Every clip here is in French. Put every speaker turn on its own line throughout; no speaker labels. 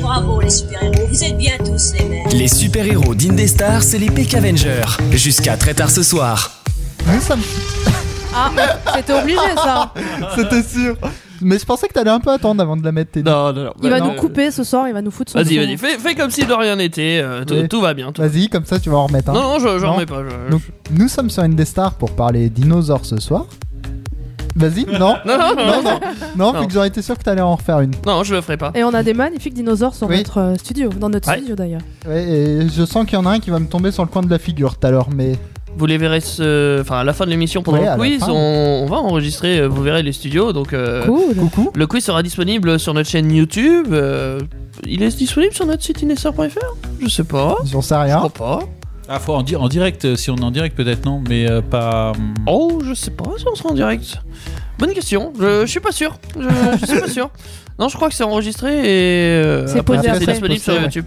Bravo les super-héros, vous êtes bien tous les mêmes.
Les super-héros d'Indestar, c'est les Peck Avengers. Jusqu'à très tard ce soir.
Mais ça me-
Ah, c'était obligé ça.
C'était sûr. Mais je pensais que t'allais un peu attendre avant de la mettre. Tes
Non, non, non.
Il
bah,
va
non.
nous couper ce soir, il va nous foutre son.
Vas-y,
son.
vas-y. Fais, fais comme si de rien n'était. euh, tout,
Oui.
tout va bien. tout-
Vas-y, comme ça tu vas en remettre un.
Non, non, je, je
Non.
remets pas. je-
Donc, nous sommes sur Indestar pour parler dinosaures ce soir. Vas-y, non
Non, non, non,
Non, non, non,
Non.
vu que j'aurais été sûr que t'allais en refaire une.
Non, je le ferai pas.
Et on a des magnifiques dinosaures sur
Oui.
notre euh, studio, dans notre
Ouais.
studio d'ailleurs.
Ouais, et je sens qu'il y en a un qui va me tomber sur le coin de la figure tout à l'heure, mais
Vous les verrez ce... enfin, à la fin de l'émission pendant
Ouais, à
le
la
quiz.
fin.
On, on va enregistrer, euh, vous verrez les studios. Donc, euh,
Cool.
coucou.
le quiz sera disponible sur notre chaîne YouTube. euh, il est disponible sur notre site inestor.fr Je sais pas.
J'en sais
Je
rien.
crois pas.
Ah, faut en, di- en direct, euh, si on est en direct peut-être, non, mais euh, pas. hum,
Oh, je sais pas si on sera en direct. Bonne question. Je, je suis pas sûr. Je, je suis pas sûr. Non, je crois que c'est enregistré et euh,
C'est
après,
posé
c'est
après.
disponible sur
Posté, ouais.
YouTube.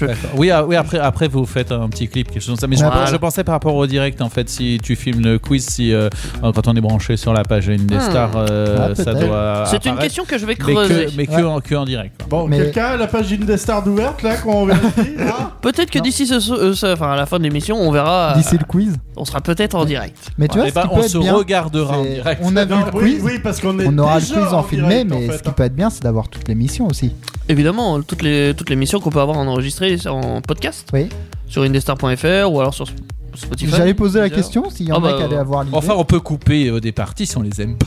D'accord. Oui, ah, oui après, après vous faites un petit clip, quelque chose comme ça. Mais je,
Voilà.
je pensais par rapport au direct, en fait, si tu filmes le quiz, si euh, quand on est branché sur la page Indestar, euh,
Ah,
ça
peut-être.
doit.
Hmm. C'est une
apparaître.
question que je vais
Mais,
creuser.
que, mais que
Ouais.
en, que en direct. quoi.
Bon,
Mais-
quelqu'un a la page des stars ouverte là qu'on vérifie là
Peut-être que
Non.
d'ici ce, so- euh, ça- enfin, à la fin de l'émission, on verra.
D'ici le quiz.
On sera peut-être en direct.
Mais tu
Ouais,
vois,
eh
ce
ben,
qui
on
peut
se
être bien,
regardera en
c'est-
direct.
on a vu
Non,
le
oui,
quiz.
oui, parce qu'on est
On aura le
déjà
quiz en filmé,
direct,
mais
en
ce
fait, hein.
qui peut être bien, c'est d'avoir toute l'émission aussi.
Évidemment, toutes les, toutes les missions qu'on peut avoir en enregistré en podcast.
Oui.
Sur indestar.fr ou alors sur Sp- Spotify.
J'allais poser la
Deezer.
question s'il y en
Ah
a
bah,
qui allaient avoir l'idée.
Enfin, on peut couper euh, des parties si on les aime pas.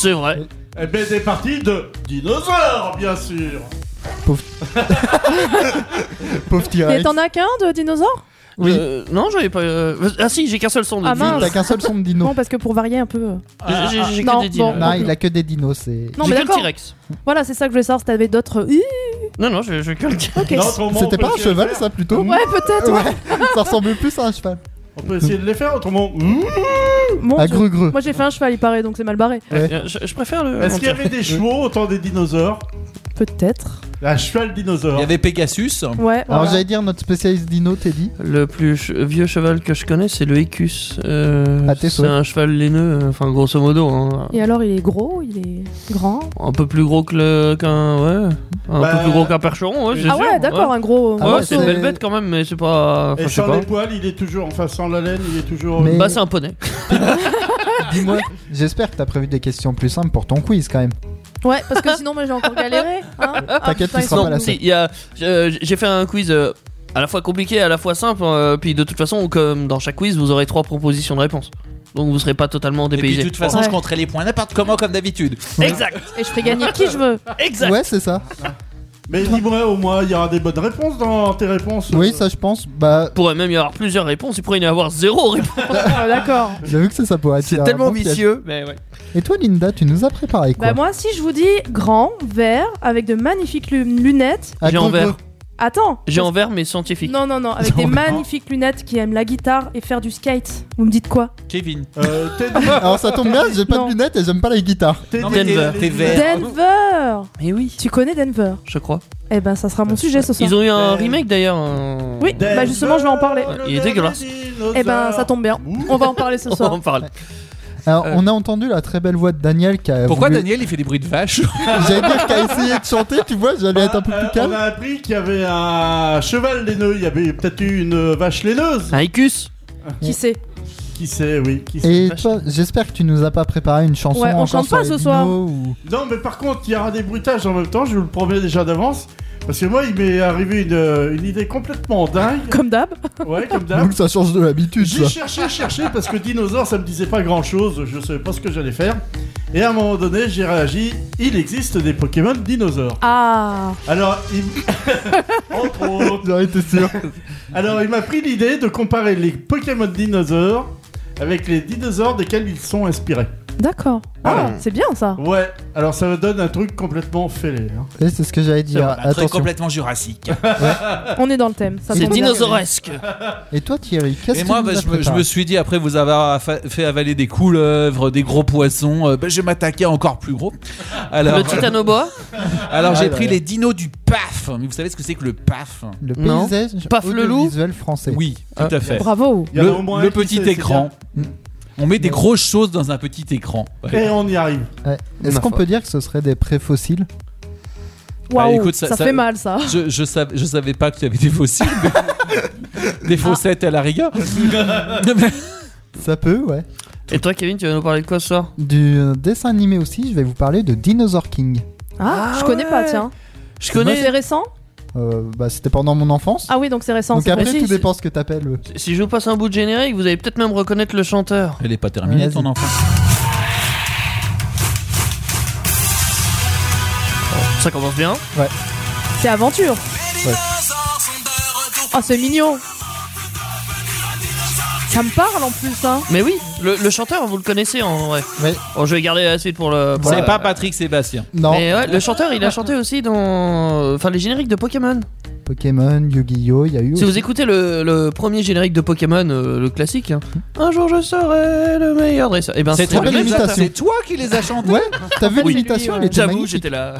C'est vrai.
Euh,
hein. Eh ben, des parties de dinosaures, bien sûr.
pauvre
Et
T-Rex.
t'en as qu'un de dinosaure
Oui.
Euh, non, j'avais pas. euh, Ah si, j'ai qu'un seul son de
Ah,
J'ai-
mince.
T'as qu'un seul son de dino.
Non, parce que pour varier un peu. euh,
J'ai j'ai que
Non,
des dinos.
bon.
Non, il a que des dinos. c'est-
Non,
J'ai
mais
que le
d'accord.
T-Rex.
Voilà, c'est ça que je voulais savoir si t'avais d'autres. euh, Ih,
Non, non, je, je que le T-Rex.
Ok.
Non, autrement, on
C'était
peut
pas un
essayer de
cheval,
faire.
ça plutôt
Ouais, peut-être. ouais.
Ouais, ça ressemblait plus à un cheval.
On peut essayer de les faire autrement. Mmh.
Mon
À
Dieu.
gru-gru.
Moi j'ai fait un cheval, il paraît, donc c'est mal barré.
Ouais.
Euh, Je, je préfère le.
Est-ce qu'il y avait des chevaux autant des dinosaures
Peut-être.
Un cheval
Il
dinosaure.
y avait Pegasus. hein.
Ouais.
Alors
voilà.
j'allais dire notre spécialiste dino, Teddy.
Le plus che- vieux cheval que je connais, c'est le Ecus. Euh,
À tes
c'est
souhaits.
un cheval laineux, euh, enfin grosso modo, hein.
Et alors, il est gros, il est grand.
un peu plus gros que le- qu'un ouais, un
Bah,
peu plus gros qu'un percheron, ouais, c'est
Ah
sûr.
ouais, d'accord, un gros.
Ah
Ouais,
ouais,
c'est une
c'est-
belle bête quand même, mais c'est pas. enfin,
Et
je sais
sans
pas.
les poils, il est toujours. Enfin, sans la laine, il est toujours.
Mais-
Bah, c'est un poney.
Dis-moi, j'espère que t'as prévu des questions plus simples pour ton quiz quand même.
Ouais, parce que sinon, moi j'ai encore galéré. hein. Ah,
T'inquiète,
putain,
tu
ils
seras
sont-
pas la
Non, si, il y a- euh, j'ai fait un quiz euh, à la fois compliqué, à la fois simple, euh, puis de toute façon, comme dans chaque quiz, vous aurez trois propositions de réponse. Donc vous serez pas totalement
Et puis, de
dépaysé.
toute façon,
Ouais.
je compterai les points n'importe comment, comme d'habitude.
Exact,
Et je ferai gagner qui je veux.
exact.
Ouais, c'est ça.
Mais dis-moi, au moins, il y aura des bonnes réponses dans tes réponses.
Oui,
euh.
ça je pense. Bah,
Il pourrait même y avoir plusieurs réponses, il pourrait y en avoir zéro réponse.
Ah, d'accord.
j'avoue que ça, ça pourrait être. un bon piège.
mais ouais.
Et toi, Linda, tu nous as préparé quoi
Bah moi si je vous dis grand, vert, avec de magnifiques lu- lunettes.
Ah,
J'ai en
gros,
vert.
gros.
Attends.
J'ai en vert, mais scientifique.
Non non non, avec des
Non.
magnifiques lunettes qui aiment la guitare et faire du skate. Vous me dites quoi
Kevin.
Euh, Teddy,
Alors ça tombe bien, j'ai pas
Non.
de lunettes et j'aime pas la guitare.
Teddy,
Non, mais
Denver.
t'es- t'es vert.
Denver.
Mais Eh oui,
Tu connais Denver
je crois.
Eh ben ça sera mon sujet ce soir.
Ils ont eu un
Ouais.
remake d'ailleurs. un-
Oui,
Ben.
bah justement je vais en parler.
Ouais,
le
il est dégueulasse.
dernier dinosaure.
Eh ben ça tombe bien.
Ouh.
On va en parler ce
On
soir.
en parle.
Alors,
Euh.
on a entendu la très belle voix de Daniel qui a.
Pourquoi
voulu-
Daniel il fait des bruits de vache
J'allais dire qu'à essayer de chanter, tu vois, j'allais être un peu
Euh,
Ah,
plus
On
calme.
a appris qu'il y avait un cheval laineux, il y avait peut-être eu une vache laineuse.
Un Icus
Qui sait
Qui sait, oui. Qui sait.
Et toi, j'espère que tu nous as pas préparé une chanson
Ouais, on
encore
chante
sur
pas
les
ce soir.
dinos ou-
Non, mais par contre, il y aura des bruitages en même temps, je vous le promets déjà d'avance. Parce que moi, il m'est arrivé une, euh, une idée complètement dingue.
Comme d'hab.
Ouais, comme d'hab.
Donc ça change de l'habitude,
J'ai
ça.
cherché, cherché, parce que dinosaure, ça me disait pas grand chose, je savais pas ce que j'allais faire. Et à un moment donné, j'ai réagi il existe des Pokémon dinosaures.
Ah.
Alors, il. Entre autres.
J'aurais été sûr.
Alors, il m'a pris l'idée de comparer les Pokémon dinosaures avec les dinosaures desquels ils sont inspirés.
D'accord. Ah, c'est bien ça.
Ouais, alors ça me donne un truc complètement fêlé. hein.
Et c'est ce que j'allais dire.
Un truc
Attention.
complètement jurassique.
On est dans le thème. Ça
C'est
tombe bien.
dinosauresque.
Et toi, Thierry, qu'est-ce
Et
que
moi,
tu
bah,
nous as
je, me, je
préparé
me suis dit, après vous avoir affa- fait avaler des couleuvres, des gros poissons, euh, bah, je vais m'attaquer à encore plus gros. Alors, euh,
Le titanoboa.
alors
Ah,
j'ai
là,
pris
là.
les dinos du PAF. Mais vous savez ce que c'est que le PAF
Le
Non.
paysage
Paf le loup
audiovisuel français.
Oui, tout
Ah.
à fait.
Bravo.
Il y en a
Le,
au moins
le
un qui
petit
sait, c'est
écran. On met des grosses choses dans un petit écran.
bien. Et on y arrive.
Ouais. Est-ce
Ma
qu'on
foi.
peut dire que ce serait des préfossiles
Waouh,
écoute, ça-
ça,
ça-
fait mal ça.
Je, je, sav- je savais pas qu'il y avait des fossiles. mais- des fossettes à la rigueur.
Ça peut, ouais.
Et toi, Kevin, tu vas nous parler de quoi ce soir
Du euh, dessin animé aussi, je vais vous parler de Dinosaur King.
Ah,
Ah
je connais pas,
ouais.
tiens.
Je
C'est
connais.
récent
Euh, bah, c'était pendant mon enfance.
Ah oui, donc c'est récent.
Donc
c'est
après,
vrai.
tout
si,
dépend ce que t'appelles. euh.
Si je vous passe un bout de générique, vous allez peut-être même reconnaître le chanteur.
Elle est pas terminée,
Vas-y.
ton enfant.
Ça commence bien.
C'est aventure.
Ouais.
Ah, c'est mignon. Ça me parle en plus, hein.
Mais oui, le, le chanteur, vous le connaissez en vrai.
Oui.
Bon, je vais garder la suite pour le. pour
Ouais.
la-
C'est pas Patrick Sébastien.
Non,
Mais ouais, le chanteur, il a chanté aussi dans. Enfin, les génériques de Pokémon.
Pokémon, Yu-Gi-Oh, il y a eu.
Si
aussi-
vous écoutez le, le premier générique de Pokémon, euh, le classique, hein. un jour je serai le meilleur dresseur. Et ben,
C'est
c'est
toi,
très
le
belle
même.
qui les as-
imitation.
c'est toi qui les as chantés.
Ouais, t'as vu
Oui.
l'imitation, elle était
J'avoue,
magnifique.
j'étais là.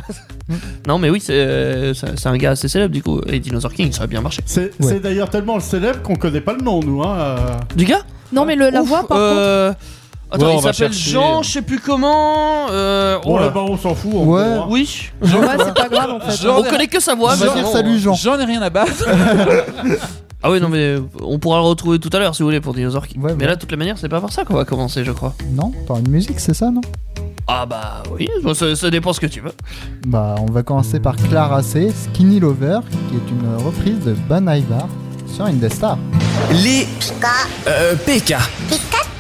non, mais oui, c'est euh, c'est c'est un gars assez célèbre du coup. Et Dinosaur King, ça a bien marché.
C'est
Ouais.
c'est d'ailleurs tellement célèbre qu'on connaît pas le nom, nous. Hein. euh.
Du gars
Non, mais le, la
Ouf,
voix, par contre.
euh, Attends,
Ouais, on
il
va
s'appelle
chercher.
Jean, je sais plus comment. euh, oh
Ouais,
là.
bah, on s'en fout. en
Ouais.
gros, hein.
Oui.
Ouais, c'est pas grave en fait.
Jean-
On connaît que sa
On
voix.
va
mais
dire
bon.
salut Jean.
J'en ai rien à battre.
Ah oui, non, mais on pourra le retrouver tout à l'heure si vous voulez pour Dinosaur King.
Ouais,
mais
ouais.
là, de toute la manière, c'est pas par ça qu'on va commencer, je crois.
Non, par une musique, c'est ça, non
Ah bah oui, bon, ça, ça dépend ce que tu veux.
Bah, on va commencer par Clara C, Skinny Lover, qui est une reprise de Bon Ivar sur Indestar.
Les. Euh, PK.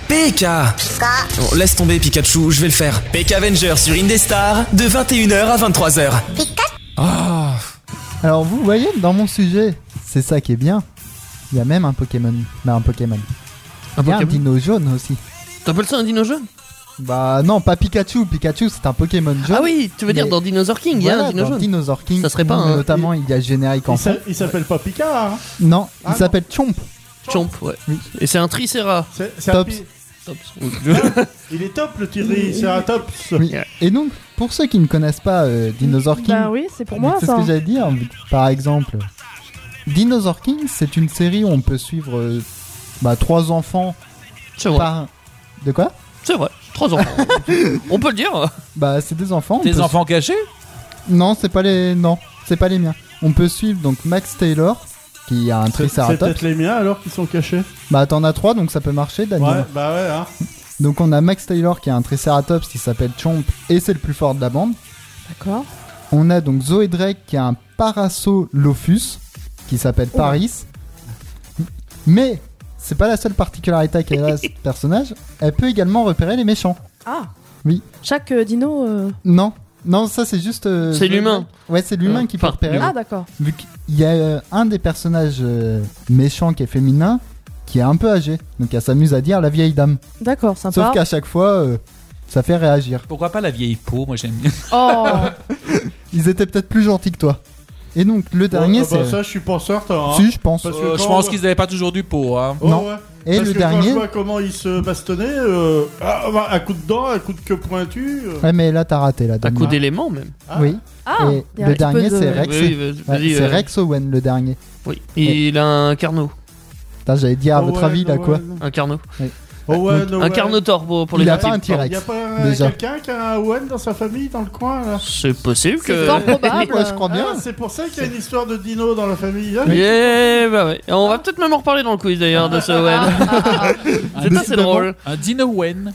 PK. Bon, laisse tomber Pikachu, je vais le faire. PK Avenger sur Indestar de 21h à 23h.
Alors, vous voyez, dans mon sujet, c'est ça qui est bien. Il y a même un Pokémon. Bah, un Pokémon.
Un
Il y a un
Pokémon
dino jaune aussi.
T'appelles ça un dino jaune
Bah, non, pas Pikachu. Pikachu, c'est un Pokémon jaune.
Ah oui, tu veux dire
Mais-
dans Dinosaur King, il y a
Voilà,
un dino
dans
jaune.
Dinosaur King.
Ça serait pas
où,
un-
Notamment, il y a le générique en
Il
fond.
s'a- Il s'appelle pas Picard. hein.
Non,
Ah,
il s'appelle Chomp.
Chomp, ouais.
Oui.
Et c'est un Tricera.
C'est c'est un
Tops.
pi-
Tops.
Il est top le Thierry, c'est un top.
Oui. Et donc, pour ceux qui ne connaissent pas euh, Dinosaur King,
Bah oui, c'est pour moi
C'est ce
ça.
que j'allais dire. Par exemple, Dinosaur King, c'est une série où on peut suivre euh, bah, trois enfants
C'est vrai.
par. De quoi
C'est vrai. Trois enfants. On peut le dire.
Bah, c'est des enfants. on
Tes
peut-
enfants cachés
Non, c'est pas les. Non, c'est pas les miens. On peut suivre donc Max Taylor, qui a un
C'est c'est
triceratops.
peut-être les miens alors qui sont cachés.
Bah, t'en as trois, donc ça peut marcher, Daniel.
Ouais, bah ouais. Hein.
Donc, on a Max Taylor, qui a un triceratops qui s'appelle Chomp, et c'est le plus fort de la bande.
D'accord.
On a donc Zoé Drake qui a un Parasaurolophus qui s'appelle Paris. Mais c'est pas la seule particularité qu'elle a ce personnage. Elle peut également repérer les méchants.
Ah.
Oui.
Chaque euh, dino. euh,
Non, non, ça c'est juste. euh,
C'est l'humain.
Ouais, c'est l'humain
Euh,
qui peut
enfin,
repérer.
Ah d'accord.
Vu qu'il y a euh, un des personnages euh, méchants qui est féminin qui est un peu âgé. Donc elle s'amuse à dire la vieille dame.
D'accord,
Sauf
sympa.
qu'à chaque fois, euh, ça fait réagir.
Pourquoi pas la vieille peau Moi j'aime bien.
Oh.
Ils étaient peut-être plus gentils que toi. Et donc le dernier,
Ah bah,
c'est.
ça, je suis pas certain. hein.
Si, je pense.
Parce que
Euh, je
quand
pense
on-
qu'ils avaient pas toujours du pot. Hein.
Oh,
Non.
ouais.
Et
Parce
le
que quand je
dernier.
vois comment il se bastonnait, euh, ah, bah, à coup de dent, à coup de queue pointue. euh.
Ouais, mais là, t'as raté, là.
À
Dominique.
coup d'éléments même.
Ah.
Oui.
Ah.
Et
il y a
le
un petit peu
dernier,
de-
c'est Rex.
Oui, oui, vas-y,
Ouais,
vas-y,
c'est
euh,
Rex Owen, le dernier.
Oui. Il a un carnot.
Putain, j'allais dire, Ah, à
Oh,
votre
Owen,
avis, il a quoi
Owen.
Un carnot.
Owen,
Un
Owen.
carnotaure pour, pour les
Il a
intimes.
pas un
Il
T-Rex.
y a pas euh,
Déjà.
quelqu'un qui a un Owen dans sa famille, dans le coin là
C'est possible
C'est
que.
fort probable.
Ouais, je crois
Ah,
bien.
c'est pour ça qu'il y a une histoire de dino dans la famille. hein
Yeah, bah ouais. Et on va peut-être même en reparler dans le quiz d'ailleurs de ce
Ah,
Owen.
ah, ah,
Un,
C'est assez
dino-
drôle.
un dino Wen.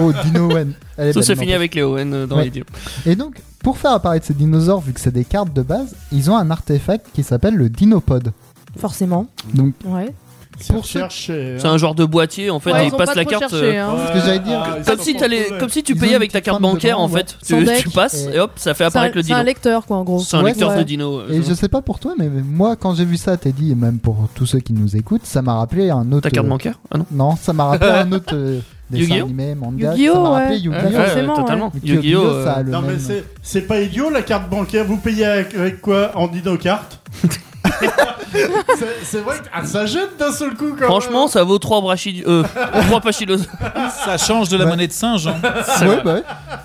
Oh, Dino Owen. Elle est
Tout
belle,
se
ben, non
finit avec les Owen euh, dans
Ouais.
les dieux.
Et donc, pour faire apparaître ces dinosaures, vu que c'est des cartes de base, ils ont un artefact qui s'appelle le Dinopod.
ah. Forcément.
Donc,
Ouais.
C'est hein.
Pour ceux-
rechercher.
C'est un genre de boîtier en fait.
Ouais,
il
ils ont
passe
pas
la
trop
carte.
cherché,
euh,
hein.
ce que j'allais dire.
Ah, ils
Comme
sont
si, t'allais-
retrouvés.
comme si tu
Ils ont
payais
une
avec ta
petite
carte
femme devant,
bancaire en
ouais.
fait.
Sans
Tu,
deck.
tu passes
Et-
et hop, ça fait
C'est un,
apparaître le
c'est un
dino.
lecteur quoi en gros.
C'est un
Ouais,
lecteur
ouais.
de dino. euh,
Et je sais pas pour toi, mais moi, quand j'ai vu ça, t'es dit, et même pour tous ceux qui nous écoutent, ça m'a rappelé un autre. euh,
Ta carte bancaire Ah non.
Non, ça m'a rappelé un autre euh, dessin
Yu-Gi-Oh
animé, manga.
Yu-Gi-Oh,
Ça m'a rappelé
ouais.
Yu-Gi-Oh.
Ouais, ouais,
forcément,
totalement.
Donc,
Yu-Gi-Oh! euh,
ça a le
Non mais
même-
c'est c'est pas idiot la carte bancaire. Vous payez avec, avec quoi en dino carte C'est- C'est vrai que ça jette d'un seul coup quand
euh,
Franchement, ça vaut 3 brachid... Euh, 3 pachyloses.
Ça change de la
Ouais.
monnaie de singe. hein.
Ouais, bah ouais. Et
Mais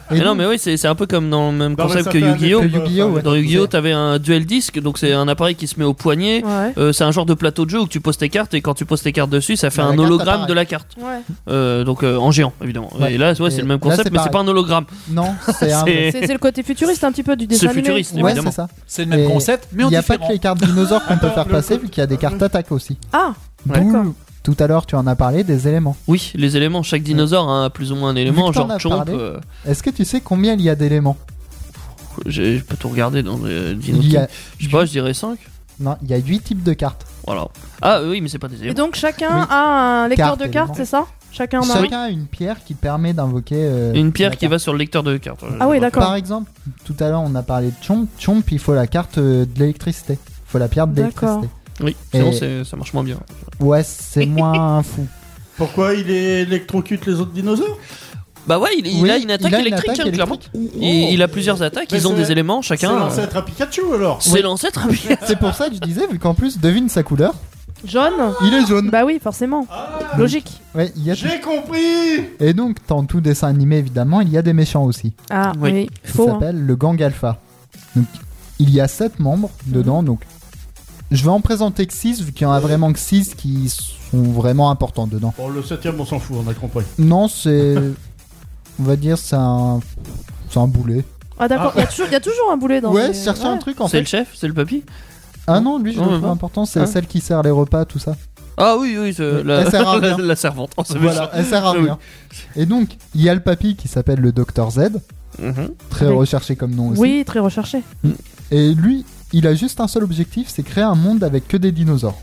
Ah non,
donc,
mais oui, c'est c'est un peu comme dans le même
même. Non, mais
concept
ça
que
fait un
Yu-Gi-Oh!
effet,
Que Yu-Gi-Oh, ouais.
Dans Yu-Gi-Oh! t'avais un duel disque, donc c'est un appareil qui se met au poignet.
Ouais.
Euh, c'est un genre de plateau de jeu où tu poses tes cartes et quand tu poses tes cartes dessus, ça fait
Bah, la
un
carte
hologramme
apparaît.
de la carte.
Ouais.
Euh, donc euh, en géant, évidemment.
Ouais.
Et là, ouais,
Et
c'est le même
là, c'est
concept, mais c'est
pareil.
pas un hologramme.
Non, c'est un.
C'est-
Ouais,
C'est c'est le côté futuriste un petit peu du dessin
C'est
animé.
futuriste,
Ouais.
évidemment.
c'est ça.
C'est le même
Et
concept, mais
Il
en
n'y a pas que
différent.
les cartes dinosaures qu'on peut
Attends,
faire
le-
passer, vu qu'il y a des cartes attaque aussi.
Ah, d'accord.
D'où, tout à l'heure, tu en as parlé des éléments.
Oui, les éléments. Chaque dinosaure a plus ou moins un élément,
que t'en
genre
as
chomp.
parlé.
euh,
Est-ce que tu sais combien il y a d'éléments
j'ai- je peux tout regarder dans les
Il y
dinosaures.
a,
Je sais pas, je dirais 5.
non, il y a 8 types de cartes.
Voilà. Ah oui, mais c'est pas des
Et
éléments.
donc chacun
Oui.
a un lecteur
Carte,
de cartes,
élément.
c'est ça Chacun en a un.
Chacun a une pierre qui permet d'invoquer. euh,
Une
la
pierre qui
carte.
va sur le lecteur de cartes.
Ah oui,
Par
d'accord.
exemple, tout à l'heure, on a parlé de Chomp. Chomp, il faut la carte euh, de l'électricité. Il faut la pierre de
D'accord.
l'électricité.
Oui, sinon
Et-
c'est- ça marche moins bien.
Ouais, c'est moins un fou.
Pourquoi il électrocute les autres dinosaures
Bah ouais, il, il
Oui,
a une attaque
il a une
électrique,
attaque
hein, clairement.
électrique.
Il, il a plusieurs attaques,
Mais
ils ont
c'est-
des éléments,
C'est
chacun. euh,
l'ancêtre à Pikachu alors
C'est l'ancêtre. hein,
C'est pour ça que je disais, vu qu'en plus, devine sa couleur.
Jaune
Il est jaune.
Bah oui, forcément. Logique.
Ouais, il y a
J'ai compris
Et donc, dans tout dessin animé, évidemment, il y a des méchants aussi.
Ah
Oui.
oui,
Ça
faux. hein.
s'appelle le gang alpha. Donc, il y a 7 membres dedans, donc je vais en présenter que 6 vu qu'il y en a vraiment que 6 qui sont vraiment importants dedans.
Bon, le septième, on s'en fout, on a compris.
Non, c'est on va dire c'est un c'est un boulet.
Ah d'accord, il y a toujours- il y, a toujours un boulet dans
ouais,
les-
c'est
ouais.
un truc en
C'est le
fait.
chef, c'est le papy.
Ah non, lui je
Non,
le
même
trouve
pas.
important, c'est
Ah.
celle qui sert les repas tout ça.
Ah oui, oui, c'est
Oui,
la,
elle sert à
la-
rien.
la servante. Oh, c'est
Voilà, elle sert à
Ah oui.
rien. Et donc, il y a le papy qui s'appelle le docteur Z,
méchant. Mhm.
très
Oui.
recherché comme nom aussi.
Oui, très recherché.
Et lui, il a juste un seul objectif, c'est créer un monde avec que des dinosaures.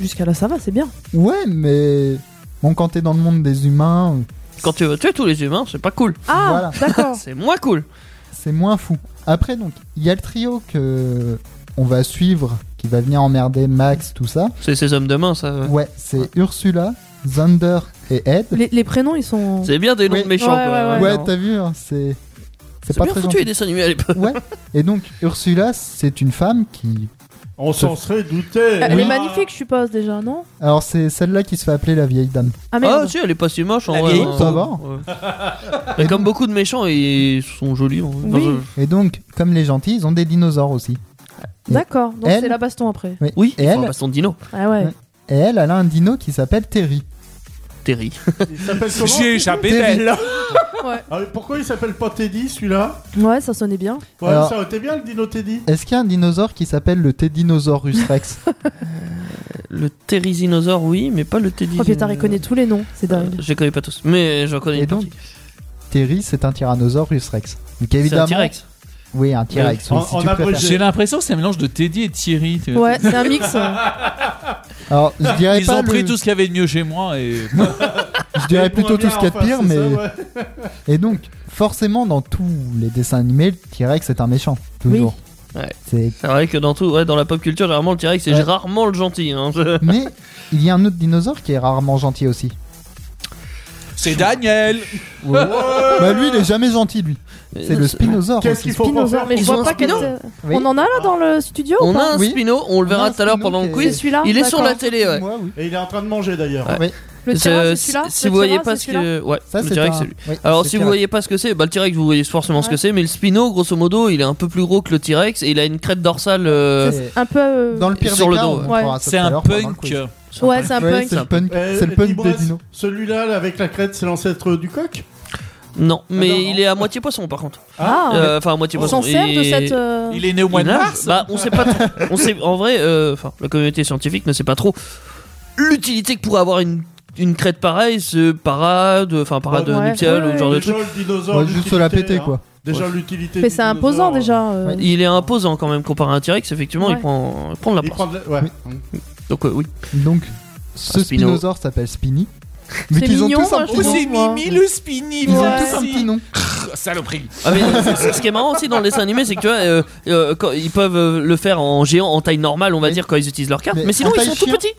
Jusqu'à là, ça va, c'est bien.
Ouais, mais bon, quand t'es dans le monde des humains,
Quand tu veux tuer tous les humains, c'est pas cool.
Ah,
Voilà.
d'accord.
C'est moins cool.
c'est moins fou. Après, donc, il y a le trio que on va suivre, qui va venir emmerder Max, tout ça.
C'est ces hommes de main, ça. ouais.
Ouais, c'est Ursula, Zander et Ed.
les, les prénoms, ils sont.
C'est bien des noms
Oui.
de méchants.
Ouais,
quoi.
ouais,
Ouais,
non.
t'as vu, hein, c'est c'est
c'est
pas
bien
très
foutu les dessins animés à l'époque.
gentil. Ouais. Et donc Ursula, c'est une femme qui,
On s'en serait douté
Ah, Elle
Oui.
est magnifique, je suppose déjà, non
alors c'est celle-là qui se fait appeler la vieille dame.
Ah
Ah,
merde.
si, elle est pas si moche en
La
vrai.
vieille
hein.
Sava.
Ouais. Mais comme beaucoup de méchants, ils sont jolis. en vrai.
Oui.
Enfin,
Et donc, comme les gentils, ils ont des dinosaures aussi.
D'accord, donc
Elle-
c'est la baston après.
Oui.
je- Oui,
Et
enfin,
elle,
façon dino.
Ah ouais.
Ouais. et elle, elle a un dino qui s'appelle Terry.
Terry.
Il s'appelle comment
J'ai échappé
Terry.
belle.
Ah, mais Pourquoi il s'appelle pas Teddy celui-là
Ouais, ça sonnait bien.
Ouais,
Alors-
ça aurait été bien le dino Teddy.
Est-ce qu'il y a un dinosaure qui s'appelle le T-Dinosaurus Rex
Le Terryzinosaure, oui, mais pas le Teddy.
Oh putain, il connaît tous les noms, c'est dingue.
Je les connais pas tous, mais j'en connais
Et
une
donc,
partie.
Terry, c'est un Tyrannosaurus Rex. Donc
C'est un
évidemment,
T-Rex.
oui, un T-Rex.
En-
oui, si
en
tu préfères.
abrégé.
J'ai l'impression que c'est un mélange de Teddy et de Thierry. tu vois.
Ouais, c'est un mix. hein.
Alors, je dirais
Ils
pas
ont pris
le-
tout ce qu'il y avait de mieux chez moi et
je dirais plutôt tout ce qu'il y a de pire, mais
Ouais.
et donc forcément dans tous les dessins animés, le T-Rex est un méchant toujours.
Oui. Ouais.
C'est-
C'est vrai que dans tout, ouais, dans la pop culture, généralement le T-Rex c'est
Ouais.
rarement le gentil. hein.
Mais il y a un autre dinosaure qui est rarement gentil aussi.
c'est Daniel.
Bah lui, il est jamais gentil lui. C'est le Spinosaure.
Qu'est-ce qu'il faut pour faire
Spinosaur, mais je
Ils ont
vois
un
pas quel.
spino
Oui.
On en a là dans le studio ou
On
pas
a un
Oui.
Spino, on le
On a
verra
un
tout à l'heure
Spino
pendant le
qui est-
C'est
quiz.
celui-là
Il est sur la
Ah, D'accord.
télé, ouais.
Moi, oui.
Et il est en train de manger d'ailleurs.
Ah,
Ouais.
Le Tira,
C'est-
c'est
Euh, si-
celui-là
si
Le
vous voyez
Tira,
pas
c'est
ce
celui-là
que. Ouais,
Ça
le
c'est
T-Rex
un-
c'est lui.
oui,
Alors
c'est
si vous
T-Rex.
voyez pas ce que c'est, bah le T-Rex vous voyez forcément ce que
Ouais.
c'est, mais le Spino, grosso modo, il est un peu plus gros que le T-Rex et il a une crête dorsale. euh,
C'est-
Un peu. euh,
dans le pire
sur
des
le
cas,
dos,
on
ouais.
fera Ah, ça tout
C'est
à
un
l'heure pendant le
punk.
quiz.
Ouais, c'est un
Ouais,
punk.
c'est le punk,
Eh,
c'est le punk
dis-moi,
des dinos.
Celui-là là, avec la crête, c'est l'ancêtre du coq
Non, mais
non.
il est à moitié poisson par contre.
Ah,
Euh, Enfin, à moitié
on
poisson.
s'en sert de
Et-
cette. euh,
Il est né au mois
Il
de
nage
mars.
Bah, on sait pas trop. on sait, en vrai, euh, enfin, la communauté scientifique ne sait pas trop l'utilité que pourrait avoir une, une crête pareille, ce parade, enfin, parade
Ouais.
nuptiale
Ouais,
ou ce genre de
Déjà
truc.
le dinosaure.
Ouais, juste se la
l'utilité,
péter
hein.
quoi.
Déjà l'utilité.
Mais
du
c'est imposant
dinosaure, hein.
déjà. euh.
Il est imposant quand même comparé à un T-Rex, effectivement,
Ouais.
il, prend, il prend de la
Il
place.
prend de la- ouais.
Donc, euh, oui.
Donc, ce
Un spino.
spinosaure s'appelle Spinny. Mais
C'est
qu'ils ont
mignon,
tous un
moi, je
petit nom.
trouve. moi.
le spinny.
Ils ont
hein. Ouais.
tous un petit nom.
Saloperie.
Ah, mais, ce- ce qui est marrant aussi dans le dessin animé, c'est que tu vois, euh, euh, quand- ils peuvent euh, le faire en géant, en taille normale, on va
Mais-
dire, quand ils utilisent leur carte.
mais
Mais sinon,
en
ils
taille
sont tout
chien.
petits.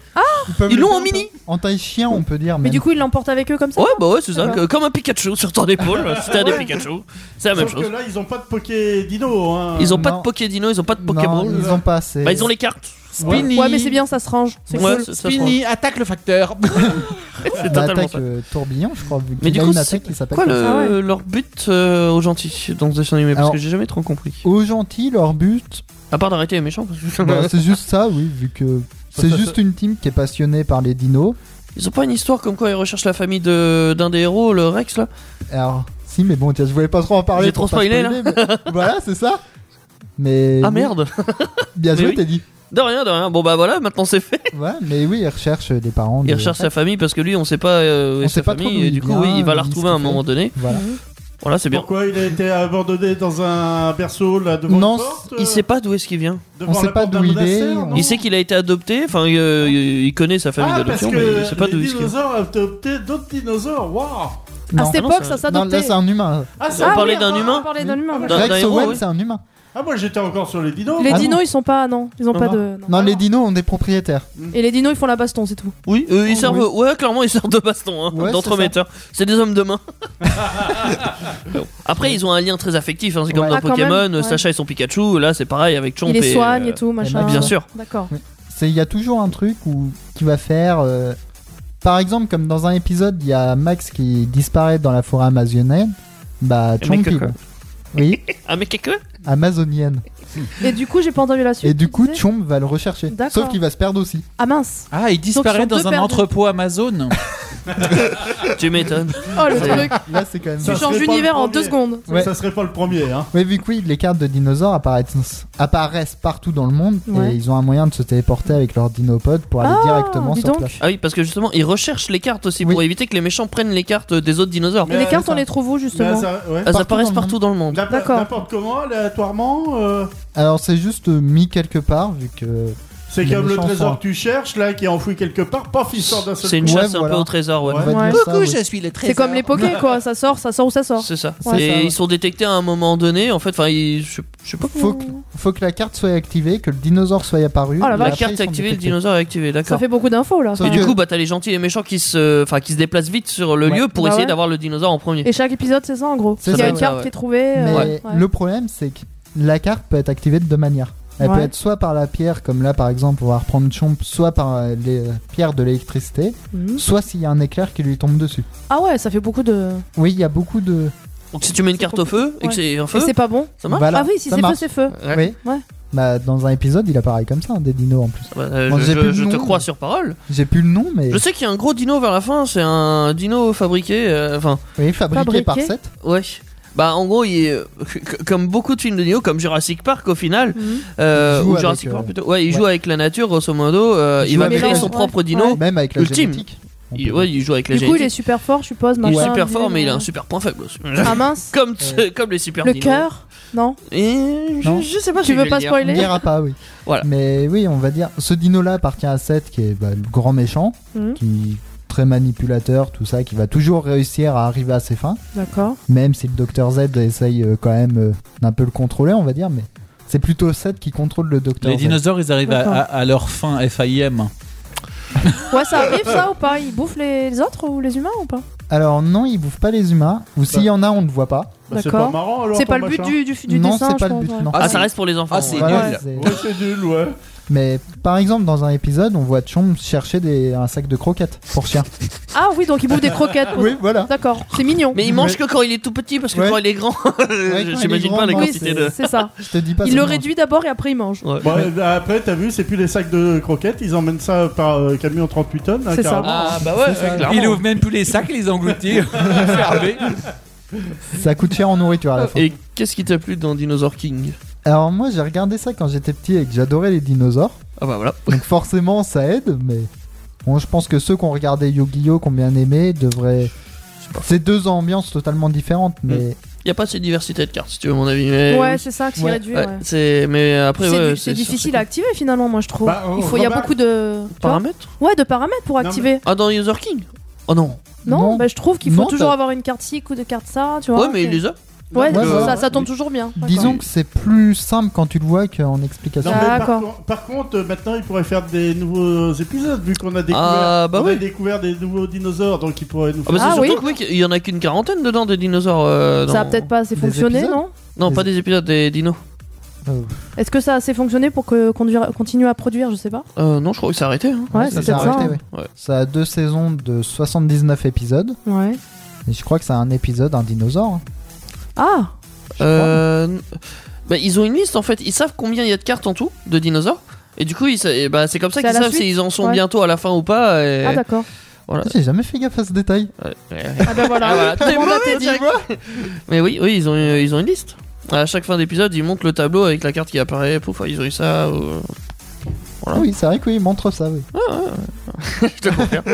peuvent
Ils
le
l'ont
faire
en mini.
En taille chien, on peut dire.
Mais
même.
du coup, il l'emporte avec eux comme ça
Ouais, bah ouais, c'est ça,
Ah
que- comme un Pikachu sur ton épaule. euh, si t'as des
Ouais.
Pikachu, c'est la même
Sauf
chose.
que là, ils ont pas de Poké Dino. Hein.
Ils ont pas de
Non.
Pokédino, ils ont pas de
non,
Pokéball.
ils ont pas. c'est-
Bah, ils ont les cartes.
Spinny.
Ouais, mais c'est bien, ça se range. C'est
Ouais,
cool.
ça- ça se
Spinny, attaque le facteur.
C'est
Bah,
totalement
attaque
ça.
euh, tourbillon, je crois. Vu
Mais
qu'il
du
a
coup,
une
c'est
attaque qui s'appelle.
Quoi
comme ça.
le-
Ah ouais.
leur but euh, aux gentils dans ce dessin animé Parce
Alors-
que j'ai jamais trop compris.
Aux gentils, leur but,
À part d'arrêter les méchants. parce que-
bah, c'est juste ça, oui, vu que c'est
ça,
juste une team qui est passionnée par les dinos.
Ils ont pas une histoire comme quoi ils recherchent la famille de- d'un des héros, le Rex là
Alors, si, mais bon, tiens, je voulais pas trop en parler.
J'ai
pour
trop
pas
spoilé,
spoiler, mais- voilà, c'est ça. Mais.
Ah
oui,
merde
Bien
Mais
joué,
oui.
t'as dit.
De rien, de rien. Bon bah voilà, maintenant c'est fait.
Ouais, mais oui, il recherche des parents.
Il
de-
recherche sa famille parce que lui on sait pas euh, où
On
est
sait
sa
pas trop
famille
d'où
et
il
du coup
vient,
oui, il va
euh,
la
ce
retrouver à un
qu'il fait.
moment donné.
Voilà.
Voilà, c'est bien.
Pourquoi il a été abandonné dans un berceau là devant
Non,
une porte, euh,
Il sait pas d'où est-ce qu'il vient.
devant
on sait
la
pas
porte d'un
d'où il est,
monastère,
on-
non
Il sait qu'il a été adopté, enfin euh, il il connaît sa famille
Ah, parce
d'adoption, mais il sait
que
pas d'où
les
il vient.
dinosaures ont adopté d'autres dinosaures. Waouh
À
Non,
cette
non,
époque,
ça-
ça
non, là,
s'adoptait.
c'est un humain.
Ah,
On
ah,
parlait
oui,
d'un
ah,
humain
On parlait d'un humain.
D'un-
Rex
d'un héros,
Owen,
oui.
c'est un humain.
Ah, moi j'étais encore sur les dinos.
Les
Ah non.
dinos, ils sont pas. Non, ils ont
Non,
pas
non.
de.
Non, les dinos ont des propriétaires.
Et les dinos, ils font la baston, c'est tout.
Oui, euh, ils
Oh,
servent. Ouais, clairement, ils servent de baston, hein,
Ouais, c'est
d'entremetteurs. C'est des hommes de main. Bon. Après, ils ont un lien très affectif. hein, C'est comme
Ouais.
dans
Ah, quand
Pokémon,
même,
euh,
ouais.
Sacha et son Pikachu. Là, c'est pareil avec Chomp.
Ils les soignent
euh,
et tout, Ah. machin.
Bien sûr.
D'accord.
C'est- Il y a toujours un truc où, qui va faire. euh, par exemple, comme dans un épisode, il y a Max qui disparaît dans la forêt amazonienne. Bah,
Mais que
Chompy.
quoi.
Oui,
Ah, mais quelque
amazonienne.
Et du coup, j'ai pas entendu la suite.
Et du
tu
coup,
disais
Chomp va le rechercher.
D'accord.
Sauf qu'il va se perdre aussi.
Ah mince
Ah, il
ils
disparaît
sont deux
dans un
perdus.
entrepôt Amazon.
Tu m'étonnes.
Oh le truc
Là, c'est quand même.
Ça
Tu
serait
changes
pas le
d'univers en
premier.
deux secondes.
Ouais.
Ça serait pas le premier, hein.
Oui, vu que oui, les cartes de dinosaures apparaissent, apparaissent partout dans le monde
Ouais.
et ils ont un moyen de se téléporter avec leurs dinopodes pour aller
Ah,
directement
dis
sur
donc.
place.
Ah oui, parce que justement, ils recherchent les cartes aussi
Oui.
pour éviter que les méchants prennent les cartes des autres dinosaures.
Mais
Et les
euh,
cartes, on
ça-
les trouve où
Mais
justement
ça- ouais.
Elles
partout
apparaissent
dans le
partout dans le monde.
N'importe-
D'accord.
N'importe comment, aléatoirement. euh,
Alors, c'est juste euh, mis quelque part, vu que.
C'est
Les
comme le
méchants
trésor
sont-
que tu cherches là, qui est enfoui quelque part. Paf, il sort d'un seul
C'est une
Ouais,
chasse un
voilà.
peu au trésor, ouais.
on va
Ouais.
dire ça, oui.
suis le
C'est comme les Poké quoi, ça sort, ça sort ou ça sort.
C'est ça.
Ouais.
et
C'est ça, ouais.
ils sont détectés à un moment donné. En fait, enfin, ils- je, je sais pas.
Faut que, faut que la carte soit activée, que le dinosaure soit apparu.
Oh la
et
vache.
La
après, ils
carte est
sont
activée, le
détectés.
dinosaure est activé,
Ça
d'accord.
fait beaucoup d'infos là.
Sauf
Et
Enfin,
du
Ouais.
coup, bah t'as les gentils et les méchants qui se, enfin, qui se déplacent vite sur le
Ouais.
lieu pour
Bah
essayer
ouais.
d'avoir le dinosaure en premier.
Et chaque épisode, c'est ça en gros.
C'est
Il y a
ça,
une
ouais.
carte qui est trouvée.
Mais
euh, ouais.
le problème, c'est que la carte peut être activée de deux manières. Elle peut
Ouais.
être soit par la pierre, comme là par exemple, on va reprendre Chomp, soit par euh, les euh, pierres de l'électricité,
Mhm.
soit s'il y a un éclair qui lui tombe dessus.
Ah ouais, ça fait beaucoup de.
Oui, il y a beaucoup de.
Donc si tu mets une carte au feu et que
Ouais.
c'est un
Et
feu,
c'est pas bon.
ça marche.
Voilà,
ah oui, si
ça
c'est feu,
marche.
c'est feu.
Ouais.
Oui.
Ouais.
Bah, dans un épisode, il apparaît comme ça, hein, des dinos en plus.
Bah, euh,
Bon,
je
j'ai
je-
plus le
je te
nom.
crois sur parole.
J'ai plus le nom, mais
Je sais qu'il y a un gros dino vers la fin. C'est un dino fabriqué. euh, Enfin,
oui, fabriqué,
Fabriqué.
par 7.
ouais. Bah en gros, il est, euh, comme beaucoup de films de dino, comme Jurassic Park au final, euh,
Il joue
ou
avec,
Jurassic
euh,
Park plutôt. Ouais, il joue
ouais.
avec la nature grosso modo. euh,
Il
il
joue
va
avec
créer
la-
son
ouais.
propre dino.
Ouais.
Même avec la
Ultime.
génétique. on
Il,
peut-
ouais, il joue avec la
Du coup, il est
génétique.
super fort, je suppose.
Il est
machin,
super fort,
lui,
mais il a un
euh,
super point faible aussi.
Ah mince.
Comme, comme les super
Le
dinos.
cœur Non.
Et je,
Non.
je sais pas si
Tu
je
veux
vais le
pas
dire.
On ne
spoiler
dira pas, oui.
Voilà.
Mais oui, on va dire. Ce dino-là appartient à Seth, qui est bah, le grand méchant,
Mhm.
qui très manipulateur, tout ça, qui va toujours réussir à arriver à ses fins,
D'accord.
même si le Docteur Z essaye euh, quand même euh, d'un peu le contrôler, on va dire, mais c'est plutôt Seth qui contrôle le Docteur
Les
Z.
dinosaures, ils arrivent à,
D'accord.
à- à leur fin FIM.
Ouais, ça arrive ça ou pas Ils bouffent les les autres ou les humains ou pas
Alors non, il bouffe pas les humains, ou s'il y en a, on ne voit pas.
Bah, c'est pas
D'accord.
marrant alors.
C'est
ton
pas le but
machin.
du, du, du
non,
dessin,
c'est pas
je
le but,
pense, ouais.
non.
Ah, ça reste pour les enfants.
Ah, c'est
ouais.
nul.
Voilà, c'est-
Ouais, c'est nul, ouais.
Mais par exemple, dans un épisode, on voit Chomp chercher des, un sac de croquettes pour chien.
Ah oui, donc ils bouffent des croquettes. pour-
voilà.
D'accord, c'est mignon.
Mais il mange que quand il est tout petit parce que
Ouais.
quand il est grand,
il est
j'imagine
grand,
pas la
non,
oui,
quantité de.
c'est c'est ça.
Je te dis pas.
Il
c'est
le
bon.
réduit d'abord et après il mange.
Ouais.
Bon, et bah, après, t'as vu, c'est plus les sacs de croquettes, ils emmènent ça par euh, camion 38 tonnes. là,
C'est ça.
carrément.
Ah bah ouais,
C'est ça.
ouais, clairement.
Il ouvre même plus les sacs, les engloutit, fermés.
Ça coûte cher en nourriture à la fin.
Et qu'est-ce qui t'a plu dans Dinosaur King
Alors moi, j'ai regardé ça quand j'étais petit et que j'adorais les dinosaures.
Ah bah voilà.
Donc forcément, ça aide. Mais bon, je pense que ceux qui ont regardé Yu-Gi-Oh, qui ont bien aimé, devraient. C'est deux ambiances totalement différentes, mais
Y a pas assez de diversité de cartes si tu veux mon avis. Mais...
Ouais, c'est ça qui
Ouais.
réduit.
Eh Ouais,
ouais.
c'est mais après
C'est du-
ouais,
c'est difficile à activer finalement, moi je trouve.
Bah, on
il faut, il y a
remarque-
beaucoup de tu vois
Paramètres
Ouais, de paramètres pour
Non, mais-
activer.
Ah dans Dinosaur King Oh non.
Non,
Non.
bah, je trouve qu'il faut
Non,
toujours
t'as-
avoir une carte ci, coup de carte ça, tu vois.
Ouais mais Ah, il les a.
Ouais,
Ouais,
ça,
voilà.
ça tombe toujours bien. D'accord.
disons que c'est plus simple quand tu le vois qu'en explication.
Non, mais par,
D'accord.
con- par contre, euh, maintenant, ils pourraient faire des nouveaux épisodes, vu qu'on a découvert,
Ah, bah
on a
oui.
découvert des nouveaux dinosaures, donc ils pourraient nous
Ah bah
faire.
c'est
Ah
surtout
oui.
que oui, qu'il y en a qu'une quarantaine dedans des dinosaures. euh,
ça a
dans-
peut-être pas assez
Des
fonctionné,
épisodes
non
Non pas des épisodes des dinos.
Est-ce que ça a assez fonctionné pour que conduire- continue à produire Je sais pas.
Euh, non, je crois que c'est arrêté. hein.
Ouais, c'est
s'est
peut-être ça.
arrêté,
hein.
ouais.
Ouais.
Ça a deux saisons de 79 épisodes.
Ouais.
Et je crois que ça a un épisode, un dinosaure. hein.
Ah
Euh, n- bah, ils ont une liste en fait, ils savent combien il y a de cartes en tout de dinosaures. Et du coup, ils sa- et bah, c'est comme ça
C'est à
qu'ils
la
savent
suite
s'ils en sont
Ouais.
bientôt à la fin ou pas. et-
Ah d'accord.
Ouais.
J'ai jamais fait gaffe à ce détail.
Ouais, ouais, ouais.
Ah bah voilà.
Ah, voilà.
Tout le
T'es
monde a
mauvais,
été dit.
direct. Mais oui, oui, ils ont, une- ils ont une liste. À chaque fin d'épisode, ils montrent le tableau avec la carte qui apparaît. Pouf, ils ont eu ça. ou-
Ah oui, c'est vrai que oui, il montre ça, oui.
Je te confirme.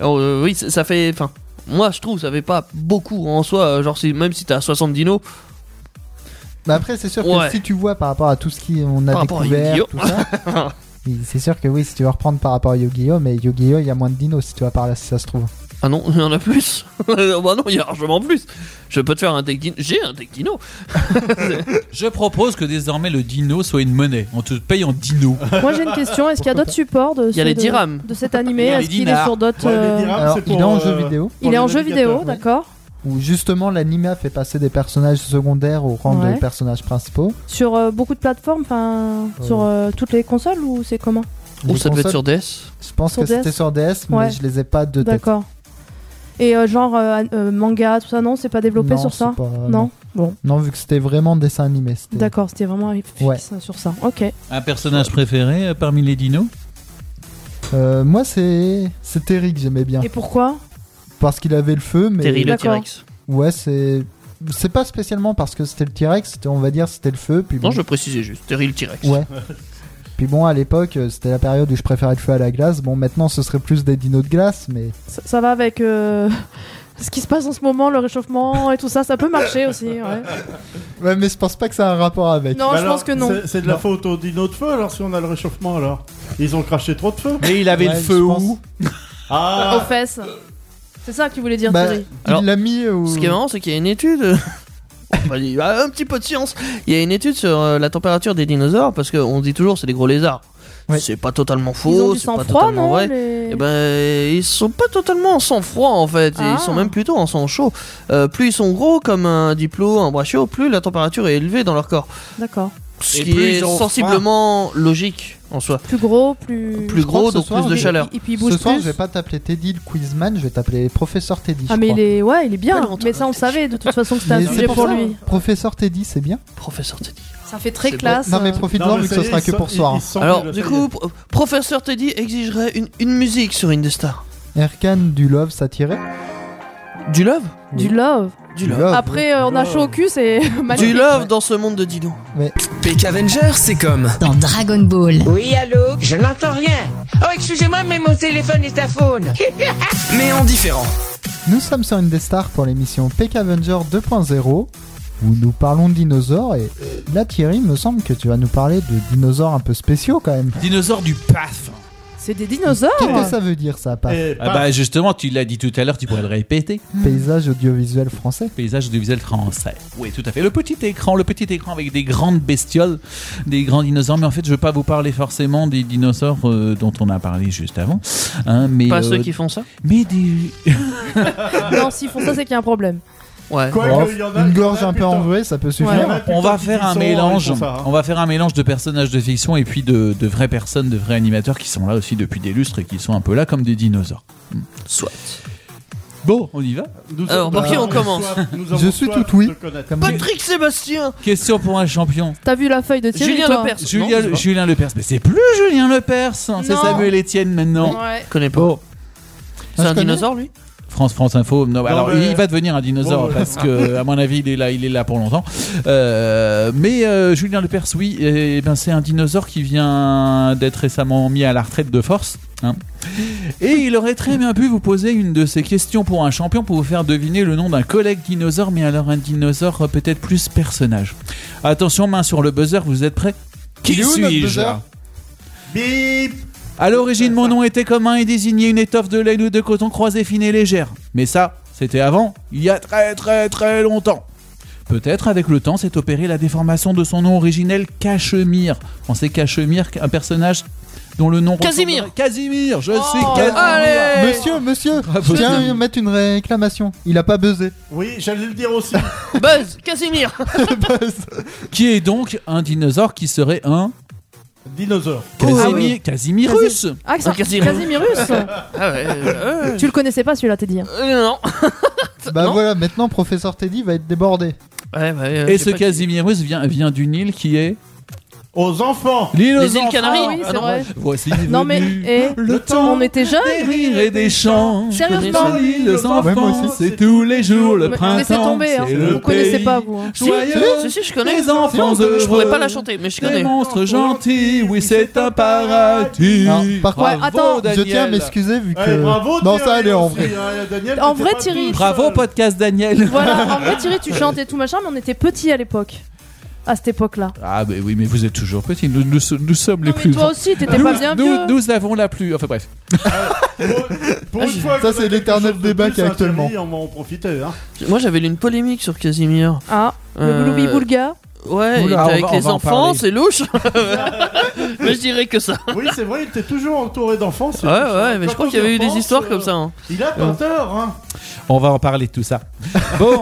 Alors, euh, oui, ça ça fait. Enfin, moi, je trouve, ça fait pas beaucoup en soi. euh, Genre, si- même si t'as 60 dinos,
Bah après, c'est sûr
Ouais.
que si tu vois par rapport à tout ce qu'on a
Par rapport à
découvert,
Yu-Gi-Oh.
tout ça, oui, c'est sûr que oui, si tu veux reprendre par rapport à Yu-Gi-Oh, mais Yu-Gi-Oh, il y a moins de dinos si tu vas par là, si ça se trouve.
Ah non, il y en a plus. bah non, il y a largement plus. Je peux te faire un deck dino. J'ai un deck dino.
Je propose que désormais le dino soit une monnaie. On te paye en dino.
Moi j'ai une question. Est-ce qu'il y a d'autres supports de
Il y a
ce-
les
de-
dirhams.
de cet
Il
animé
y a les
Est-ce qu'il est
dinars.
sur d'autres
Ouais, les
euh,
dinars,
Alors,
c'est
il
pour,
est en
euh,
jeu vidéo,
pour
Il est
les
en jeu
navigateurs,
vidéo,
oui.
d'accord.
où justement l'anime a fait passer des personnages secondaires au rang
Ouais.
de personnages principaux.
Sur euh, beaucoup de plateformes, enfin
Euh.
sur euh, toutes les consoles ou c'est comment
Ou
Les
ça devait être
consoles,
sur DS.
Je pense
Sur
que c'était
DS.
sur DS, mais
Ouais.
je les ai pas de tête.
D'accord. Et euh, genre euh, an- euh, manga, tout ça, non, c'est pas développé
Non,
sur
c'est
ça
pas-
Non. Bon,
Non, vu que c'était vraiment dessin animé. c'était-
d'accord, c'était vraiment fixe
Ouais.
hein, sur ça. Ok.
Un personnage préféré euh, parmi les dinos
Euh, moi, c'est c'est Terry que j'aimais bien
Et pourquoi
parce qu'il avait le feu, mais
Terry le
D'accord.
T-Rex.
ouais, c'est c'est pas spécialement parce que c'était le T-Rex, c'était- on va dire c'était le feu. Puis
Non,
bon,
je précisais juste. Terry le T-Rex.
ouais. puis bon, à l'époque, euh, c'était la période où je préférais le feu à la glace. Bon, maintenant, ce serait plus des dinos de glace, mais
ça, ça va avec euh, ce qui se passe en ce moment, le réchauffement et tout ça, ça peut marcher aussi. ouais.
ouais, mais je pense pas que ça a un rapport avec.
Non,
Bah
je
alors,
pense que non.
c'est- C'est de la
Non.
faute aux dinos de feu alors si on a le réchauffement alors. Ils ont craché trop de feu.
Mais il avait
Ouais,
le
je
feu
pense.
où
Aux
Ah
fesses. C'est ça que tu voulais dire,
Bah,
Thierry.
Alors,
il l'a mis au.
Ce qui est marrant, c'est qu'il y a une étude. On va dire, ah, un petit peu de science. Il y a une étude sur euh, la température des dinosaures parce qu'on dit toujours c'est des gros lézards.
Ouais.
C'est pas totalement faux.
Ils ont du
c'est pas
sang-froid,
totalement
non
vrai.
les-
Eh ben, ils sont pas totalement en sang froid en fait,
Ah.
ils sont même plutôt en sang chaud. Euh, plus ils sont gros comme un diplo, un brachio, plus la température est élevée dans leur corps.
D'accord.
Ce
Et
qui
plus
est
ils ont
sensiblement logique en soi.
Plus gros, plus.
Plus
Je crois
gros,
que ce
donc
soir,
plus de
il-
chaleur.
Et puis il bouge
Ce soir,
plus.
je vais pas t'appeler Teddy le Quizman, je vais t'appeler Professeur Teddy.
Ah,
je
mais il
crois.
est. Ouais, il est bien.
Ouais, non,
mais ça, on le savait de toute façon que c'était un
Mais
sujet
c'est
pour,
pour ça.
lui.
Professeur Teddy, c'est bien.
Professeur Teddy.
Ça fait très
C'est
classe.
Non, mais
euh.
profite-en vu que ce sera que pour soir.
Alors, du coup, pro- professeur Teddy exigerait une, une musique sur Indestar.
Erkan du Love s'attirait.
Du love
Du love.
Du love.
Après, euh, on a
Love.
chaud au cul, c'est
Du
magnifique.
love dans ce monde de dinos.
Peck Avenger, c'est comme
dans Dragon Ball.
Oui, allô Je n'entends rien. Oh, excusez-moi, mais mon téléphone est à faune.
mais en différent.
Nous sommes sur Indestar pour l'émission Peck Avenger 2.0 où nous parlons de dinosaures et euh, là Thierry me semble que tu vas nous parler de dinosaures un peu spéciaux quand même.
Dinosaure du paf
C'est des dinosaures.
Qu'est-ce que ça veut dire ça pas
Et
Ah bah justement, tu l'as dit tout à l'heure, tu pourrais le répéter.
Paysage audiovisuel français.
Paysage audiovisuel français. Oui, tout à fait. Le petit écran, le petit écran avec des grandes bestioles, des grands dinosaures. Mais en fait, je veux pas vous parler forcément des dinosaures euh, dont on a parlé juste avant. hein, mais
Pas
euh,
ceux qui font ça
Mais des...
Non, s'ils font ça, c'est qu'il y a un problème.
Ouais.
Quoi
Oh,
qu'il y en
une
a- il y en a,
gorge un peu
putain.
enrouée, ça peut
Ouais.
suffire.
Il y en a
On
putain
va
qui
faire un
sont-
mélange.
ils font ça, hein.
On va faire un mélange de personnages de fiction et puis de, de vraies personnes, de vrais animateurs qui sont là aussi depuis des lustres et qui sont un peu là comme des dinosaures. Hmm.
Soit.
Bon, on y va.
Nous
Alors,
avons
par qui on
soif-
commence
nous avons
Je suis
soif
tout oui.
de connaître.
Comme
Patrick Sébastien
Question pour un champion.
T'as vu la feuille de Thierry
Julien
toi
Lepers. Non,
Julien,
je sais pas.
Julien Lepers. Mais c'est plus Julien Lepers. hein, C'est
Non.
Samuel Etienne maintenant.
Ouais.
Je connais pas.
Bon. Ah,
C'est
je
un
connais.
dinosaure lui
France France Info. Non, alors
mais-
il va devenir un dinosaure
Bon, ouais.
parce que à mon avis il est là, il est là pour longtemps. Euh, mais euh, Julien Lepers, oui, eh ben c'est un dinosaure qui vient d'être récemment mis à la retraite de force. hein. Et il aurait très bien pu vous poser une de ces questions pour un champion pour vous faire deviner le nom d'un collègue dinosaure, mais alors un dinosaure euh, peut-être plus personnage. Attention, main sur le buzzer, vous êtes prêts
Il est où, notre buzzer
Bip
à l'origine, mon nom était commun et désignait une étoffe de laine ou de coton croisé fine et légère. Mais ça, c'était avant, il y a très très très longtemps. Peut-être avec le temps s'est opérée la déformation de son nom originel Cachemire. On sait Cachemire, un personnage dont le nom.
Casimir.
ressemblerait- Casimir, je
Oh,
suis Casimir.
allez
Monsieur, monsieur,
Ah, bah,
Bravo.
je tiens à mettre une réclamation. Il a pas buzzé.
Oui, j'allais le dire aussi.
Buzz Casimir
Qui est donc un dinosaure qui serait un
Dinosaure.
Casimir,
oui.
Casimirus.
Ah, c'est
Un Casimir.
Casimirus
Ah ouais, euh,
Tu le connaissais pas celui-là, t'es dit. hein.
euh, non.
Bah
Non.
voilà, maintenant professeur Teddy va être débordé.
Ouais, bah, euh,
Et
j'ai
ce
pas-
Casimirus vient, vient d'une île qui est
Aux enfants.
l'île aux
Les îles
enfants.
Canaries
oui,
Ah
c'est
non.
vrai.
Voici
Non mais,
venu
eh,
le temps
on était jeunes.
des rires et des chants.
Sérieusement
connais
L'île aux enfants,
Ouais, moi aussi.
c'est tous les jours le
Mais
printemps.
Laissez tomber, hein.
c'est
vous
le
connaissez
pays
pas vous. hein.
Joyeux,
Si, si, je connais.
les enfants heureux.
Je pourrais pas la chanter, mais je
Les
connais.
monstres gentils, oui, c'est un paradis.
Alors, par contre,
Bravo,
attends, je
Je tiens à
Daniel.
m'excuser vu que.
Allez, Eh, bravo.
non,
Thierry,
ça elle est en
aussi,
vrai.
hein, Daniel,
En
t'étais
vrai,
pas
Thierry.
tout
Bravo,
seul.
podcast Daniel.
Voilà, en vrai Thierry, tu chantes et tout machin, mais on était petits à l'époque. À cette époque-là.
Ah, mais oui, mais vous êtes toujours petits. Nous, nous, nous sommes les
Non mais
plus
toi
grands.
aussi, t'étais
Nous,
pas bien vieux.
nous, nous avons la plus. Enfin, bref.
Pour- pour une fois
Ah, Ça,
qu'on
c'est
a quelque
l'éternel
chose de
débat
plus
qu'il y a actuellement.
interdit, On va en profiter. Hein.
Moi, j'avais lu une polémique sur Casimir.
Ah,
Euh,
le Gloubi Boulga.
Ouais,
Oula,
il était
on va-
avec
on
les
va en
enfants,
parler.
c'est louche. mais je dirais que ça.
Oui, c'est vrai, il était toujours entouré d'enfants. c'est
Ouais,
tout ça.
ouais, mais je
Quand
crois
on
qu'il y avait eu
y
des
repense,
histoires comme
euh,
ça. hein.
Il a pas tort. Hein.
On va en parler de tout ça. Bon,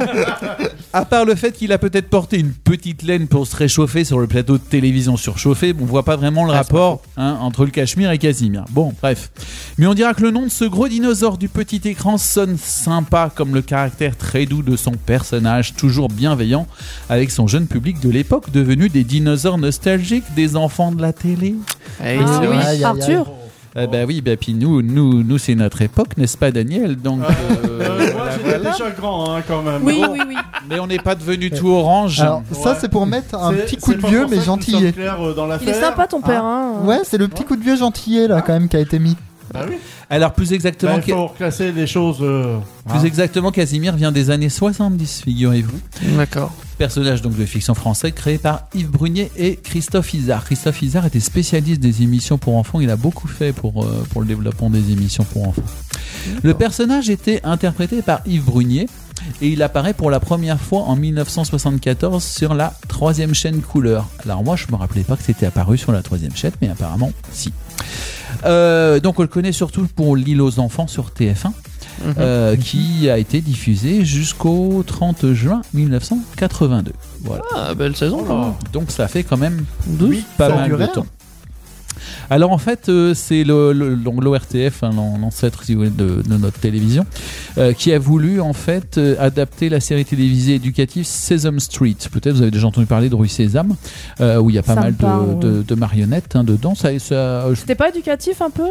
à part le fait qu'il a peut-être porté une petite laine pour se réchauffer sur le plateau de télévision surchauffé, on voit pas vraiment le
Ah, c'est
rapport hein, entre le Cachemire et Casimir. Bon, bref. Mais on dira que le nom de ce gros dinosaure du petit écran sonne sympa comme le caractère très doux de son personnage, toujours bienveillant avec son jeune public de l'époque devenu des dinosaures nostalgiques des enfants de la télé.
Eh,
Ah
c'est
oui,
vrai.
Aïe, aïe,
Arthur.
Ah bah oui, bah puis nous, nous, nous c'est notre époque, n'est-ce pas Daniel Donc,
Ah.
Euh,
euh,
moi,
voilà,
j'étais
voilà.
déjà grand hein, quand même.
Oui,
Bon,
oui, oui.
Mais on n'est pas devenu tout orange.
Alors, ça,
Ouais.
c'est pour mettre un
c'est-
petit coup
c'est
de
pas
vieux,
pour ça
mais
que nous sommes
gentillet.
clairs, euh, dans
Il est
l'affaire.
sympa ton père, hein.
Ah. Ouais, c'est le petit coup de vieux gentillet là quand même qui a été mis.
Bah oui.
Alors plus
Bah,
exactement,
il faut reclasser les choses. euh,
plus
hein.
exactement, Casimir vient des années 70, figurez-vous.
D'accord.
Personnage donc de fiction français créé par Yves Brunier et Christophe Izard. Christophe Izard était spécialiste des émissions pour enfants. Il a beaucoup fait pour, euh, pour le développement des émissions pour enfants. Le personnage était interprété par Yves Brunier et il apparaît pour la première fois en 1974 sur la troisième chaîne couleur. Alors moi je me rappelais pas que c'était apparu sur la troisième chaîne, mais apparemment si. Euh, donc on le connaît surtout pour l'île aux enfants sur TF1, euh, qui a été diffusé jusqu'au 30 juin 1982. Voilà.
Ah, belle saison. quand même.
Donc ça fait quand même
Douze.
pas
Ça a
mal de
duré.
temps. Alors en fait, euh, c'est le, le- donc l'ORTF, hein, l'an- l'ancêtre si vous voulez, de, de notre télévision, euh, qui a voulu en fait euh, adapter la série télévisée éducative Sesame Street. Peut-être vous avez déjà entendu parler de Rue Sésame, euh, où il y a pas
Ça me
mal de,
parle,
de- de marionnettes hein, dedans. Ça, ça- je-
C'était pas éducatif un peu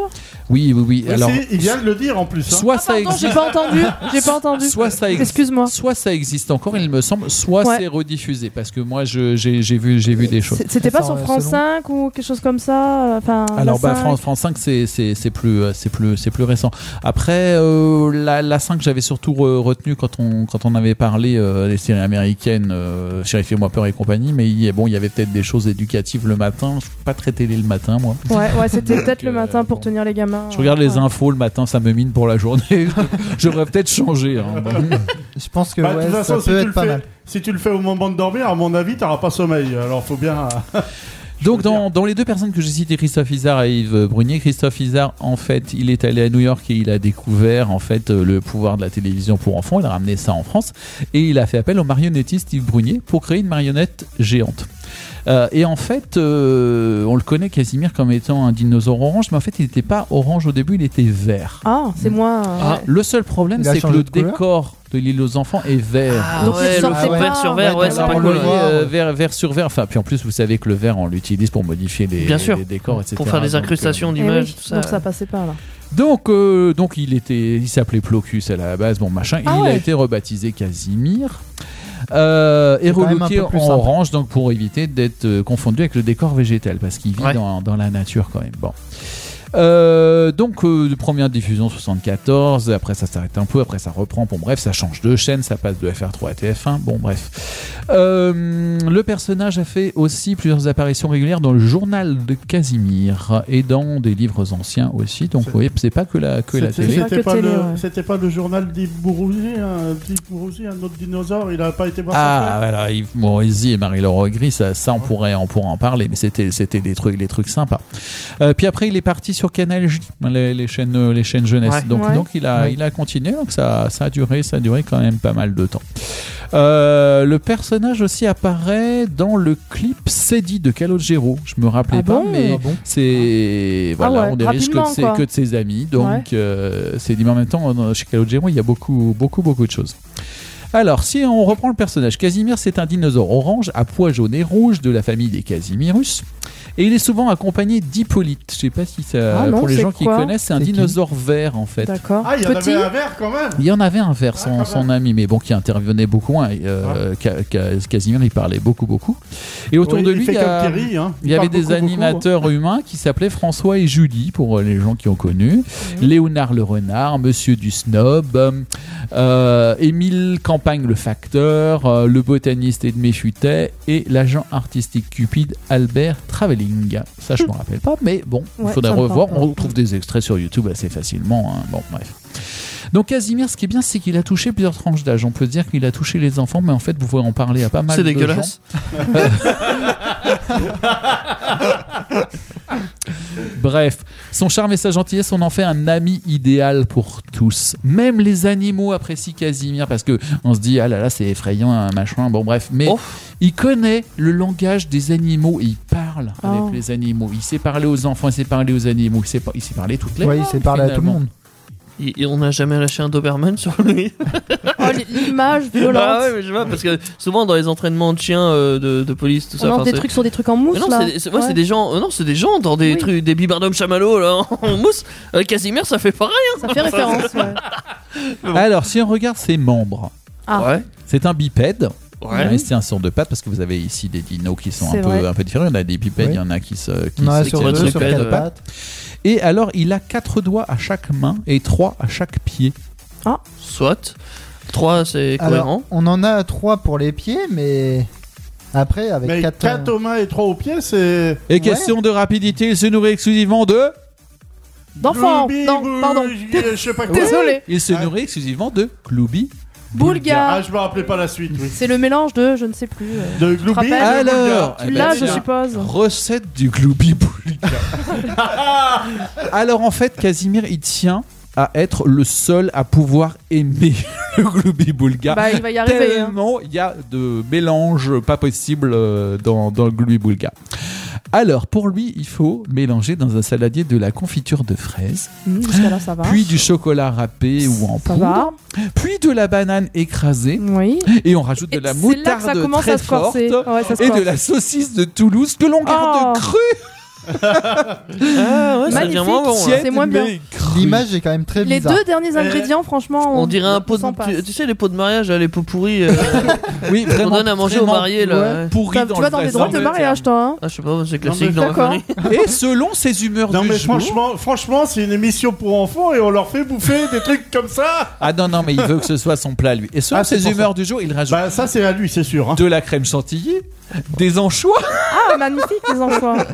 oui, oui, oui.
Oui,
Alors,
si, il vient de le dire en plus. hein.
soit
Ah,
ça
pardon,
existe,
j'ai pas entendu. J'ai pas entendu.
soit ça existe.
Excuse-moi.
Soit ça existe encore, il me semble, soit
Ouais.
c'est rediffusé, parce que moi je- j'ai j'ai vu, j'ai vu des choses.
C'est- C'était pas
Ça,
sur
euh,
France
selon.
5 ou quelque chose comme ça euh, Enfin,
Alors
la
bah,
5.
France, France 5 c'est c'est c'est plus euh, c'est plus c'est plus récent. Après euh, la, la 5 j'avais surtout re- retenu quand on quand on avait parlé euh, des séries américaines euh, Sheriff et moi peur et compagnie mais il y a- bon il y avait peut-être des choses éducatives le matin, je suis pas très télé le matin moi.
Ouais, ouais c'était peut-être le
euh,
matin pour
bon.
tenir les gamins. euh,
Je regarde les
Ouais.
infos le matin, ça me mine pour la journée. J'aurais peut-être changé. hein.
Je pense que
Bah, de
ouais,
toute
ça
façon, si
peut
tu,
être
le
pas
fais,
mal.
si tu le fais au moment de dormir, à mon avis, t'auras pas sommeil. Alors faut bien. euh,
Donc
Je veux
dans, dans les deux personnes que j'ai citées, Christophe Izard et Yves Brunier, Christophe Izard, en fait, il est allé à New York et il a découvert en fait euh, le pouvoir de la télévision pour enfants. Il a ramené ça en France et il a fait appel au marionnettiste Yves Brunier pour créer une marionnette géante. Euh, et en fait, euh, on le connaît Casimir comme étant un dinosaure orange, mais en fait, il n'était pas orange au début, il était vert.
Ah, c'est moi. euh,
Ah.
ouais.
Le seul problème,
Il a
c'est que
changé
le
de couleur
décor de l'île aux enfants est vert.
Ah
Donc,
ouais,
il
le
sortait
fond
pas.
vert sur vert,
Ouais,
ouais, c'est
alors
pas
on le
cool.
Oui,
ouais.
voit.
euh, vert, vert sur vert. Enfin, puis en plus, vous savez que le vert, on l'utilise pour modifier les,
Bien sûr.
les décors, etc.
Pour faire des
Donc,
incrustations
Eh
d'images,
oui,
tout ça.
donc ça passait pas là.
euh, Donc, euh, donc, il était, il s'appelait Plocus à la base, bon machin.
Ah
il a
ouais.
été rebaptisé Casimir. Euh, et
C'est quand même un
relooké
peu
en
plus simple.
orange, donc pour éviter d'être euh, confondu avec le décor végétal, parce qu'il vit
Ouais.
dans, dans la nature quand même. Bon. Euh, donc, euh, première diffusion 74, après ça s'arrête un peu, après ça reprend. Bon, bref, ça change de chaîne, ça passe de FR3 à TF1. Bon, bref. Euh, le personnage a fait aussi plusieurs apparitions régulières dans le journal de Casimir et dans des livres anciens aussi. Donc, vous voyez, c'est pas que la, que la
C'était-
télé.
Pas que
C'était pas,
télé,
le-
ouais.
c'était pas le journal d'Yves Bourouzi, un, d'Yves Bourouzi, un autre dinosaure, il a pas été voir
Ah, voilà, Yves Morizy et Marie-Laure Gris, ça, ça on, pourrait, on pourrait en parler, mais c'était, c'était des trucs, des trucs sympas. Euh, puis après, il est parti sur Canal J, les, les chaînes, euh, les chaînes jeunesse.
Ouais.
Donc,
Ouais.
donc il, a,
Ouais.
il a continué, donc ça, ça a duré, ça a duré quand même pas mal de temps. Euh, le personnage aussi apparaît dans le clip Cédi de Calogero. Je me rappelais
Ah
pas,
bon
mais
Ah bon
c'est voilà,
ouais,
on est riche que de,
rapidement,
ses,
quoi.
que de ses amis. Donc, euh, c'est dit, mais en même temps, dans- chez Calogero, il y a beaucoup, beaucoup, beaucoup de choses. Alors, si on reprend le personnage, Casimir, c'est un dinosaure orange à poids jaune et rouge de la famille des Casimirus. Et il est souvent accompagné d'Hippolyte. Je sais pas si ça.
Ah non,
pour les
c'est
gens qui
quoi
connaissent, c'est un
C'est qui
dinosaure vert en fait.
D'accord.
Ah, il y en
Petit
avait un verre quand même
Il y en avait un vert,
Ah,
son,
quand
son ami, mais bon, qui intervenait beaucoup moins. et, euh, Ca- Ca- Casimir, il parlait beaucoup, beaucoup. Et autour
Oui,
de
il
lui,
fait
il y, a-
comme Thierry, hein.
il y avait
parle
des
beaucoup, beaucoup,
animateurs humains qui s'appelaient François et Julie, pour euh, les gens qui ont connu. Léonard le Renard, Monsieur du Snob, euh, euh, Émile Campagne le Facteur, euh, le botaniste Edmé Futet et l'agent artistique Cupide Albert Travelling. Ça, je me rappelle pas, mais bon, il
Ouais,
faudrait
ça me
revoir.
parle pas.
On retrouve des extraits sur YouTube assez facilement. hein. Bon, bref. Donc Casimir, ce qui est bien, c'est qu'il a touché plusieurs tranches d'âge. On peut dire qu'il a touché les enfants, mais en fait, vous pouvez en parler à pas mal
C'est
de gens.
dégueulasse.
Bref, son charme et sa gentillesse, on en fait un ami idéal pour tous. Même les animaux apprécient Casimir parce que on se dit ah là là c'est effrayant un machin. Bon bref, mais
Oh.
il connaît le langage des animaux et il parle
Oh.
avec les animaux. Il sait parler aux enfants, il sait parler aux animaux, il sait, par- il sait parler toutes les.
Ouais, il
langues,
s'est parlé à tout le
finalement.
monde.
Et- et on n'a jamais lâché un Doberman sur lui.
Oh, l- l'image
Ah ouais,
violente.
mais je sais pas, parce que souvent dans les entraînements de chiens euh, de, de police, tout
On
ça.
lance
enfin,
des
c'est-
trucs sur des trucs en
Mais
mousse
non,
là.
c'est- c'est moi,
Ouais.
c'est des gens. euh, non, c'est des gens dans des
Oui.
trucs, des bibardomes chamallows là en mousse. Euh, Casimir, ça fait pareil.
Ça fait référence. ouais.
Alors si on regarde ses membres,
Ah.
Ouais.
c'est un bipède.
Ouais.
Il reste un sort de pattes parce que vous avez ici des dinos qui sont
C'est
un peu,
vrai.
un peu différents. Il y en a des bipèdes,
Oui.
il y en a qui se. Qui
On en a
se-
sur
qui se-
deux, sur
bipèdes,
quatre
ouais.
pattes.
Et alors, il a quatre doigts à chaque main et trois à chaque pied.
Soit. 3 c'est
Alors,
cohérent.
on en a trois pour les pieds, mais après,
hein.
avec
Mais
quatre. euh,
4
euh,
aux mains et 3 aux pieds, c'est.
Et
Ouais.
question de rapidité, il se nourrit exclusivement de.
D'enfant.
Gloubi,
Non,
bouge,
pardon.
Je sais pas quoi.
Désolé.
Il se
Ah.
nourrit exclusivement de Cloubi.
Ah,
Boulga.
je me rappelais pas la suite, oui.
C'est le mélange de je ne sais plus. euh,
De Gloubi et de
Rappel.
Alors,
Boulga.
eh ben,
Là, je
tiens.
suppose.
Recette du Gloubi Boulga. Alors en fait, Casimir, il tient à être le seul à pouvoir aimer le Gloubi Boulga.
Bah, il va y arriver. hein.
Tellement il y a de mélange pas possible euh, dans, dans le Gloubi Boulga. Alors pour lui, il faut mélanger dans un saladier de la confiture de fraises.
Mmh, Jusqu'à là, ça va.
puis du chocolat râpé ou en
Ça
poudre,
va.
puis de la banane écrasée,
Oui.
et on rajoute de la
Et c'est là que
moutarde
ça commence
très
à se
forte,
corser. Ouais, ça se
et de
corse.
la saucisse de Toulouse que l'on garde
Oh.
crue,
Ah ouais, ça devient
euh, Magnifique.
moins
Oh,
bon. là.
C'est moins bien.
mais crue.
L'image est quand même très
Les
bizarre.
deux derniers ingrédients, franchement,
Euh, On dirait un pot
s'en
de.
passe.
Tu, tu sais, les pots de mariage, là, les pots pourris. euh,
oui,
on
vraiment,
donne à manger aux
vraiment
mariés là.
ouais.
ouais.
pourrie
T'as- Tu vas dans
le
des
vrai
drôles de
sens.
mariage, toi. hein.
Ah, je sais pas, c'est classique
mais
dans ma
d'accord.
famille.
Et selon ses humeurs
Non
du
mais
jour.
franchement, franchement, c'est une émission pour enfants et on leur fait bouffer des trucs comme ça.
Ah non, non, mais il veut que ce soit son plat lui. Et selon
Ah, c'est
ses
pour
humeurs du jour, il rajoute
Bah ça c'est à lui, c'est sûr. hein.
de la crème chantilly, des anchois.
Ah, magnifique, les anchois.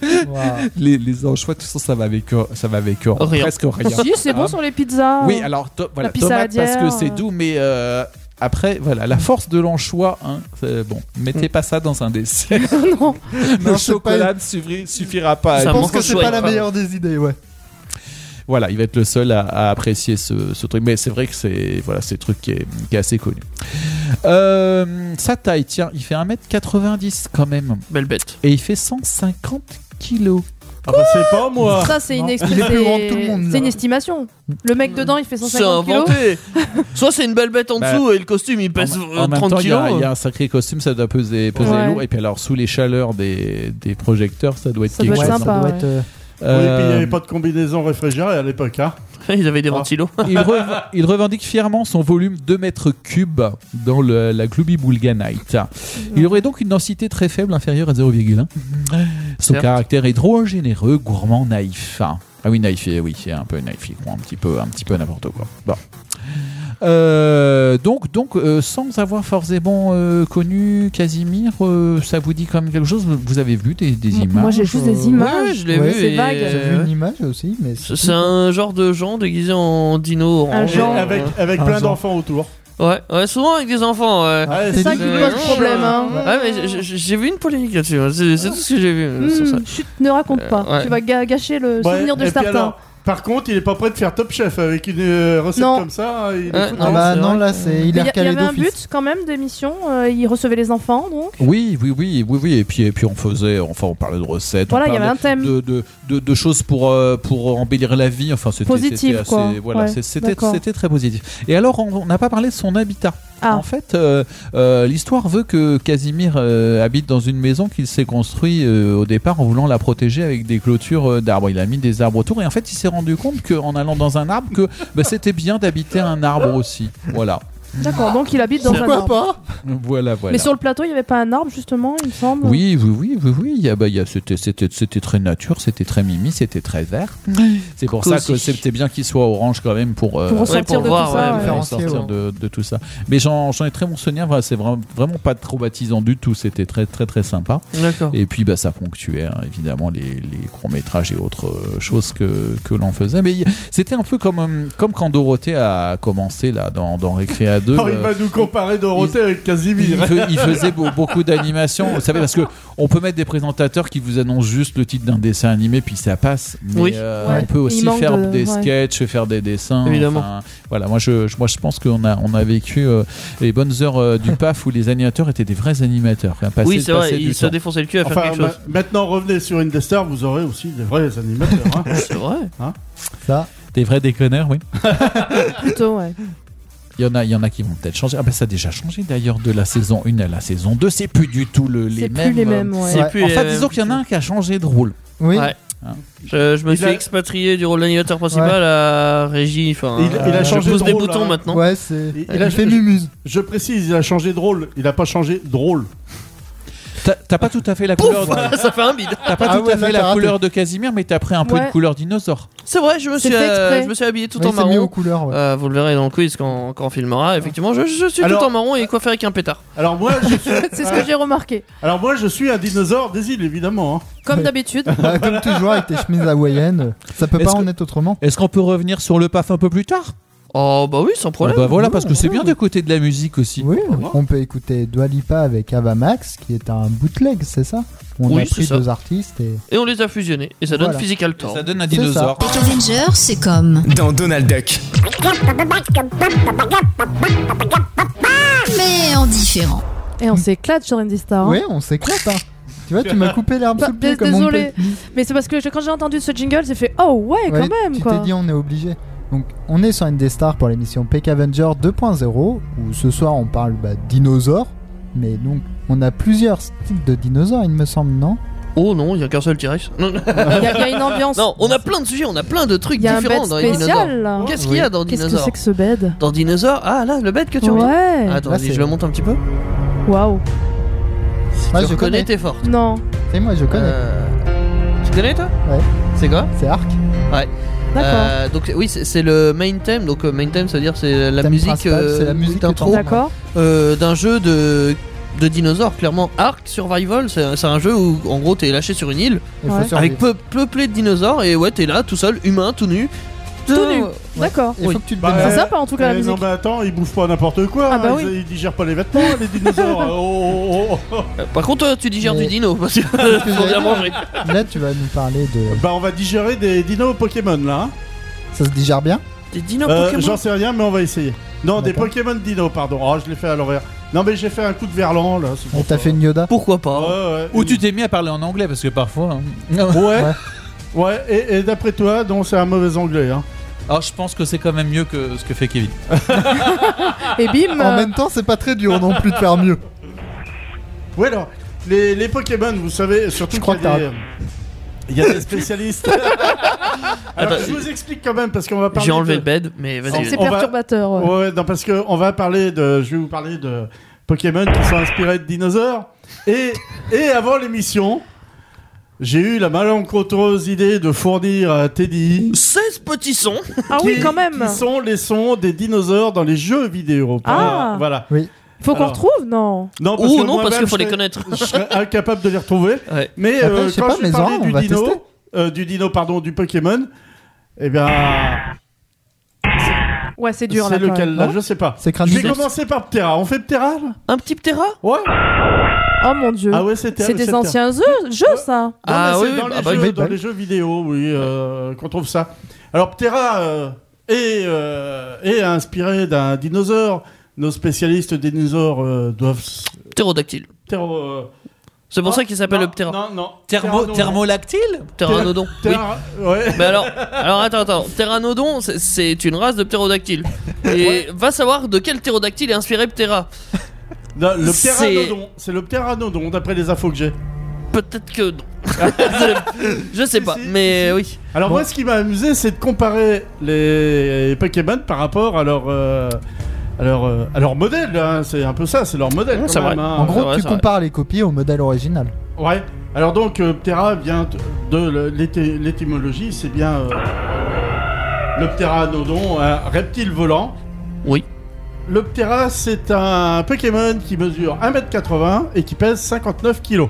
Waouh.
Les, les anchois, tout ça, ça va avec, euh, ça va avec euh,
Rien.
presque rien.
si, c'est bon sur les pizzas.
Hein. Oui, alors to- voilà,
pizza
tomate
à la
parce que
bière,
c'est
euh.
doux, mais euh, après, voilà, la force de l'anchois, hein, c'est- bon, mettez pas ça dans un dessert.
Mm. non.
Non,
Le
c'est
chocolat ne suffira, suffira pas.
Je
Ça manque
pense que
de
c'est
choix,
pas la
pardon.
meilleure des idées, ouais.
Voilà, il va être le seul à, à apprécier ce, ce truc, mais c'est vrai que c'est voilà, c'est un truc qui est, qui est assez connu. Euh, sa taille, tiens, il fait 1m90 quand même,
Belle bête.
et il fait 150 kilos.
Ah bah c'est pas moi.
Ça, c'est une,
Non.
ex-
Il est plus grand que tout le monde,
c'est-
là.
c'est une estimation. Le mec dedans, il fait
C'est
150 kilos.
inventé. Soit c'est une belle bête en
Bah,
dessous et le costume il pèse
en,
euh,
en même
30
temps, il y, a-
kilos.
il y a un sacré costume, ça doit peser, peser
Ouais.
lourd, et puis alors sous les chaleurs des, des projecteurs, ça doit être
Ça
quelque
doit
chose. hein.
être sympa.
ça doit
ouais.
être, euh,
Oui, et puis il n'y
Euh,
avait pas de combinaison réfrigérée à l'époque. Hein.
Ils avaient des
Ah.
ventilos.
il, rev- il revendique fièrement son volume 2 mètres cubes dans le- la Glooby Bulganite. Il aurait donc une densité très faible, inférieure à 0,1. Son
Certes.
caractère est trop généreux, gourmand, naïf. Ah oui, naïf, eh oui, c'est un peu naïf, ils croient un petit peu, un petit peu n'importe quoi. Bon. Euh, donc, donc euh, sans avoir forcément euh, connu Casimir, euh, ça vous dit quand même quelque chose Vous- Vous avez vu des, des images
Moi, j'ai juste
euh,
des
Ouais,
images.
je l'ai
Ouais,
vu.
c'est
et,
vague.
euh,
J'ai vu une image aussi, mais
c'est c'est un genre de gens déguisés en dino orange.
Un
Et
genre.
avec avec
Un
plein
genre.
d'enfants autour.
Ouais, ouais, souvent avec des enfants. Ouais,
Ouais,
Ah, C'est ça qui
c'est-
pose
euh,
problème. Hein.
Ouais, mais j- j- j'ai vu une polémique là-dessus. hein. C'est c'est tout ce que j'ai vu euh, sur ça.
Hmm, chut, ne raconte pas.
Euh, ouais.
Tu vas ga- gâcher le
Ouais,
souvenir de
et puis
certains.
alors, Par contre, il est pas prêt de faire Top Chef avec une euh, recette
Non.
comme ça. Il est
Ouais,
foutu.
Ah
Hein non,
bah
c'est
non,
vrai
là,
que-
c'est
Il
il
y,
est
a- il y
recalé
avait un
d'office.
but quand même d'émission. euh, il recevait les enfants, donc.
Oui, oui, oui, oui, oui. Et puis, et puis on faisait, enfin, on parlait de recettes.
Voilà,
on
il y avait
parlait
un thème.
de, de, de, de choses pour, euh, pour embellir la vie. Enfin, c'était
Positive,
c'était assez-
quoi.
Voilà,
Ouais,
c'est- c'était
d'accord.
c'était très positif. Et alors, on on n'a pas parlé de son habitat.
Ah.
En fait, euh, euh, l'histoire veut que Casimir euh, habite dans une maison qu'il s'est construite euh, au départ en voulant la protéger avec des clôtures euh, d'arbres. Il a mis des arbres autour et en fait, il s'est rendu compte qu'en allant dans un arbre, que bah, c'était bien d'habiter un arbre aussi. Voilà,
D'accord, donc il habite dans un
Pourquoi
arbre.
pas
voilà, voilà.
Mais sur le plateau, il n'y avait pas un arbre, justement, il me semble.
Oui, oui, oui, oui, oui. Il y a- bah, il y a- c'était, c'était, c'était très nature, c'était très mimi, c'était très vert. C'est pour
Coco
ça que
aussi.
c'était bien qu'il soit orange quand même pour, euh,
Pour ressortir
pour
de
voir,
tout ça.
ouais,
ouais.
faire
pour
en
sortir
ciel,
de, de tout ça. Mais j'en, j'en ai très bon souvenir. Voilà, c'est vraiment, vraiment pas traumatisant du tout. C'était très, très, très sympa.
D'accord.
Et puis, bah, ça ponctuait hein, évidemment les, les courts métrages et autres euh, choses que, que l'on faisait. Mais il- c'était un peu comme, hum, comme quand Dorothée a commencé là dans, dans Récréa 2.
Oh, il
euh,
va nous comparer Dorothée avec
il,
Casimir.
fe- il faisait beau- beaucoup d'animations, vous savez, parce que on peut mettre des présentateurs qui vous annoncent juste le titre d'un dessin animé, puis ça passe. Mais
Oui.
euh,
Ouais.
on peut aussi
Il manque
faire
de-
des
ouais.
sketchs, faire des dessins.
Évidemment.
enfin, voilà, moi je, je- moi je pense qu'on a, on a vécu euh, les bonnes heures euh, du PAF où les animateurs étaient des vrais animateurs. hein, passer-
Oui, c'est vrai,
passer du
il se
temps.
défonçait le cul à faire
Enfin, bah,
quelque chose.
ma- maintenant, revenez sur Indestar, vous aurez aussi des vrais animateurs. hein.
C'est vrai.
Ça,
Des vrais déconneurs, oui.
Plutôt, ouais.
Il y en a, il y en a qui vont peut-être changer. Ah ben ça a déjà changé d'ailleurs de la saison 1 à la saison 2. C'est plus du tout le, les
C'est plus
mêmes.
les
euh,
mêmes, ouais.
C'est
Ouais.
plus,
Enfin,
euh,
disons qu'il y en a un qui a changé de rôle.
oui.
Ouais. Je, je me
Il
suis
a-
expatrié du rôle d'animateur principal à régie. Enfin,
Il- il a
euh,
changé
je pose
de
des
rôle,
boutons
hein.
maintenant.
Ouais, c'est.
Il- il
Il
a-
fait mumuse.
Je précise, il a changé de rôle. Il n'a pas changé de rôle.
T'as- T'as
Ah.
pas tout à fait la couleur. de-
Ça fait un bide.
T'as pas
Ah
tout
ouais,
à
là,
fait
t'as
la
raté.
couleur de Casimir, mais t'as pris un peu
Ouais.
une couleur dinosaure.
C'est vrai, je me
C'est
suis,
fait exprès.
euh, je me suis habillé tout
Ouais,
en
il s'est mis
marron.
aux couleurs. ouais.
Euh, vous le verrez dans le quiz quand, quand on filmera. Effectivement, je, je suis
Alors-
tout en marron et coiffé avec un pétard.
Alors moi, je suis,
C'est ce que j'ai remarqué.
alors moi, je suis un dinosaure des îles, évidemment. hein.
Comme
Ouais.
d'habitude.
Bah, comme toujours avec tes chemises hawaïennes, ça peut
Est-ce
pas en
que-
être autrement.
Est-ce qu'on peut revenir sur le paf un peu plus tard
Oh bah oui, sans problème.
Bah voilà,
Ouais,
parce que c'est
ouais,
bien
ouais.
d'écouter de la musique aussi.
Oui, on peut écouter Dua Lipa avec Ava Max, qui est un bootleg, c'est ça On
Oui,
a pris
c'est ça.
deux artistes et
Et on les a fusionnés et ça donne
Voilà.
Physical
Et
Tour.
Ça donne un
C'est ça.
dinosaure.
Peck Avenger, c'est comme.
Dans Donald Duck.
Mais en différent.
Et on s'éclate sur Indie Star. hein.
Ouais, on s'éclate. hein. Tu vois, tu m'as coupé l'herbe
Bah,
sous le pied
dés-
comme
désolé.
on peut.
Mais c'est parce que je- quand j'ai entendu ce jingle, j'ai fait Oh ouais,
Ouais,
quand même
Tu
quoi.
t'es dit, on est obligé. Donc, on est sur ND Star pour l'émission Peck Avenger 2.0, où ce soir on parle bah, dinosaures. Mais donc, on a plusieurs styles de dinosaures, il me semble, non
Oh non, il y a qu'un seul T-Rex. Non, non.
Il y, a- il y a une ambiance.
Non, on a plein de sujets, on a plein de trucs
Il y a un
différents
bed
dans les dinosaures.
spécial là.
Qu'est-ce qu'il y a dans
Qu'est-ce que
dinosaure
c'est que ce bed
Dans dinosaure, ah là, le bête que tu reviens.
Ouais.
Attends,
Là,
vas-y,
c'est-
je le monte un petit peu.
Ouais,
tu
je
reconnais,
connais.
t'es fort.
Non.
Et moi, je connais.
Euh, Tu connais toi
Ouais.
C'est quoi
C'est Arc.
D'accord.
Euh, donc c'est- oui, c'est c'est le main theme. Donc euh, main theme, ça veut dire c'est la
Thème
musique,
principal, c'est la musique
d'intro
Oh.
D'accord.
euh, d'un jeu de de dinosaures. Clairement, Ark Survival, c'est c'est un jeu où en gros t'es lâché sur une île
Il faut
Ouais.
survivre.
avec peu, peuplé de dinosaures et ouais t'es là tout seul, humain, tout nu. Euh,
Tout nu. D'accord.
Il
Oui.
faut que tu te
Bah,
démerdes.
C'est sympa en tout cas la
Eh, non,
musique.
mais attends, ils bouffent pas n'importe quoi.
Ah bah
hein.
oui.
ils, ils digèrent pas les vêtements, les dinosaures. Oh, oh, oh, oh.
Euh, Par contre, toi, tu digères
Mais-
du dino parce que
que
faut
j'allais
bien
dire.
manger.
Là, tu vas nous parler de.
Bah, on va digérer des dinos Pokémon là. hein.
Ça se digère bien
Des dinos
Euh,
Pokémon.
J'en sais rien, mais on va essayer. Non, des
D'accord.
Pokémon dinos, pardon. Oh, je l'ai fait à l'envers. Non, mais j'ai fait un coup de verlan là. c'est
On
pour
t'a
ça.
fait une Yoda
Pourquoi
Ouais,
pas
ouais.
Ou tu t'es mis à parler en anglais, parce que parfois. hein.
Ouais. Ouais, et, et d'après toi, donc c'est un mauvais anglais. Hein.
Alors je pense que c'est quand même mieux que ce que fait Kevin.
Et bim.
En
euh,
même temps, c'est pas très dur non plus de faire mieux.
Ouais, alors, les, les Pokémon, vous savez, surtout
Je crois
qu'il y a
que
des- Il y a des spécialistes.
Ah
Alors,
bah,
Attends,
je vous explique quand même parce qu'on va parler.
J'ai enlevé
de-
le bed, mais
C'est
vas-y.
on va- Oh,
perturbateur. ouais.
Ouais, non, parce que on va parler de. Je vais vous parler de Pokémon qui sont inspirés de dinosaures. Et, et avant l'émission, J'ai eu la malencontreuse idée de fournir à Teddy
16 petits sons.
Oh,
Ah oui,
qui-
quand même.
qui sont les sons des dinosaures dans les jeux vidéo.
Ah.
Voilà.
Oui.
Faut qu'on
Alors.
retrouve, non
Non, parce
Ou
que
non,
moi-même,
parce qu'il
je
faut les
serais-
connaître.
Je serais incapable de les retrouver.
Ouais.
Mais
Après,
euh,
je sais
quand
pas,
je
mais
vais parler
Zoran, on
du
va tester.
dino, euh, du dino, pardon, du Pokémon, eh bien,
Ouais, c'est dur là.
c'est
quand
lequel
même.
là Je sais pas.
C'est
Je
Kratos.
vais commencer par Ptera. On fait Ptera là
Un petit ptera
Ouais.
Oh mon dieu.
Ah ouais, c'est Ptera.
c'est des
Ptera.
anciens jeux, jeux, ça.
Non,
Ah
mais
oui,
c'est
oui,
dans,
bah,
les,
bah,
jeux,
oui,
dans
bah,
les jeux vidéo, oui, euh, qu'on trouve ça. Alors Ptera euh, est, euh, est inspiré d'un dinosaure. Nos spécialistes des dinosaures euh, doivent. s-
Ptérodactyle.
Ptero- euh,
C'est pour
ah,
ça qu'il s'appelle
non,
le ptera.
Non, non.
Thermo-
Pteranodon.
thermolactyle
Pteranodon. Oui.
Ptera- ouais.
Mais alors, alors attends, attends. Pteranodon, c'est- c'est une race de ptérodactyles. Et va savoir de quel ptérodactyle est inspiré Ptera.
Non, le
C'est-
pteranodon, c'est le pteranodon d'après les infos que j'ai.
Peut-être que non. je, je sais
Si,
pas,
si,
mais oui.
Alors moi, ce qui m'a amusé, c'est de comparer les Pokémon par rapport à leur, euh, à leur, euh, à leur modèle. hein. C'est un peu ça, c'est leur modèle.
Ouais,
quand
c'est
même,
vrai.
hein.
En
c'est
gros,
vrai,
tu
c'est vrai.
compares les copies au modèle original.
Ouais. Alors donc, euh, Ptera vient de- de l'éty- l'étymologie, c'est bien euh, le pteranodon, un reptile volant.
Oui.
Le Ptera, c'est un Pokémon qui mesure 1m80 et qui pèse 59 kg.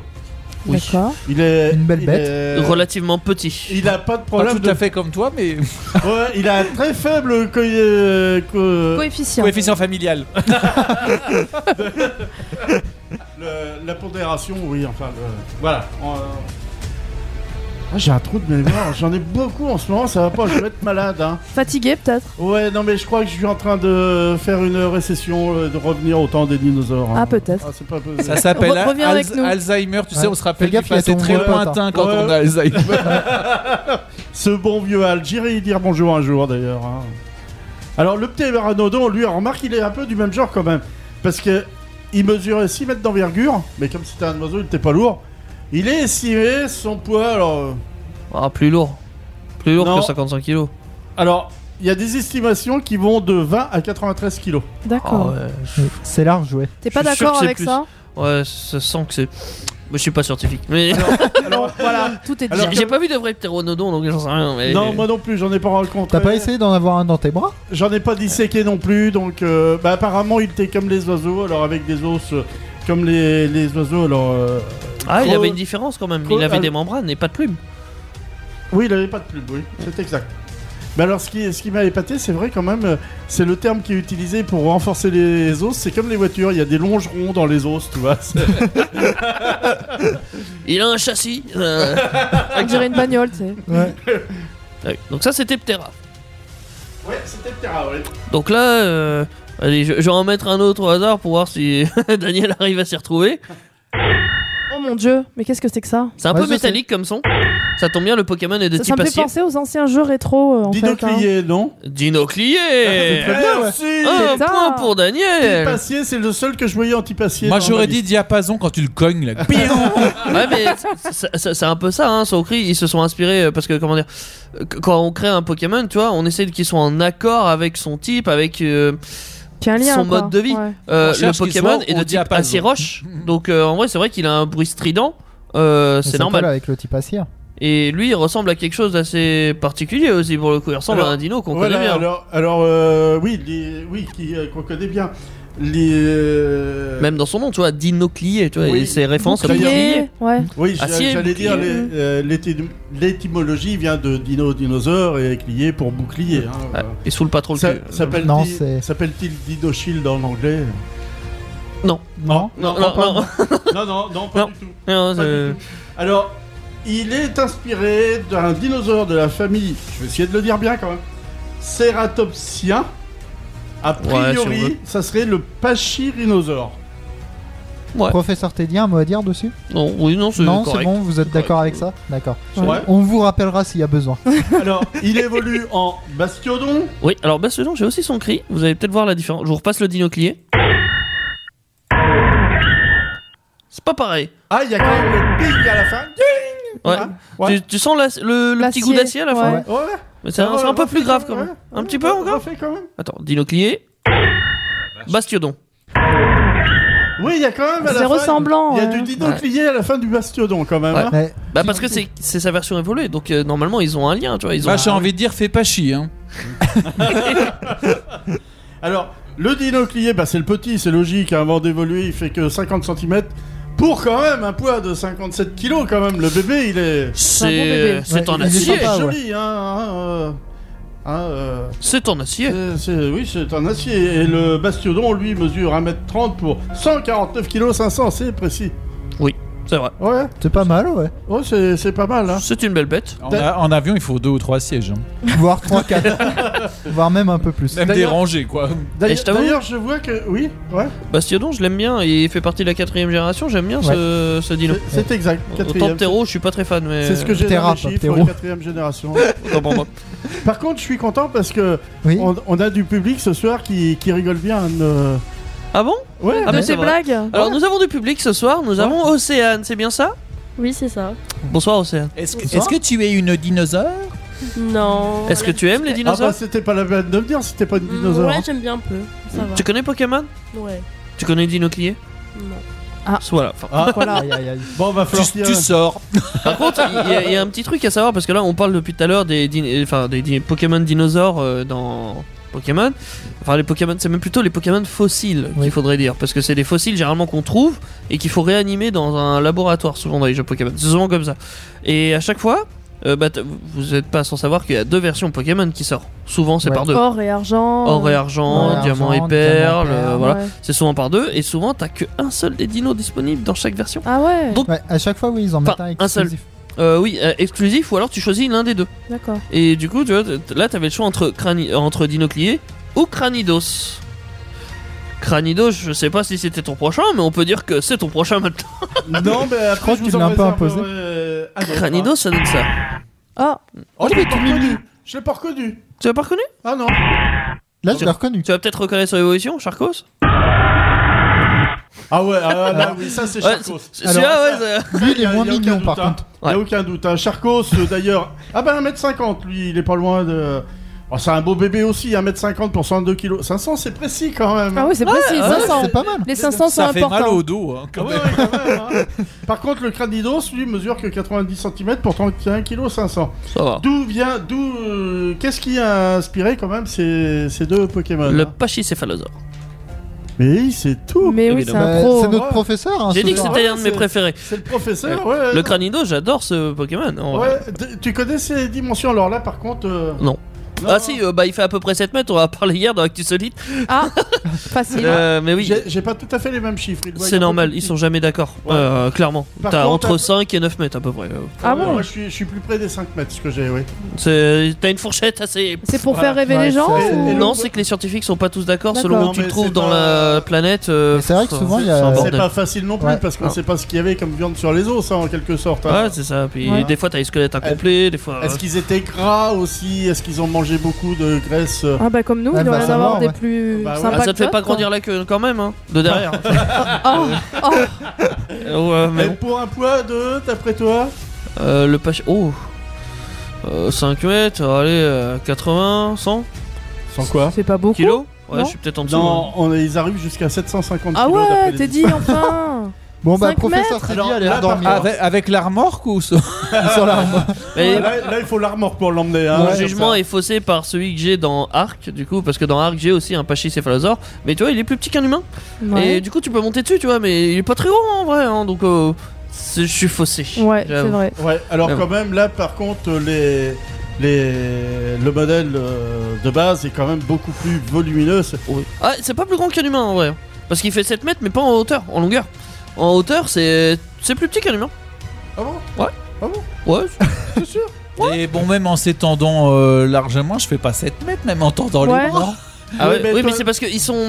Oui.
D'accord.
Il est
Une belle
il
bête.
est-
Relativement petit.
Il a pas de
Pas
problème
tout
de
à fait comme toi, mais
Ouais, il a un très faible co- euh, co-
Coefficient.
coefficient familial.
le- la pondération, oui, enfin le- voilà. En- Ah, j'ai un trou de mémoire, j'en ai beaucoup en ce moment, ça va pas, je vais être malade. Hein.
Fatigué peut-être.
Ouais, non mais je crois que je suis en train de faire une récession, euh, de revenir au temps des dinosaures. hein.
Ah peut-être.
Ah, c'est pas possible.
Ça s'appelle
Re- reviens avec
Alz-
nous.
Alzheimer, tu sais,
Ouais.
on se rappelle
Fais
du
gaffe, il y a
passé
ton
très
pote, hein.
lointain quand
Ouais.
on a Alzheimer.
Ce bon vieux Al, j'irai y dire bonjour un jour d'ailleurs. hein. Alors le pteranodon, lui, on remarque qu'il est un peu du même genre quand même. Parce que il mesurait 6 mètres d'envergure, mais comme c'était un oiseau, il n'était pas lourd. Il est estimé son poids, alors... euh,
Ah, plus lourd. Plus lourd
Non.
que 55 kilos.
Alors, il y a des estimations qui vont de 20 à 93 kilos.
Ah
D'accord.
ouais.
C'est large, ouais.
T'es pas
je suis sûr
d'accord
que c'est
avec
plus.
ça
Ouais, ça sent que c'est. Moi, je suis pas scientifique. Mais
Alors, voilà.
Tout est dit.
Alors-
j'ai j'ai pas vu de vrai ptéranodon, donc j'en sais rien. Mais...
Non, moi non plus, j'en ai pas rencontré.
T'as pas essayé d'en avoir un dans tes bras
J'en ai pas disséqué non plus, donc euh, bah, apparemment il était comme les oiseaux, alors avec des os euh, comme les, les oiseaux, alors... euh,
Ah, il
Cro-
avait une différence quand même.
Cro-
Il avait
ah,
des membranes et pas de plumes.
Oui, il avait pas de plume, oui, c'est exact. Mais alors ce qui, ce qui m'a épaté, c'est vrai quand même, euh, c'est le terme qui est utilisé pour renforcer les os, c'est comme les voitures, il y a des longerons dans les os, tu vois. c'est-
Il a un châssis. euh,
On dirait une bagnole, tu sais.
Ouais.
ouais. Donc ça, c'était Ptera.
ouais, c'était le terrain, ouais.
Donc là, euh, allez, je, je vais en mettre un autre au hasard pour voir si Daniel arrive à s'y retrouver.
Oh mon dieu, mais qu'est-ce que c'est que ça
C'est un
Ouais,
peu
je sais.
métallique comme son. Ça tombe bien, le Pokémon est de
Ça, ça
type
me fait
acier.
penser aux anciens jeux rétro euh, en fait. hein.
Dinoclier, non
Dinoclier
Merci
Un
Putain.
point pour Daniel
Tipassier, c'est le seul que je voyais en Tipassier.
Moi
dans
j'aurais
ma
dit
liste.
diapason quand tu le cognes là.
Ouais, mais c'est- c'est- c'est c'est un peu ça, hein, son cri. Ils se sont inspirés euh, parce que, comment dire, euh, qu- quand on crée un Pokémon, tu vois, on essaie de- qu'ils soient en accord avec son type, avec euh,
Qui a un lien,
Son
quoi.
mode de vie.
Ouais.
euh,
On
le
cherche qu'ils
Pokémon
soient
et
au
de type
diapason.
acier
Mm,
roche. Donc, euh, en vrai, c'est vrai qu'il a un bruit strident. euh,
Ça
c'est
colle
normal.
Avec le type acier.
Et lui, il ressemble à quelque chose d'assez particulier aussi pour le coup. Il ressemble
Alors,
à un dino qu'on
Voilà,
connaît bien.
Alors, alors euh, oui, les- oui qui, euh, qu'on connaît bien. Les, euh,
Même dans son nom, tu vois, dinoclier, tu vois,
Oui.
et ses références à Bouclier.
Bouclier, ouais.
oui, j'a-
acier,
j'allais dire les-
bouclier.
euh, l'étym- l'étymologie vient de dino dinosaure et clier pour bouclier. hein,
Ouais,
voilà.
il saoule pas trop le
Ça-
cul.
s'appelle-t-il-
Non, c'est-
S'appelle-t-il Dino Shield en anglais
Non.
Bah,
Non.
Non, non, non, non,
Non, non, non, pas
Non.
du tout.
non,
Pas
c'est-
du tout. Alors, il est inspiré d'un dinosaure de la famille, je vais essayer de le dire bien quand même, Ceratopsien. A
Ouais, si on
priori,
veut.
ça serait le pachyrinosaure.
Professeur Teddy, un mot à dire dessus
non, oui, non, c'est
Non, c'est
correct.
bon, vous êtes d'accord avec ça D'accord.
Ouais.
On vous rappellera s'il y a besoin.
Alors, il évolue en bastiodon.
Oui, alors Bastodon, j'ai aussi son cri. Vous allez peut-être voir la différence. Je vous repasse le dinoclier. C'est pas pareil.
Ah, il y a quand même le ping à la fin.
Ouais.
Ah, ouais.
Tu, tu sens la- le, le petit
L'acier,
goût d'acier à la fin
ouais.
Ouais,
Mais c'est un, c'est un peu plus grave quand même. Un petit peu encore
fait quand même.
Attends, dinoclier. Bastiodon.
Oui, il y a quand même à la
C'est
fin.
ressemblant,
Il y a
ouais.
du dinoclier à la fin du bastiodon quand même.
Ouais.
hein.
Mais
Bah parce que c'est c'est sa version évoluée, donc euh, normalement ils ont un lien, tu vois. Ils ont.
Bah, j'ai envie de dire, fais pas chier. Hein.
Alors, le dinoclier, bah, c'est le petit, c'est logique. hein, Avant d'évoluer, il fait que 50 cm. Pour quand même un poids de 57 kg quand même. Le bébé, il est.
un bon bébé.
C'est c'est
Ouais,
en
il est
acier.
sympa. Ah,
joli, hein. hein, euh, hein, euh,
C'est en acier.
c'est- c'est- oui, c'est un acier. Et le bastiodon, lui, mesure 1m30 pour 149 kg 500, c'est précis.
C'est vrai.
Ouais,
C'est pas mal, ouais.
ouais c'est c'est pas mal. Hein.
C'est une belle bête.
En, a- en avion, il faut deux ou trois sièges. hein.
Voire 3-4. Voire même un peu plus.
Même des
D'ailleurs-
rangées,
Et
quoi.
D'ailleurs,
je t'avoue-
d'ailleurs, je vois que. Oui, ouais,
Bastiodon, je l'aime bien. Il fait partie de la quatrième génération. J'aime bien ce, ce dino.
c'est- c'est exact.
Autant
Quatrième.
Ptero, je suis pas très fan, mais.
C'est ce que j'ai
Terra, pas
dans les chiffres,
Ptero.
quatrième génération.
Autant pour moi.
Par contre, je suis content parce que
Oui.
on, on a du public ce soir qui, qui rigole bien. hein, euh.
Ah bon
Ouais,
Ah,
De
mais c'est
tes
vrai.
blagues
Alors nous avons du public ce soir. Nous avons Océane, c'est bien ça
Oui, c'est ça.
Bonsoir Océane.
Est-ce que,
Bonsoir.
tu es une dinosaure
Non.
Est-ce que tu aimes les
Ah bah
dinosaures
c'était pas la peine de me dire, c'était pas une
Mm,
dinosaure.
hein.
hein.
Ouais, j'aime bien un peu. Ça va.
Tu connais Pokémon
Ouais.
Tu connais Dinoclier
Non.
Voilà. enfin,
Ah, Voilà. Aïe, aïe, aïe.
Ah. Bon, bah, va falloir
tu,
qu'il y
tu
a-
sors.
Par contre, il y, a- il y a un petit truc à savoir parce que là, on parle depuis tout à l'heure des, din- enfin, des, din- Pokémon dinosaures euh, dans Pokémon. Enfin, les Pokémon, c'est même plutôt les Pokémon fossiles qu'il
Oui.
faudrait dire parce que c'est des fossiles généralement qu'on trouve et qu'il faut réanimer dans un laboratoire souvent dans les jeux Pokémon. C'est souvent comme ça. Et à chaque fois, euh, bah, t- vous n'êtes pas sans savoir qu'il y a deux versions Pokémon qui sortent. Souvent, c'est
Ouais.
par deux.
Or et argent.
Or et argent,
Ouais,
diamant
argent,
et perle,
diamant et
euh,
perle,
voilà.
Ouais.
C'est souvent par deux et souvent t'as que un seul des dinos disponibles dans chaque version.
Ah ouais
Donc-
Ouais, à chaque fois, oui, ils en
Enfin,
mettent un
un seul.
exclusif.
Euh, oui, euh, exclusif ou alors tu choisis l'un des deux.
D'accord.
Et du coup, tu vois, t- là, t'avais le choix entre, crani- euh, entre Dinoclier ou Cranidos. Cranidos, je sais pas si c'était ton prochain, mais on peut dire que c'est ton prochain maintenant.
Non, mais après, je
crois que
vous
tu
en
me l'as un peu
réserverai un autre, hein.
Cranidos, ça donne ça.
Oh,
Oh, je l'ai pas reconnu. Je l'ai pas reconnu.
Tu l'as pas reconnu
Ah non.
Là, je l'ai reconnu.
Tu vas peut-être reconnaître son évolution, Charcos
Ah ouais, ah, bah oui, ça c'est
Ouais,
Charcos.
c'est- celui-là, ouais, c'est-
Lui, il
y a-
est moins
y a aucun
mignon,
doute,
par
hein.
contre.
Il y a aucun doute. Hein. Charcos, euh, d'ailleurs. Ah bah 1m50, lui, il est pas loin de. Oh, c'est un beau bébé aussi, 1m50 pour 102 kg. 500, c'est précis quand même.
ah oui, c'est précis,
ouais,
500.
C'est pas mal.
Les 500 sont
Ça fait mal
importants.
au dos. hein,
Ah
quand
ouais,
même.
ouais, quand même, hein. Par contre, le cranidos, lui, mesure que 90 cm pour 31 kg 500.
Ça va.
D'où vient, d'où, euh, qu'est-ce qui a inspiré quand même ces, ces deux Pokémon
Le
hein
pachycéphalosaure.
Mais c'est tout.
Mais oui, c'est
Évidemment.
un
Bah,
pro.
c'est notre
Ouais.
professeur. hein,
J'ai
ce
dit que
soir.
c'était un de mes
c'est-
préférés.
C'est le professeur. Ouais.
Le Cranidos, j'adore ce Pokémon. en vrai.
Ouais, d- tu connais ces dimensions alors là par contre euh,
Non.
non,
Ah si, euh, bah il fait à peu près 7 mètres, on a parlé hier dans Actu Solide.
Ah, facile.
Euh, mais oui,
j'ai j'ai pas tout à fait les mêmes chiffres. il doit y
c'est
avoir
normal,
plus
ils
petit.
sont jamais d'accord,
Ouais.
Euh, clairement.
Par
T'as
contre,
entre
t'as-
5 et 9 mètres à peu près. euh.
Ah
Ouais,
bon
Moi je suis, je suis plus près des 5 mètres ce que j'ai, oui.
C'est- T'as une fourchette assez...
C'est pour
Voilà.
faire rêver
Ouais,
les gens
c'est-
ou-
Et
Non,
donc-
c'est que les scientifiques sont pas tous d'accord
D'accord.
selon
Non,
où tu
mais
te trouves
c'est
dans
pas-
la planète. euh,
Mais c'est vrai que
ça-
souvent, il y a-
c'est un
C'est
bordel.
pas facile non plus
Ouais.
parce qu'on
Non.
sait pas ce qu'il y avait comme viande sur les os, ça en quelque sorte. hein.
Ouais, Ah, c'est ça. Puis
Ouais.
des fois, t'as les squelettes incomplets, des fois.
Est-ce qu'ils étaient gras aussi Est-ce qu'ils ont mangé beaucoup de graisse euh,
Ah bah comme nous,
Ah,
il doit
bah,
y en
ça
avoir
va,
des
ouais.
plus
Bah, ouais.
sympas
Ah, ça
que
te fait pas
d'autres, quoi.
grandir la queue quand même, hein, de derrière.
Oh, oh,
Euh, ouais, mais
Et
bon.
pour un poids de, d'après toi
Euh, le pach. Oh Euh, 5 mètres, allez, euh, 80, 100
Sans quoi
c'est pas beaucoup.
kilos Ouais,
Non.
je suis peut-être en dessous. hein.
Non, on- ils arrivent jusqu'à 750
ah
kilos. d'après
ouais,
les-
t'es dit enfin.
Bon, bah,
Cinq
professeur, c'est dit,
Alors,
allez
là, par
redormir.
Avec, avec la remorque ou ça
Ils sont là.
hein. Mais
Là, là, il faut la remorque pour l'emmener. Hein,
Mon
comme
jugement
ça.
est faussé par celui que j'ai dans Arc, du coup, parce que dans Arc j'ai aussi un pachycéphalosaure, mais tu vois, il est plus petit qu'un humain, et
Ouais,
du coup, tu peux monter dessus, tu vois, mais il est pas très haut en vrai, hein, donc euh, c'est- je suis faussé.
Ouais, c'est
J'avoue.
vrai.
Ouais, alors
Ah
quand même, là par contre, les, les, le modèle euh, de base est quand même beaucoup plus volumineux. C'est-
Oui. Ah, c'est pas plus grand qu'un humain en vrai. Parce qu'il fait 7 mètres, mais pas en hauteur, en longueur. En hauteur, c'est c'est plus petit qu'un humain.
Ah bon
Ouais.
C'est sûr
Et bon, même en s'étendant euh, largement, je fais pas 7 mètres, même en tendant
Ouais.
les bras.
Ah
Oui,
ouais,
mais
oui,
toi-
mais c'est parce qu'ils sont.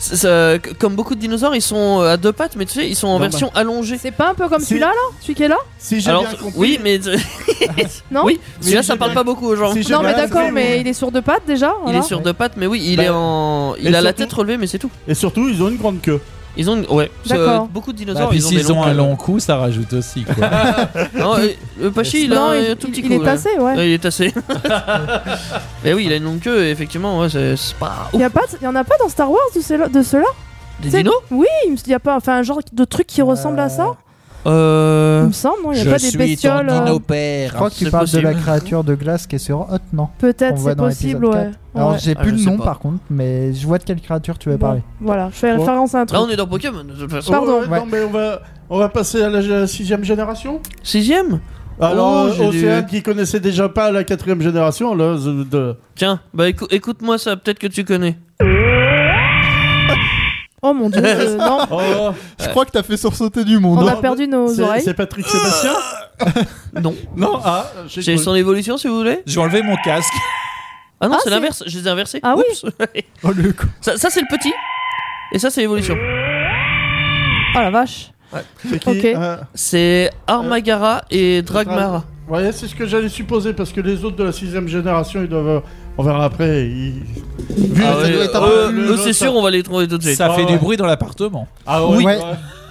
c'est- ça- c- comme beaucoup de dinosaures, ils sont euh, à deux pattes, mais tu sais, ils sont en
Non,
version allongée.
C'est pas un peu comme
Si.
celui-là là Celui qui est là
Si j'ai
Alors,
bien compris.
oui, mais.
Non
oui, celui-là,
j'ai
ça parle
bien-
pas beaucoup aux gens.
si j'ai
Non,
bien
mais d'accord,
compris,
mais
oui.
il est sur deux pattes déjà.
Il
voilà.
est sur deux pattes, mais oui, il
Bah,
est en. Il a la
surtout-
tête relevée, mais c'est tout.
Et surtout, ils ont une grande queue.
Ils ont. une- Ouais. Parce que, euh,
D'accord.
Beaucoup de
Bah,
dinosaures,
puis
ils ont des
s'ils ont
longues
un
queues.
long coup, ça rajoute aussi. Quoi.
Non, euh, le Pachi, il a
Non,
un
il,
tout petit
il est
coup, ouais.
tassé, ouais.
Ouais, il est tassé. Mais oui, il a une longue queue, et effectivement, ouais, c'est c'est pas.
Il y, a pas, il y en a pas dans Star Wars de ceux-là de ceux-là
Des
C'est-
dinos
Oui, il me- il y a pas enfin un genre de truc qui ressemble à ça.
Euh...
Il me semble, non Il n'y a pas des bestioles. euh,
Je crois que tu
C'est
parles de la
possible.
créature de glace qui est sur Hot, non
Peut-être,
Qu'on voit
c'est
dans l'épisode
possible, ouais.
4. Alors
Ouais.
j'ai
Ah,
plus
je
le
sais
nom
pas.
par contre, mais je vois de quelle créature tu veux parler.
Voilà, je fais
Bon.
référence à un
Là,
truc.
on est dans Pokémon, de toute façon.
Pardon.
Ouais, Non, mais on va, on va passer à la gé- sixième génération
Sixième
Alors, euh,
Oh, j'ai dû-
Océane qui connaissait déjà pas la quatrième génération, là, z- de...
Tiens, bah écou- écoute-moi ça, peut-être que tu connais.
Oh mon dieu, euh, non,
Oh,
Je crois que t'as fait sursauter du monde.
on a
non,
perdu nos
c'est
oreilles.
c'est Patrick Sébastien
Non.
Non, ah,
J'ai
cru.
son évolution si vous voulez
J'ai enlevé mon casque.
Ah non,
Ah,
c'est
c'est-
l'inverse, je les ai inversés.
Ah oui.
Oups.
hein. Oh,
ça, ça, c'est le petit, et ça c'est l'évolution.
Euh.
Oh la vache.
C'est qui
Ok.
euh,
C'est Armagara
Euh,
et Dragmara.
Ouais, c'est ce que j'allais supposer parce que les autres de la sixième génération, ils doivent. euh, On verra après. ils- Vu
Ah
les-
ouais,
doit être un
eux,
peu-
eux,
le-
c'est sûr, on va les trouver tout de suite. Bah,
Ça
Ah
fait
ouais.
du bruit dans l'appartement.
Ah
Oui.
ouais.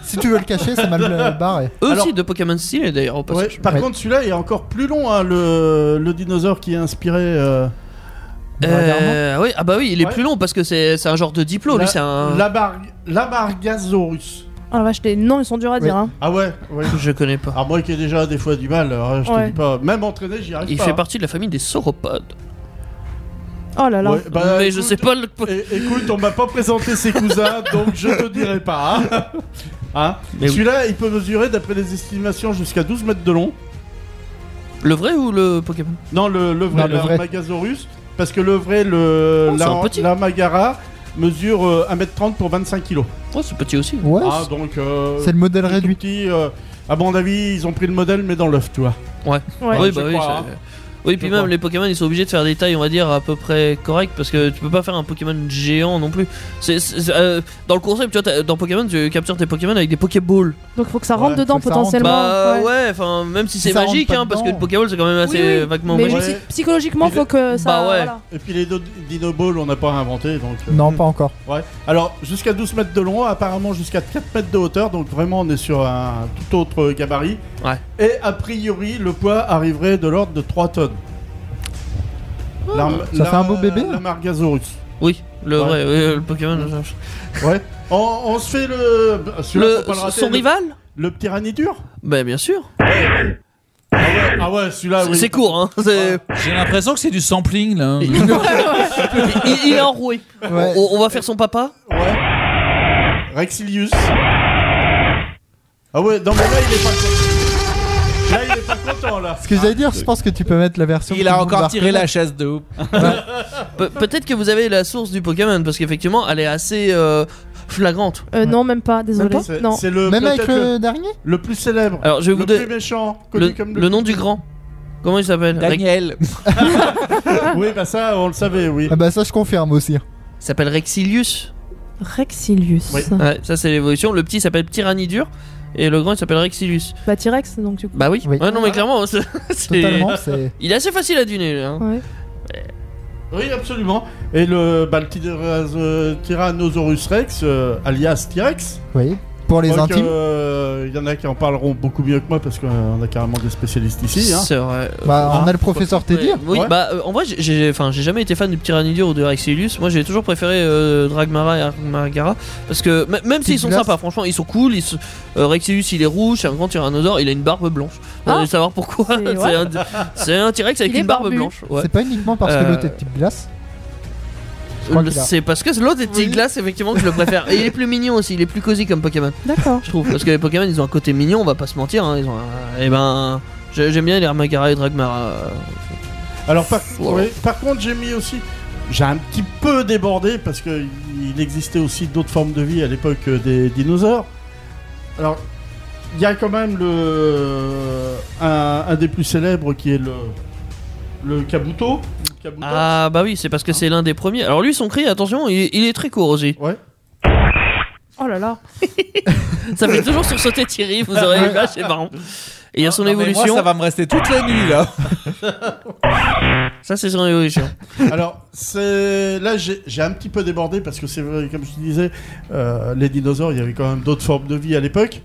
Si tu veux le cacher, c'est mal euh, barré.
Eux
Alors-
aussi de Pokémon Style d'ailleurs au
Ouais,
passage.
Par
Ouais.
contre, celui-là est encore plus long, hein, le... le dinosaure qui a inspiré. euh,
Euh, oui, ah bah oui, il est
Ouais.
plus long parce que c'est c'est un genre de diplo, lui
la-
c'est un.
l'Abar- L'Abargasaurus.
Oh la vache, les noms ils sont durs à dire. Hein.
Ah ouais, ouais.
Je connais pas.
Alors moi qui ai déjà des fois du mal, alors, je te
Ouais.
dis pas. Même entraîné, j'y arrive
Il
pas.
fait
hein.
partie de la famille des sauropodes.
Oh là là.
Ouais, bah,
mais je
écoute,
sais pas le.
é- écoute, on m'a pas présenté ses cousins, donc je te dirai pas. hein. Hein
Mais oui.
Celui-là, il peut mesurer, d'après les estimations, jusqu'à 12 mètres de long.
Le vrai ou le Pokémon
Non, le, le vrai,
Non, le vrai.
l'Armagasaurus. Parce que le vrai, le,
Oh, c'est un petit.
l'Armagara mesure euh, 1m30 pour 25 kg.
Oh, c'est petit aussi.
Ouais,
Ah,
c'est-
donc. euh,
c'est le modèle
tout
réduit.
petit, euh, à mon avis, ils ont pris le modèle, mais dans l'œuf, tu vois.
Ouais.
oui,
je
bah oui.
crois, hein.
c'est- Oui, puis
Je
même
crois.
les Pokémon, ils sont obligés de faire des tailles, on va dire, à peu près correctes, parce que tu peux pas faire un Pokémon géant non plus. C'est, c'est- euh, dans le concept, tu vois, t'as- dans Pokémon, tu captures tes Pokémon avec des Pokéballs.
Donc faut que ça rentre
Ouais,
dedans
faut que ça rentre.
potentiellement.
Bah ouais, enfin, même si
Si
c'est
ça rentre
magique,
pas
hein, parce que le
dedans.
Pokéball, c'est quand même assez euh,
Oui, oui,
vaguement
Mais
magique.
je dis, psychologiquement, faut que ça.
Bah ouais.
voilà.
Et puis les do- dinoballs, on n'a pas inventé, donc. euh,
Non, pas encore.
Ouais. Alors, jusqu'à 12 mètres de long, apparemment jusqu'à 4 mètres de hauteur, donc vraiment on est sur un tout autre gabarit.
Ouais.
Et a priori, le poids arriverait de l'ordre de 3 tonnes. L'arm-
Ah. Ça
la-
fait un beau bébé, hein
La Margasaurus.
Oui, le
Ouais.
vrai, oui, le Pokémon. je-
Ouais. on, on se fait le. celui-là,
Le,
faut pas le rater,
son
le-
rival
Le Ptéranidur
Bah bien sûr.
Ah ouais, ah ouais, celui-là,
C'est-
oui.
C'est court, hein. c'est-
J'ai l'impression que c'est du sampling là.
il, il est enroué.
Ouais.
On, on va faire son papa.
Ouais. Rexilius. Ah ouais, non mais là il est pas content. Là il est pas content là.
Ce que j'allais dire, je pense que tu peux mettre la version.
Il
qui
a
vous
encore
barre.
tiré la chasse de hoop.
Pe- Peut-être que vous avez la source du Pokémon, parce qu'effectivement, elle est assez euh, flagrante.
Euh, non, même pas, désolé.
Ah, C'est
non.
c'est le
Même avec euh,
peut-être le...
le dernier
le plus célèbre.
Alors je vais vous
le
donner
plus méchant, connu
le,
comme
le nom du grand. Comment il s'appelle Rex-
Daniel.
Oui, bah ça, on le savait, oui.
Ah bah ça, je confirme aussi.
Il s'appelle Rexilius.
Rexilius.
Oui.
Ouais, ça c'est l'évolution. Le petit s'appelle Tyrannidur et le grand il s'appelle Rexilius.
Bah T-Rex, donc du coup.
Bah oui.
Oui.
Ouais, non mais clairement, c'est- c'est-
Totalement, c'est.
il est assez facile à deviner. lui, hein.
Ouais.
bah.
Oui, absolument. Et le, bah, le tyrannos- euh, Tyrannosaurus Rex, euh, alias T-Rex.
Oui. Pour les
Je crois que,
intimes.
euh, Il y en a qui en parleront beaucoup mieux que moi parce qu'on a carrément des spécialistes ici. Hein.
C'est vrai.
Bah, on
ah,
a le professeur
Ouais,
Teddy.
oui,
Ouais.
bah euh, en vrai, j'ai- j'ai enfin, j'ai jamais été fan du Tyrannidur ou de Rexilius. Moi, j'ai toujours préféré euh, Dragmara et Armagara parce que m- même s'ils sont
glace.
sympas, franchement, ils sont cool. Ils se- euh, Rexilius, il est rouge, c'est un grand tyrannosaure, il a une barbe blanche. Vous
Ah.
allez savoir pourquoi.
C'est-
C'est
ouais.
un, c'est un T-Rex avec
Il est
une barbe
barbu.
blanche. ouais.
C'est pas uniquement parce que
Euh,
l'autre est petite glace. Je crois
Le-
qu'il a-
C'est parce que l'autre est petite glace, effectivement, que je le préfère. Et il est plus mignon aussi, il est plus cosy comme Pokémon,
D'accord.
je trouve. Parce que les Pokémon, ils ont un côté mignon, on va pas se mentir. hein, Ils ont un- Eh ben. j'ai- J'aime bien les Armagara et Dragmara. euh.
Alors, par,
Wow.
oui, par contre, j'ai mis aussi. J'ai un petit peu débordé parce que il existait aussi d'autres formes de vie à l'époque euh, des dinosaures. Alors, il y a quand même le un, un des plus célèbres qui est le le cabuto. le cabutox.
Ah bah oui, c'est parce que c'est l'un des premiers. Alors lui, son cri, attention, il, il est très court aussi.
Ouais.
Oh là là.
Ça fait toujours sursauter Thierry, vous aurez là, c'est marrant. Et il y a son
Non, mais moi,
évolution.
ça va me rester toute la nuit là.
Ça, c'est son évolution.
Alors, c'est là j'ai j'ai un petit peu débordé parce que c'est vrai, comme je te disais, euh, les dinosaures, il y avait quand même d'autres formes de vie à l'époque.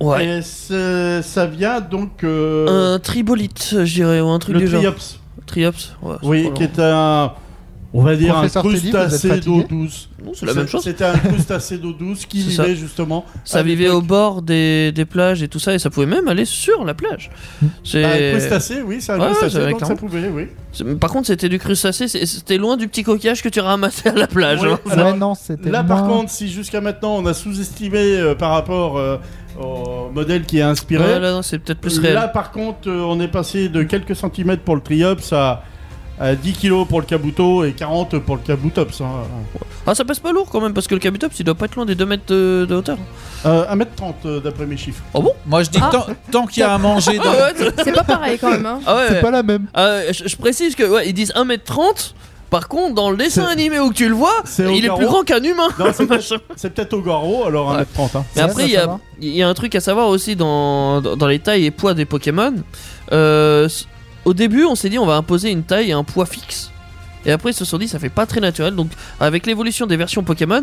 Ouais.
Et c'est- ça vient donc euh,
Un tribolite, je dirais, ou un truc
le
du genre.
triops.
Triops, ouais, c'est
Oui,
pas
qui
long.
est un on va dire un
Professeur Teddy, vous êtes
crustacé
fatigué
d'eau douce.
Non, c'est la même chose.
C'était un crustacé d'eau douce qui
C'est ça.
vivait justement.
Ça
avec-
vivait au bord des, des plages et tout ça, et ça pouvait même aller sur la plage. C'est
Un Ah, crustacé, oui, c'est un
Ouais, ouais,
crustacé,
j'avais
donc ça
clairement.
pouvait, oui.
C'est- Par contre, c'était du crustacé, c'est- c'était loin du petit coquillage que tu ramassais à la plage.
Ouais,
hein.
alors,
ouais, non, c'était
Là, par
moins-
contre, si jusqu'à maintenant on a sous-estimé euh, par rapport euh, au modèle qui est inspiré,
Ouais, là, non, c'est peut-être plus réel.
Là, par contre, euh, on est passé de quelques centimètres pour le triops à, à 10 kilos pour le cabuto et 40 pour le cabutops. Hein.
Ah, ça passe pas lourd quand même, parce que le cabutops il doit pas être loin des 2 mètres de, de hauteur.
Euh, 1m30 euh, d'après mes chiffres.
Moi, je dis que
Ah.
tant, tant qu'il y a à manger dans.
Ah ouais,
C'est pas pareil quand même. Hein.
ah ouais,
C'est
ouais.
pas la même.
Euh, je, je précise que ouais, ils disent 1m30. Par contre, dans le dessin
C'est-
animé où que tu le vois,
c'est au
il est
garrot.
plus grand qu'un humain.
Non, c'est pas-
Machin.
C'est peut-être au garrot, alors
Bah, Ouais.
1m30. Hein.
Mais
Ça,
après,
ça,
il y,
ça
a-
va.
il y a un truc à savoir aussi dans, dans, dans les tailles et poids des Pokémon. Euh, s- au début, on s'est dit on va imposer une taille et un poids fixe. Et après, ils se sont dit ça fait pas très naturel. Donc, avec l'évolution des versions Pokémon,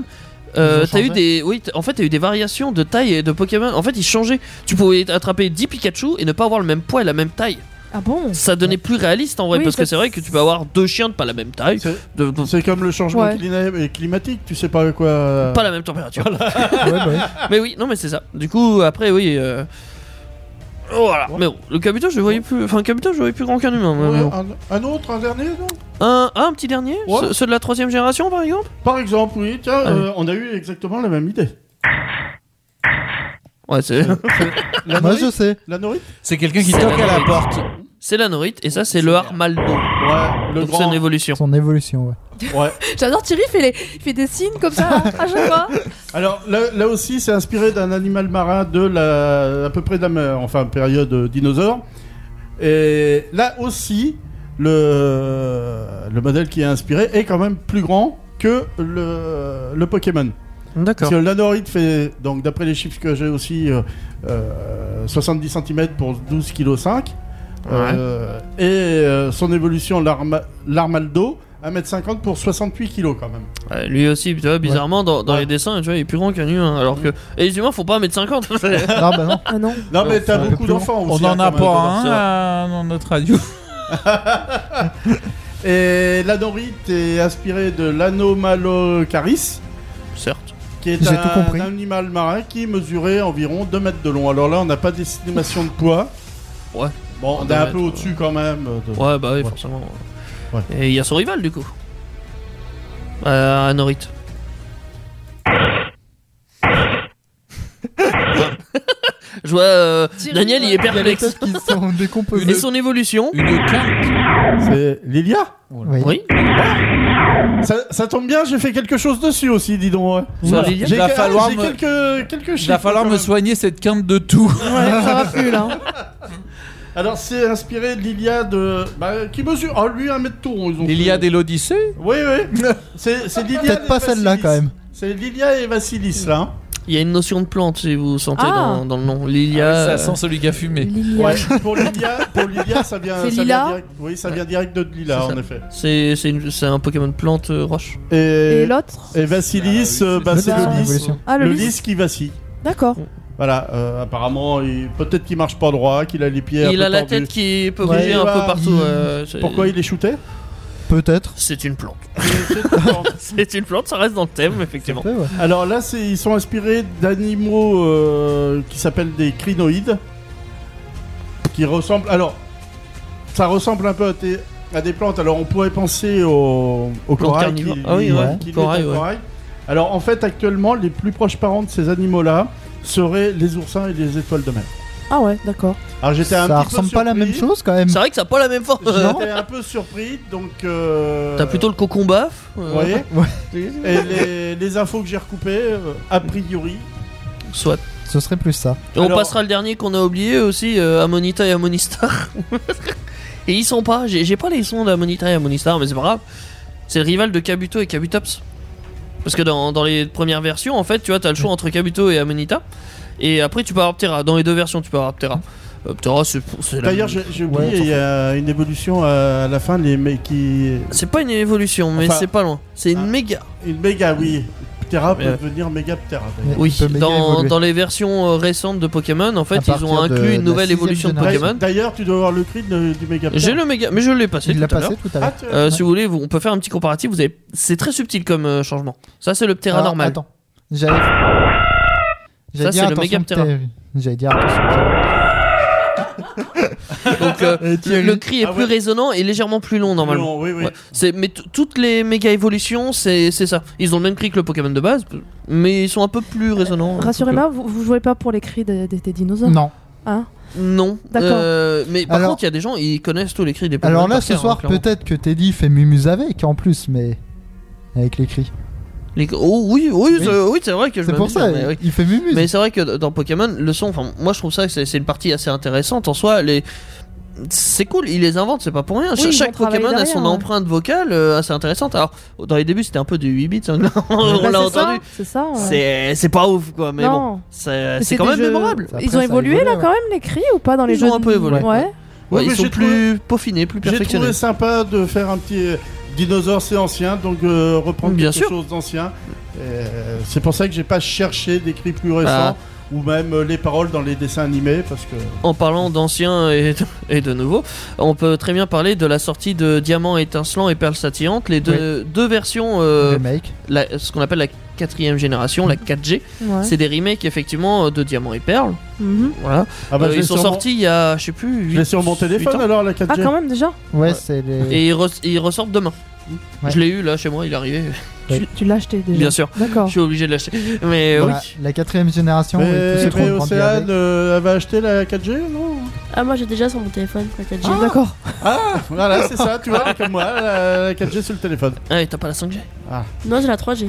euh,
Ils ont
t'as eu
changé.
des, oui, t- en fait, t'as eu des variations de taille et de Pokémon. En fait, ils changeaient. Tu pouvais attraper 10 Pikachu et ne pas avoir le même poids et la même taille.
Ah bon
Ça donnait plus réaliste en vrai,
Oui,
parce que
ça-
c'est vrai que tu peux avoir deux chiens de pas la même taille,
C'est-
de, de-
C'est comme le changement
Ouais.
clina- euh, climatique, tu sais pas à quoi. euh,
pas la même température.
Ouais, bah oui.
Mais oui, non, mais c'est ça. Du coup, après, oui. euh, Voilà. Mais bon, le Kabuto, je le voyais plus. Enfin, le Kabuto, je le voyais plus grand qu'un humain. mais
ouais,
bon.
un, un autre, un dernier, non
Un, ah, un petit dernier
Ouais.
Ce- Ceux de la troisième génération, par exemple
Par exemple, oui, tiens,
Allez.
euh, on a eu exactement la même idée.
Ouais, c'est.
La
Moi,
nourrice
je sais.
La nourrice
C'est quelqu'un qui
C'est
toque
la
à la
norite.
porte.
c'est la Norite, et ça, c'est le Armaldo.
Ouais, le
Donc, c'est
grand.
une évolution.
Son évolution, ouais.
Ouais.
J'adore Thierry, il fait, les... il fait des signes comme ça hein, à chaque fois.
Alors là, là aussi, c'est inspiré d'un animal marin de la, à peu près de la même- enfin période euh, dinosaure. Et là aussi, le, le modèle qui est inspiré est quand même plus grand que le, le Pokémon. Parce
D'accord.
que l'anorite fait, donc d'après les chiffres que j'ai aussi, euh, euh, 70 cm pour 12,5 kg. et euh, son évolution, l'arma- l'armaldo, 1m50 pour 68 kg quand même.
Ouais, lui aussi, tu vois, bizarrement, dans, dans les dessins, tu vois, il est plus grand qu'un humain. Alors que. Et les humains font pas 1m50.
Non, bah non.
Ah non.
Non mais t'as
un peu
beaucoup
plus long.
d'enfants
On
aussi.
n'en
hein,
a
quand même.
pas un
c'est
euh, dans notre radio.
Et la dorite est inspirée de l'anomalocaris,
Certes.
qui est
J'ai
un,
tout compris.
un animal marin qui mesurait environ 2 mètres de long. Alors là, on n'a pas d'estimation de poids.
Ouais.
Bon, on est
Deux
un
mètres,
peu au-dessus quand même. de-
Ouais, bah oui, forcément.
Ouais.
Et il y a son rival, du coup. Euh, Norite. Je vois euh,
Thierry,
Daniel, il
Il y
est
a les
perplexe.
têtes qui sont
Et
décomposées.
son évolution
Une quinte.
C'est Lilia
Oui.
Oui,
ça, ça tombe bien, j'ai fait quelque chose dessus aussi, dis donc. ouais.
Sur Lilia
J'ai
Va
que- ah,
falloir
j'ai
me-
quelques, quelques
Il
chiffres.
va falloir
quand
me
même.
soigner cette quinte de tout.
Ça va plus là.
Alors, c'est inspiré de Lilia de. Bah, qui mesure Ah, lui, un mètre tour. Ils ont
Il y a
fait.
des l'Odyssée.
Oui, oui. C'est c'est Lilia.
Peut-être
et
pas celle-là
Vassilis.
quand même.
C'est Lilia et Vassilis, là. hein.
il y a une notion de plante, si vous sentez
Ah.
dans, dans le nom. Lilia.
Ah, Ça sent celui qui a fumé.
Lilia.
Ouais, pour Lilia, pour Lilia, ça vient,
C'est
ça
Lila
vient direct. Oui, ça vient direct de Lila,
C'est ça.
en effet.
c'est- c'est une- c'est un Pokémon plante euh, roche.
Et
Et,
l'autre
et Vassilis,
Ah oui,
euh, bah,
c'est
c'est
ça,
le lys.
l'évolution.
Ah,
le
le lys.
lys qui vacille.
D'accord.
Voilà, euh, apparemment, il- peut-être qu'il marche pas droit, qu'il a les pieds un
il
peu
a la
tordus.
tête qui peut
Ouais,
bouger un
bah,
peu partout.
il-
euh, c'est-
Pourquoi il est shooté
Peut-être.
C'est une plante.
C'est étonnant.
C'est une plante, ça reste dans le thème, effectivement.
Ouais, ouais.
Alors là, c'est- ils sont inspirés d'animaux euh, qui s'appellent des crinoïdes, qui ressemblent. Alors, ça ressemble un peu à, des- à des plantes. Alors, on pourrait penser au, au corail, qui,
carnivore. Ah oui, ouais,
qui-
corail,
qui-
ouais.
corail. Alors, en fait, actuellement, les plus proches parents de ces animaux-là seraient les oursins et les étoiles de mer.
Ah ouais, d'accord.
Alors, j'étais un
Ça
petit peu
ressemble pas à la
surpris.
même chose quand même.
C'est vrai que ça a pas la même forme.
J'étais un peu surpris, donc. euh,
T'as plutôt le cocon baf. euh,
Vous voyez
Ouais.
Et les, les infos que j'ai recoupées, euh, a priori,
Soit.
Ce serait plus ça.
Et on
Alors-
passera le dernier qu'on a oublié aussi, euh, Amonita et Amonistar. et ils sont pas, j'ai j'ai pas les sons d'Amonita et Amonistar, mais c'est pas grave. C'est le rival de Kabuto et Kabutops. Parce que dans, dans les premières versions, en fait, tu vois, t'as le choix entre Kabuto et Amonita. Et après, tu peux avoir Ptera. Dans les deux versions, tu peux avoir Ptera. Euh, Ptera, c'est c'est la-
D'ailleurs, j'ai j'ai oublié,
Ouais,
il y a une évolution à la fin, les mecs qui.
C'est pas une évolution, mais
Enfin-
c'est pas loin. C'est une
Ah.
méga.
Une méga, oui. Ptera peut
Mais, euh,
devenir méga Ptera. d'ailleurs.
Oui, dans, dans les versions euh, récentes de Pokémon, en fait, ils ont inclus une nouvelle évolution de Pokémon.
D'ailleurs, tu dois avoir le cri de- du méga Ptera.
J'ai le méga, mais je l'ai passé,
Il
tout,
l'a
à
passé
l'heure.
tout à l'heure. Ah, tu-
Euh,
ouais.
Si vous voulez, vous- on peut faire un petit comparatif. Vous avez, c'est très subtil comme euh, changement. Ça, c'est le Ptera
Ah,
normal.
attends. J'allais. j'allais
Ça,
dire
c'est le
attention
méga Ah,
que
Ptera.
t'es- J'allais dire attention.
Donc euh, le,
Thierry.
le cri est plus résonnant et légèrement plus long normalement.
long, oui, oui.
Ouais. C'est mais t- toutes les méga évolutions, c'est c'est ça. Ils ont le même cri que le Pokémon de base, mais ils sont un peu
Euh,
plus résonnants.
Bah, Rassurez-moi, vous, vous jouez pas pour les cris des, des- des dinosaures
Non.
Hein
Non.
D'accord.
Euh, mais par
Alors-
contre, il y a des gens, ils connaissent tous les cris des Pokémon.
Alors là,
par
ce
cœur, hein,
soir,
clairement.
peut-être que Teddy fait mumuse avec en plus, mais. Avec les cris.
Les- Oh oui, oui,
Oui.
c'est- oui. c'est vrai que je
C'est pour
m'amuse,
ça,
mais oui.
il fait mumuse.
Mais c'est vrai que dans Pokémon, le son, enfin, moi je trouve ça que c'est c'est une partie assez intéressante en soi. Les... C'est cool, ils les inventent, c'est pas pour rien.
Oui,
Cha-
ils
Chaque
vont travailler
Pokémon a son
derrière, ouais.
empreinte vocale euh, assez intéressante. Alors, dans les débuts, c'était un peu du 8 bits, hein, on
Bah, c'est
l'a
ça,
entendu.
C'est ça. ouais.
C'est c'est pas ouf quoi, mais
Non.
bon,
Mais
c'est
c'est
c'est quand
des
même
jeux-
mémorable.
Ils ont évolué là quand même les cris ou pas dans les
Ils
jeux
ont un peu évolué.
Ouais.
Ouais,
Oui, mais
ils sont
j'ai
plus peaufinés, plus
J'ai
perfectionnés.
trouvé sympa de faire un petit euh, dinosaure, c'est ancien, donc euh, reprendre
Bien
quelque
sûr.
chose d'ancien. Euh, c'est pour ça que j'ai pas cherché des cris plus récents
Ah.
ou même euh, les paroles dans les dessins animés parce que.
En parlant d'anciens et, de- et de nouveaux, on peut très bien parler de la sortie de Diamant étincelant et Perle scintillante, les deux, deux versions, euh, la- ce qu'on appelle la quatrième génération, la 4G.
Ouais.
C'est des remakes effectivement euh, de Diamant et Perle.
Mhm.
Voilà.
Ah bah,
Euh,
je l'ai
ils sont
sur mon-
sortis il y a, je sais plus.
Je l'ai sur mon téléphone alors la 4G.
Ah quand même déjà.
Ouais, c'est les.
Et ils, re- ils ressortent demain.
Ouais.
Je l'ai eu là chez moi, il est arrivé.
Tu, tu l'as acheté déjà.
Bien sûr.
D'accord.
Je suis obligé de l'acheter. Mais euh,
Voilà,
oui.
La quatrième génération. et tout
Mais,
ce qu'on
mais
grandit avec.
Océane, euh, elle va acheter la 4G non
Ah, moi j'ai déjà sur mon téléphone la 4G.
D'accord.
Ah voilà c'est ça tu vois elle est comme moi elle a la 4G sur le téléphone.
Ah, et t'as pas la 5G
Ah.
Non, j'ai la 3G.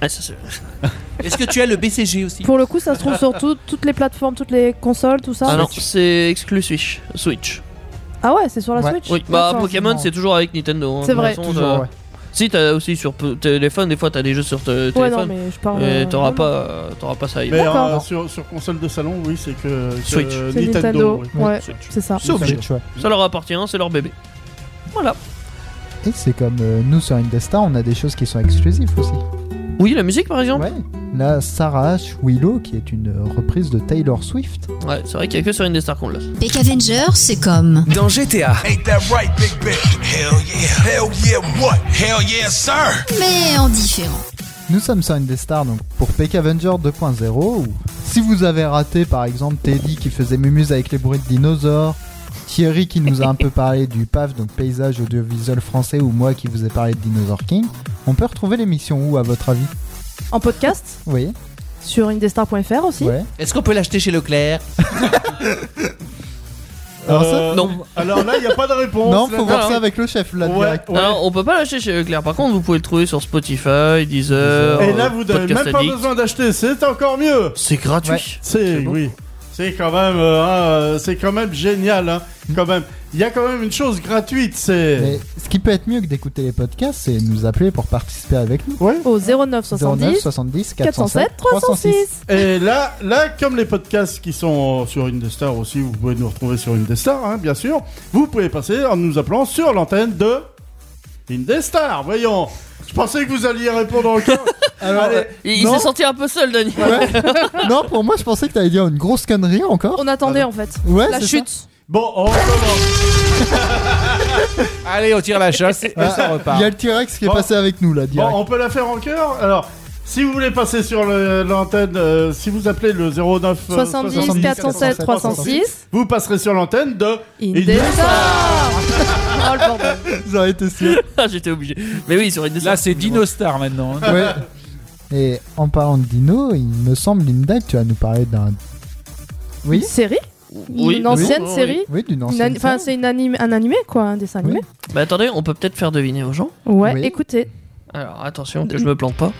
Ah, ça, c'est- Est-ce que tu as le BCG aussi
Pour le coup, ça se trouve sur tout- toutes les plateformes, toutes les consoles, tout ça.
Ah non, c'est exclu Switch. Switch.
Ah ouais, c'est sur la
Ouais.
Switch.
Oui, bah
D'accord.
Pokémon c'est toujours avec Nintendo. hein.
C'est
De toute
vrai.
façon,
Toujours,
t'as-
ouais.
Si t'as aussi sur pe- téléphone, des fois t'as des jeux sur te-
Ouais,
téléphone.
non, mais je parle.
Et
euh,
t'auras
vraiment.
pas, euh, t'auras pas ça.
Mais
ailleurs.
euh, sur, sur console de salon oui c'est que, que
Switch.
C'est
Nintendo.
Nintendo.
oui.
Ouais,
Switch.
c'est ça.
C'est obligé.
Switch, ouais.
Ça leur appartient, c'est leur bébé. Voilà.
Et c'est comme euh, nous sur Indestar, on a des choses qui sont exclusives aussi.
Oui, la musique par exemple.
Là, Sarah H. Willow, qui est une euh, reprise de Taylor Swift.
Ouais, c'est vrai qu'il y a que sur Indestar qu'on l'a.
Peck Avenger, c'est comme.
Dans GTA.
Ain't that right, Big Ben? Hell yeah, hell yeah, what? Hell yeah, sir!
Mais en différent.
Nous sommes sur Indestar, donc pour Peck Avenger 2.0. ou Si vous avez raté par exemple Teddy qui faisait mumuse avec les bruits de dinosaures, Thierry qui nous a un peu parlé du PAF, donc paysage audiovisuel français, ou moi qui vous ai parlé de Dinosaur King, on peut retrouver l'émission où à votre avis
En podcast,
Oui,
sur indestar.fr aussi.
ouais.
Est-ce qu'on peut l'acheter chez Leclerc
Alors ça,
Euh,
Non.
Alors là il n'y a pas de réponse.
non,
là.
faut voir ça avec le chef là
Ouais,
direct.
ouais.
Alors, on peut pas lâcher chez Leclerc. Par contre, vous pouvez le trouver sur Spotify, Deezer,
Et là,
euh,
vous n'avez
Podcast
même pas
Addict.
besoin d'acheter, c'est encore mieux.
C'est gratuit.
Ouais.
C'est
bon.
oui, c'est quand même, euh, hein, euh, c'est quand même génial, hein, quand même. Il y a quand même une chose gratuite, c'est.
Mais ce qui peut être mieux que d'écouter les podcasts, c'est nous appeler pour participer avec nous.
Ouais.
Au 09
09
70
70
407 306.
Et là, là, comme les podcasts qui sont sur Indestar aussi, vous pouvez nous retrouver sur Indestar, hein, bien sûr. Vous pouvez passer en nous appelant sur l'antenne de Indestar. Voyons. Je pensais que vous alliez répondre encore.
Alors,
Allez,
Il, il
Non.
s'est senti un peu seul, Dani.
non, pour moi, je pensais que t'allais dire une grosse connerie encore.
On attendait en fait.
Ouais,
La
c'est
chute.
bon, on recommence.
Allez, on tire la chasse et
Ah,
ça
Il
repart.
y a le T-Rex qui est
Bon.
passé avec nous là, direct.
Bon, on peut la faire en cœur Alors, si vous voulez passer sur le- l'antenne, euh, si vous appelez le 09 euh,
70 407 306.
vous passerez sur l'antenne de
Indestar Oh le bordel.
J'aurais été sûr.
Ah, J'étais obligé. Mais oui, sur Indestar.
Là, c'est Dinostar maintenant. hein.
Ouais. Et en parlant de dino, il me semble, Linda, que tu vas nous parler d'un.
Une
Oui
série
Oui.
Une ancienne
Oui.
série
Oui, d'une
Une
ancienne.
ani- Enfin,
série.
c'est une anime- un animé quoi, un dessin animé.
Bah attendez, on peut peut-être faire deviner aux gens.
Ouais,
Oui.
écoutez.
Alors attention, que je me plante pas.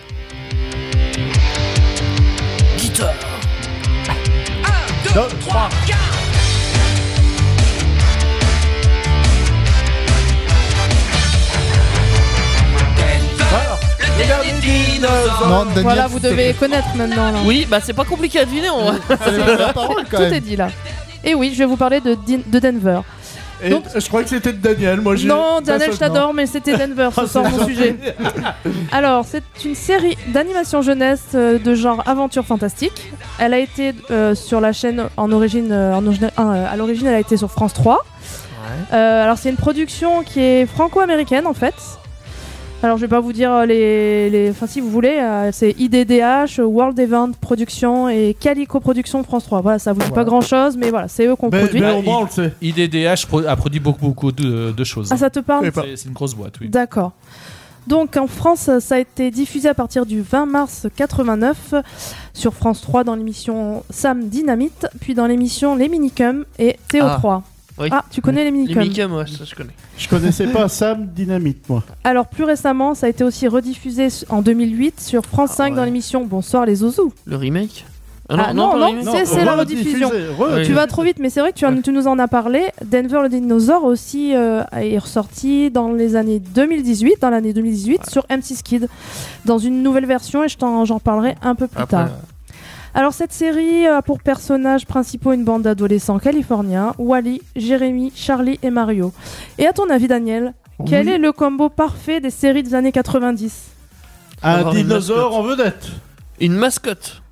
Guitare.
Indestar.
Non, Daniel,
Voilà,
s'il
vous
te
devez connaître maintenant. là.
Oui, bah c'est pas compliqué à deviner. On...
plaît, c'est la parole quand
Tout est
même.
dit là. Et oui, je vais vous parler de, Din- de Denver.
Et je crois que c'était de Daniel. Moi, j'ai-
Non, Daniel,
Personne,
je t'adore,
non.
mais c'était Denver,
Ah,
ce soir,
c'est
mon
gentil.
sujet. Alors, c'est une série d'animation jeunesse euh, de genre aventure fantastique. Elle a été euh, sur la chaîne en origine, euh, en origine- ah, euh, à l'origine, elle a été sur France 3. Euh, alors, c'est une production qui est franco-américaine en fait. Alors, je vais pas vous dire euh, les, les- enfin si vous voulez, euh, c'est IDDH, World Event Production et Calico Production France 3. Voilà, ça vous dit pas grand chose, mais voilà, c'est eux qu'on produit.
IDDH pro- a produit beaucoup, beaucoup de, de choses.
Ah, ça te parle
C'est c'est une grosse boîte, oui.
D'accord. Donc en France, ça a été diffusé à partir du 20 mars 89 sur France 3 dans l'émission Sam Dynamite, puis dans l'émission Les Minicums et
Ah.
TO3.
Oui.
Ah, tu connais les Minicums
Les Minicums, ouais, ça je connais.
Je connaissais pas Sam Dynamite, moi.
Alors plus récemment, ça a été aussi rediffusé s- en 2008 sur France
Ah
5 dans l'émission Bonsoir les Zouzous.
Le remake
Ah, non,
pas
non,
le remake.
c'est c'est la rediffusion. Tu vas trop vite, mais c'est vrai que tu, en- tu nous en as parlé. Denver le dinosaure aussi euh, est ressorti dans les années 2018, dans l'année 2018, sur M6 Kid, dans une nouvelle version, et je t'en- j'en parlerai un peu plus
Après, euh,
tard. Alors cette série a pour personnages principaux une bande d'adolescents californiens, Wally, Jérémy, Charlie et Mario. Et à ton avis, Daniel, quel
Oui.
est le combo parfait des séries des années 90
Un
avoir une
dinosaure en vedette.
Une mascotte.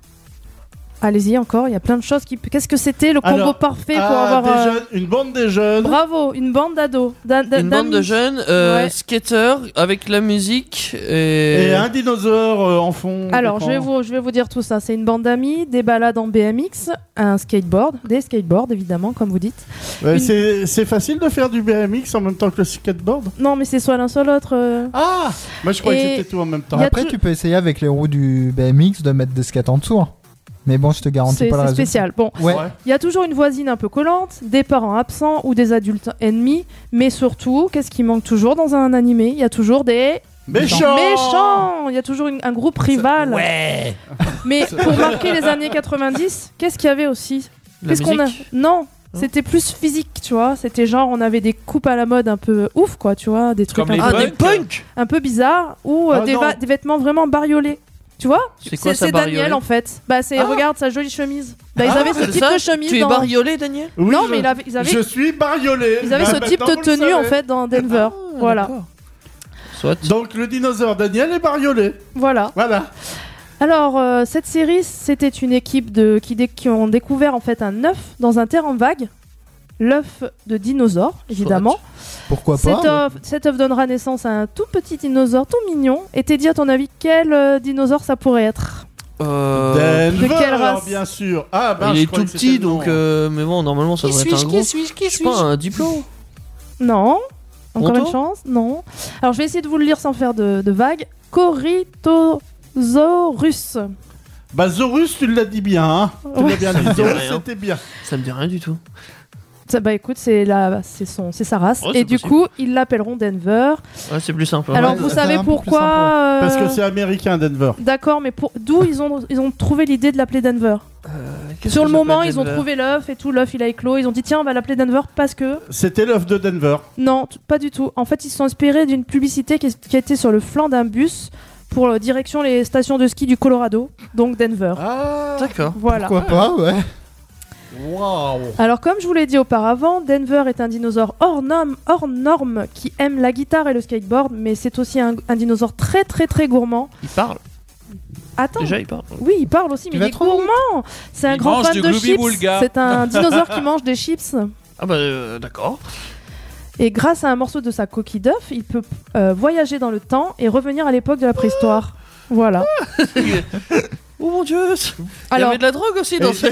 Allez-y encore, il y a plein de choses qui... Qu'est-ce que c'était le combo
Alors,
parfait pour
ah,
avoir...
des
euh,
jeunes-
Une bande des jeunes.
Bravo, une bande d'ados. D'un- d'un-
Une bande
d'amis.
de jeunes, euh,
Ouais.
skateurs, avec la musique et.
Et un dinosaure euh, en fond.
Alors, je vais,
d'écran.
vous, je vais vous dire tout ça. C'est une bande d'amis, des balades en BMX, un skateboard, des skateboards évidemment, comme vous dites.
Ouais,
Une-
c'est- C'est facile de faire du BMX en même temps que le skateboard
Non, mais c'est soit l'un soit l'autre. euh.
Ah Moi, je croyais
Et-
que c'était tout en même temps.
Après, tu peux essayer avec les roues du BMX de mettre des skates en dessous. hein. Mais bon, je te garantis
C'est
Hein, pas le
c'est
résultat.
spécial. Bon, il
Ouais.
y a toujours une voisine un peu collante, des parents absents ou des adultes ennemis, mais surtout, qu'est-ce qui manque toujours dans un animé Il y a toujours des
Méchants
Méchants Il y a toujours une- un groupe rival.
Ouais
Mais pour marquer les années 90, qu'est-ce qu'il y avait aussi
La
Qu'est-ce qu'on a
musique
Non, c'était plus physique, tu vois. C'était genre on avait des coupes à la mode un peu ouf, quoi, tu vois, des trucs
Comme
un,
les
peu,
punks. Ah, des punks
un peu bizarres ou euh,
Ah,
des,
non.
va- des vêtements vraiment bariolés. Tu vois
C'est quoi ça, bariolé
Daniel en fait. Bah c'est
Ah.
regarde sa jolie chemise. Bah ils
Ah,
avaient ce
c'est
type
ça
de chemise.
Tu es
dans-
bariolé, Daniel Oui,
non
je-
mais il avait- ils avaient.
Je suis bariolé
Ils avaient
Bah,
ce type
maintenant,
de
vous le
tenue en
savez.
fait dans
Ah,
Denver. voilà.
Donc, le dinosaure Daniel est bariolé.
Voilà.
Voilà.
Alors, euh, cette série, c'était une équipe de, qui, dé- qui ont découvert en fait un œuf dans un terrain vague. L'œuf de dinosaure, évidemment.
Pourquoi
Cet
pas
œuf, cet œuf donnera naissance à un tout petit dinosaure tout mignon. Et Teddy, à ton avis, quel euh, dinosaure ça pourrait être
Euh,
Denver,
quelle race
bien sûr. Ah, bah,
Il
je
est
croyais
tout
que c'était
petit
le nom.
donc. euh, mais bon, normalement ça
Qui
devrait être
suis-je,
un
qui
gros.
suis-je, qui
Je sais pas,
suis-je
un diplôme.
Non. Encore
Ronto
une chance Non. Alors, je vais essayer de vous le lire sans faire de, de vagues. Corythosaurus.
Bah, Zorus, tu l'as dit bien. Hein. Tu l'as bien dit. Zorus, c'était bien.
Ça me dit rien du tout.
Ça, bah écoute, c'est la- c'est son- c'est sa race.
Ouais, Oh, c'est
et du
possible.
coup, ils l'appelleront Denver.
Ouais, c'est plus simple.
Alors, vous savez pourquoi
Parce que
euh,
c'est américain, Denver.
D'accord, mais pour... d'où ils ont, ils ont trouvé l'idée de l'appeler Denver
qu'est-ce
Sur
que
le
ça euh, peut
moment,
être
ils ont
Denver
trouvé l'œuf et tout, l'œuf il a éclos. Ils ont dit tiens, on va l'appeler Denver parce que.
C'était l'œuf de Denver.
Non, t- pas du tout. En fait, ils se sont inspirés d'une publicité qui, est- qui était sur le flanc d'un bus pour euh, direction les stations de ski du Colorado, donc Denver.
D'accord.
Voilà.
Pourquoi pas, ouais.
Waouh
Alors, comme je vous l'ai dit auparavant, Denver est un dinosaure hors norme, hors norme qui aime la guitare et le skateboard, mais c'est aussi un, un dinosaure très très très gourmand.
Il parle.
Attends.
Déjà, il parle.
Oui, il parle aussi, mais il
vas
est
trop
gourmand. C'est un
Il
grand
mange
fan
du
de
Glooby
chips.
Boulga.
C'est un dinosaure qui mange des chips.
Ah bah euh, d'accord.
Et grâce à un morceau de sa coquille d'œuf, il peut euh, voyager dans le temps et revenir à l'époque de la préhistoire. Voilà.
Oh mon dieu Il y
Alors-
avait de la drogue aussi dans
Et
ce.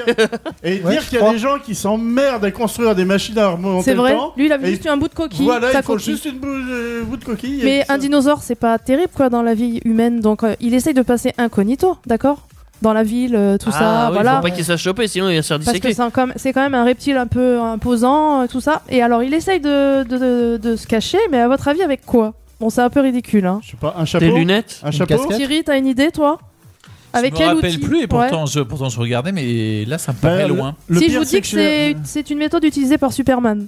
Et dire qu'il y a des gens qui s'emmerdent à construire des machines à remonter
C'est
le
vrai.
temps,
Lui, il
et
avait juste eu un bout de coquille.
Voilà,
sa
il faut
coquille.
juste une bout, euh, bout de coquille. et
Mais
puis
un
ça-
dinosaure, c'est pas terrible quoi dans la vie humaine. Donc euh, il essaye de passer incognito, d'accord Dans la ville, euh, tout
ah,
ça,
oui,
voilà.
Faut pas qu'il se fasse choper, sinon il va se faire
Parce que
disséquer.
c'est quand, même- c'est quand même un reptile un peu imposant, euh, tout ça. Et alors il essaye de, de- de- de se cacher, mais à votre avis avec quoi Bon, c'est un peu ridicule. Hein.
Pas un chapeau.
Des lunettes.
Un
Une
chapeau.
casquette.
Thierry, t'as une idée toi Avec
je me
quel
rappelle
outil
plus et pourtant,
Ouais.
je, pourtant je regardais, mais là ça me paraît
Bah, le-
loin.
si je vous dis que c'est- c'est une méthode utilisée par Superman.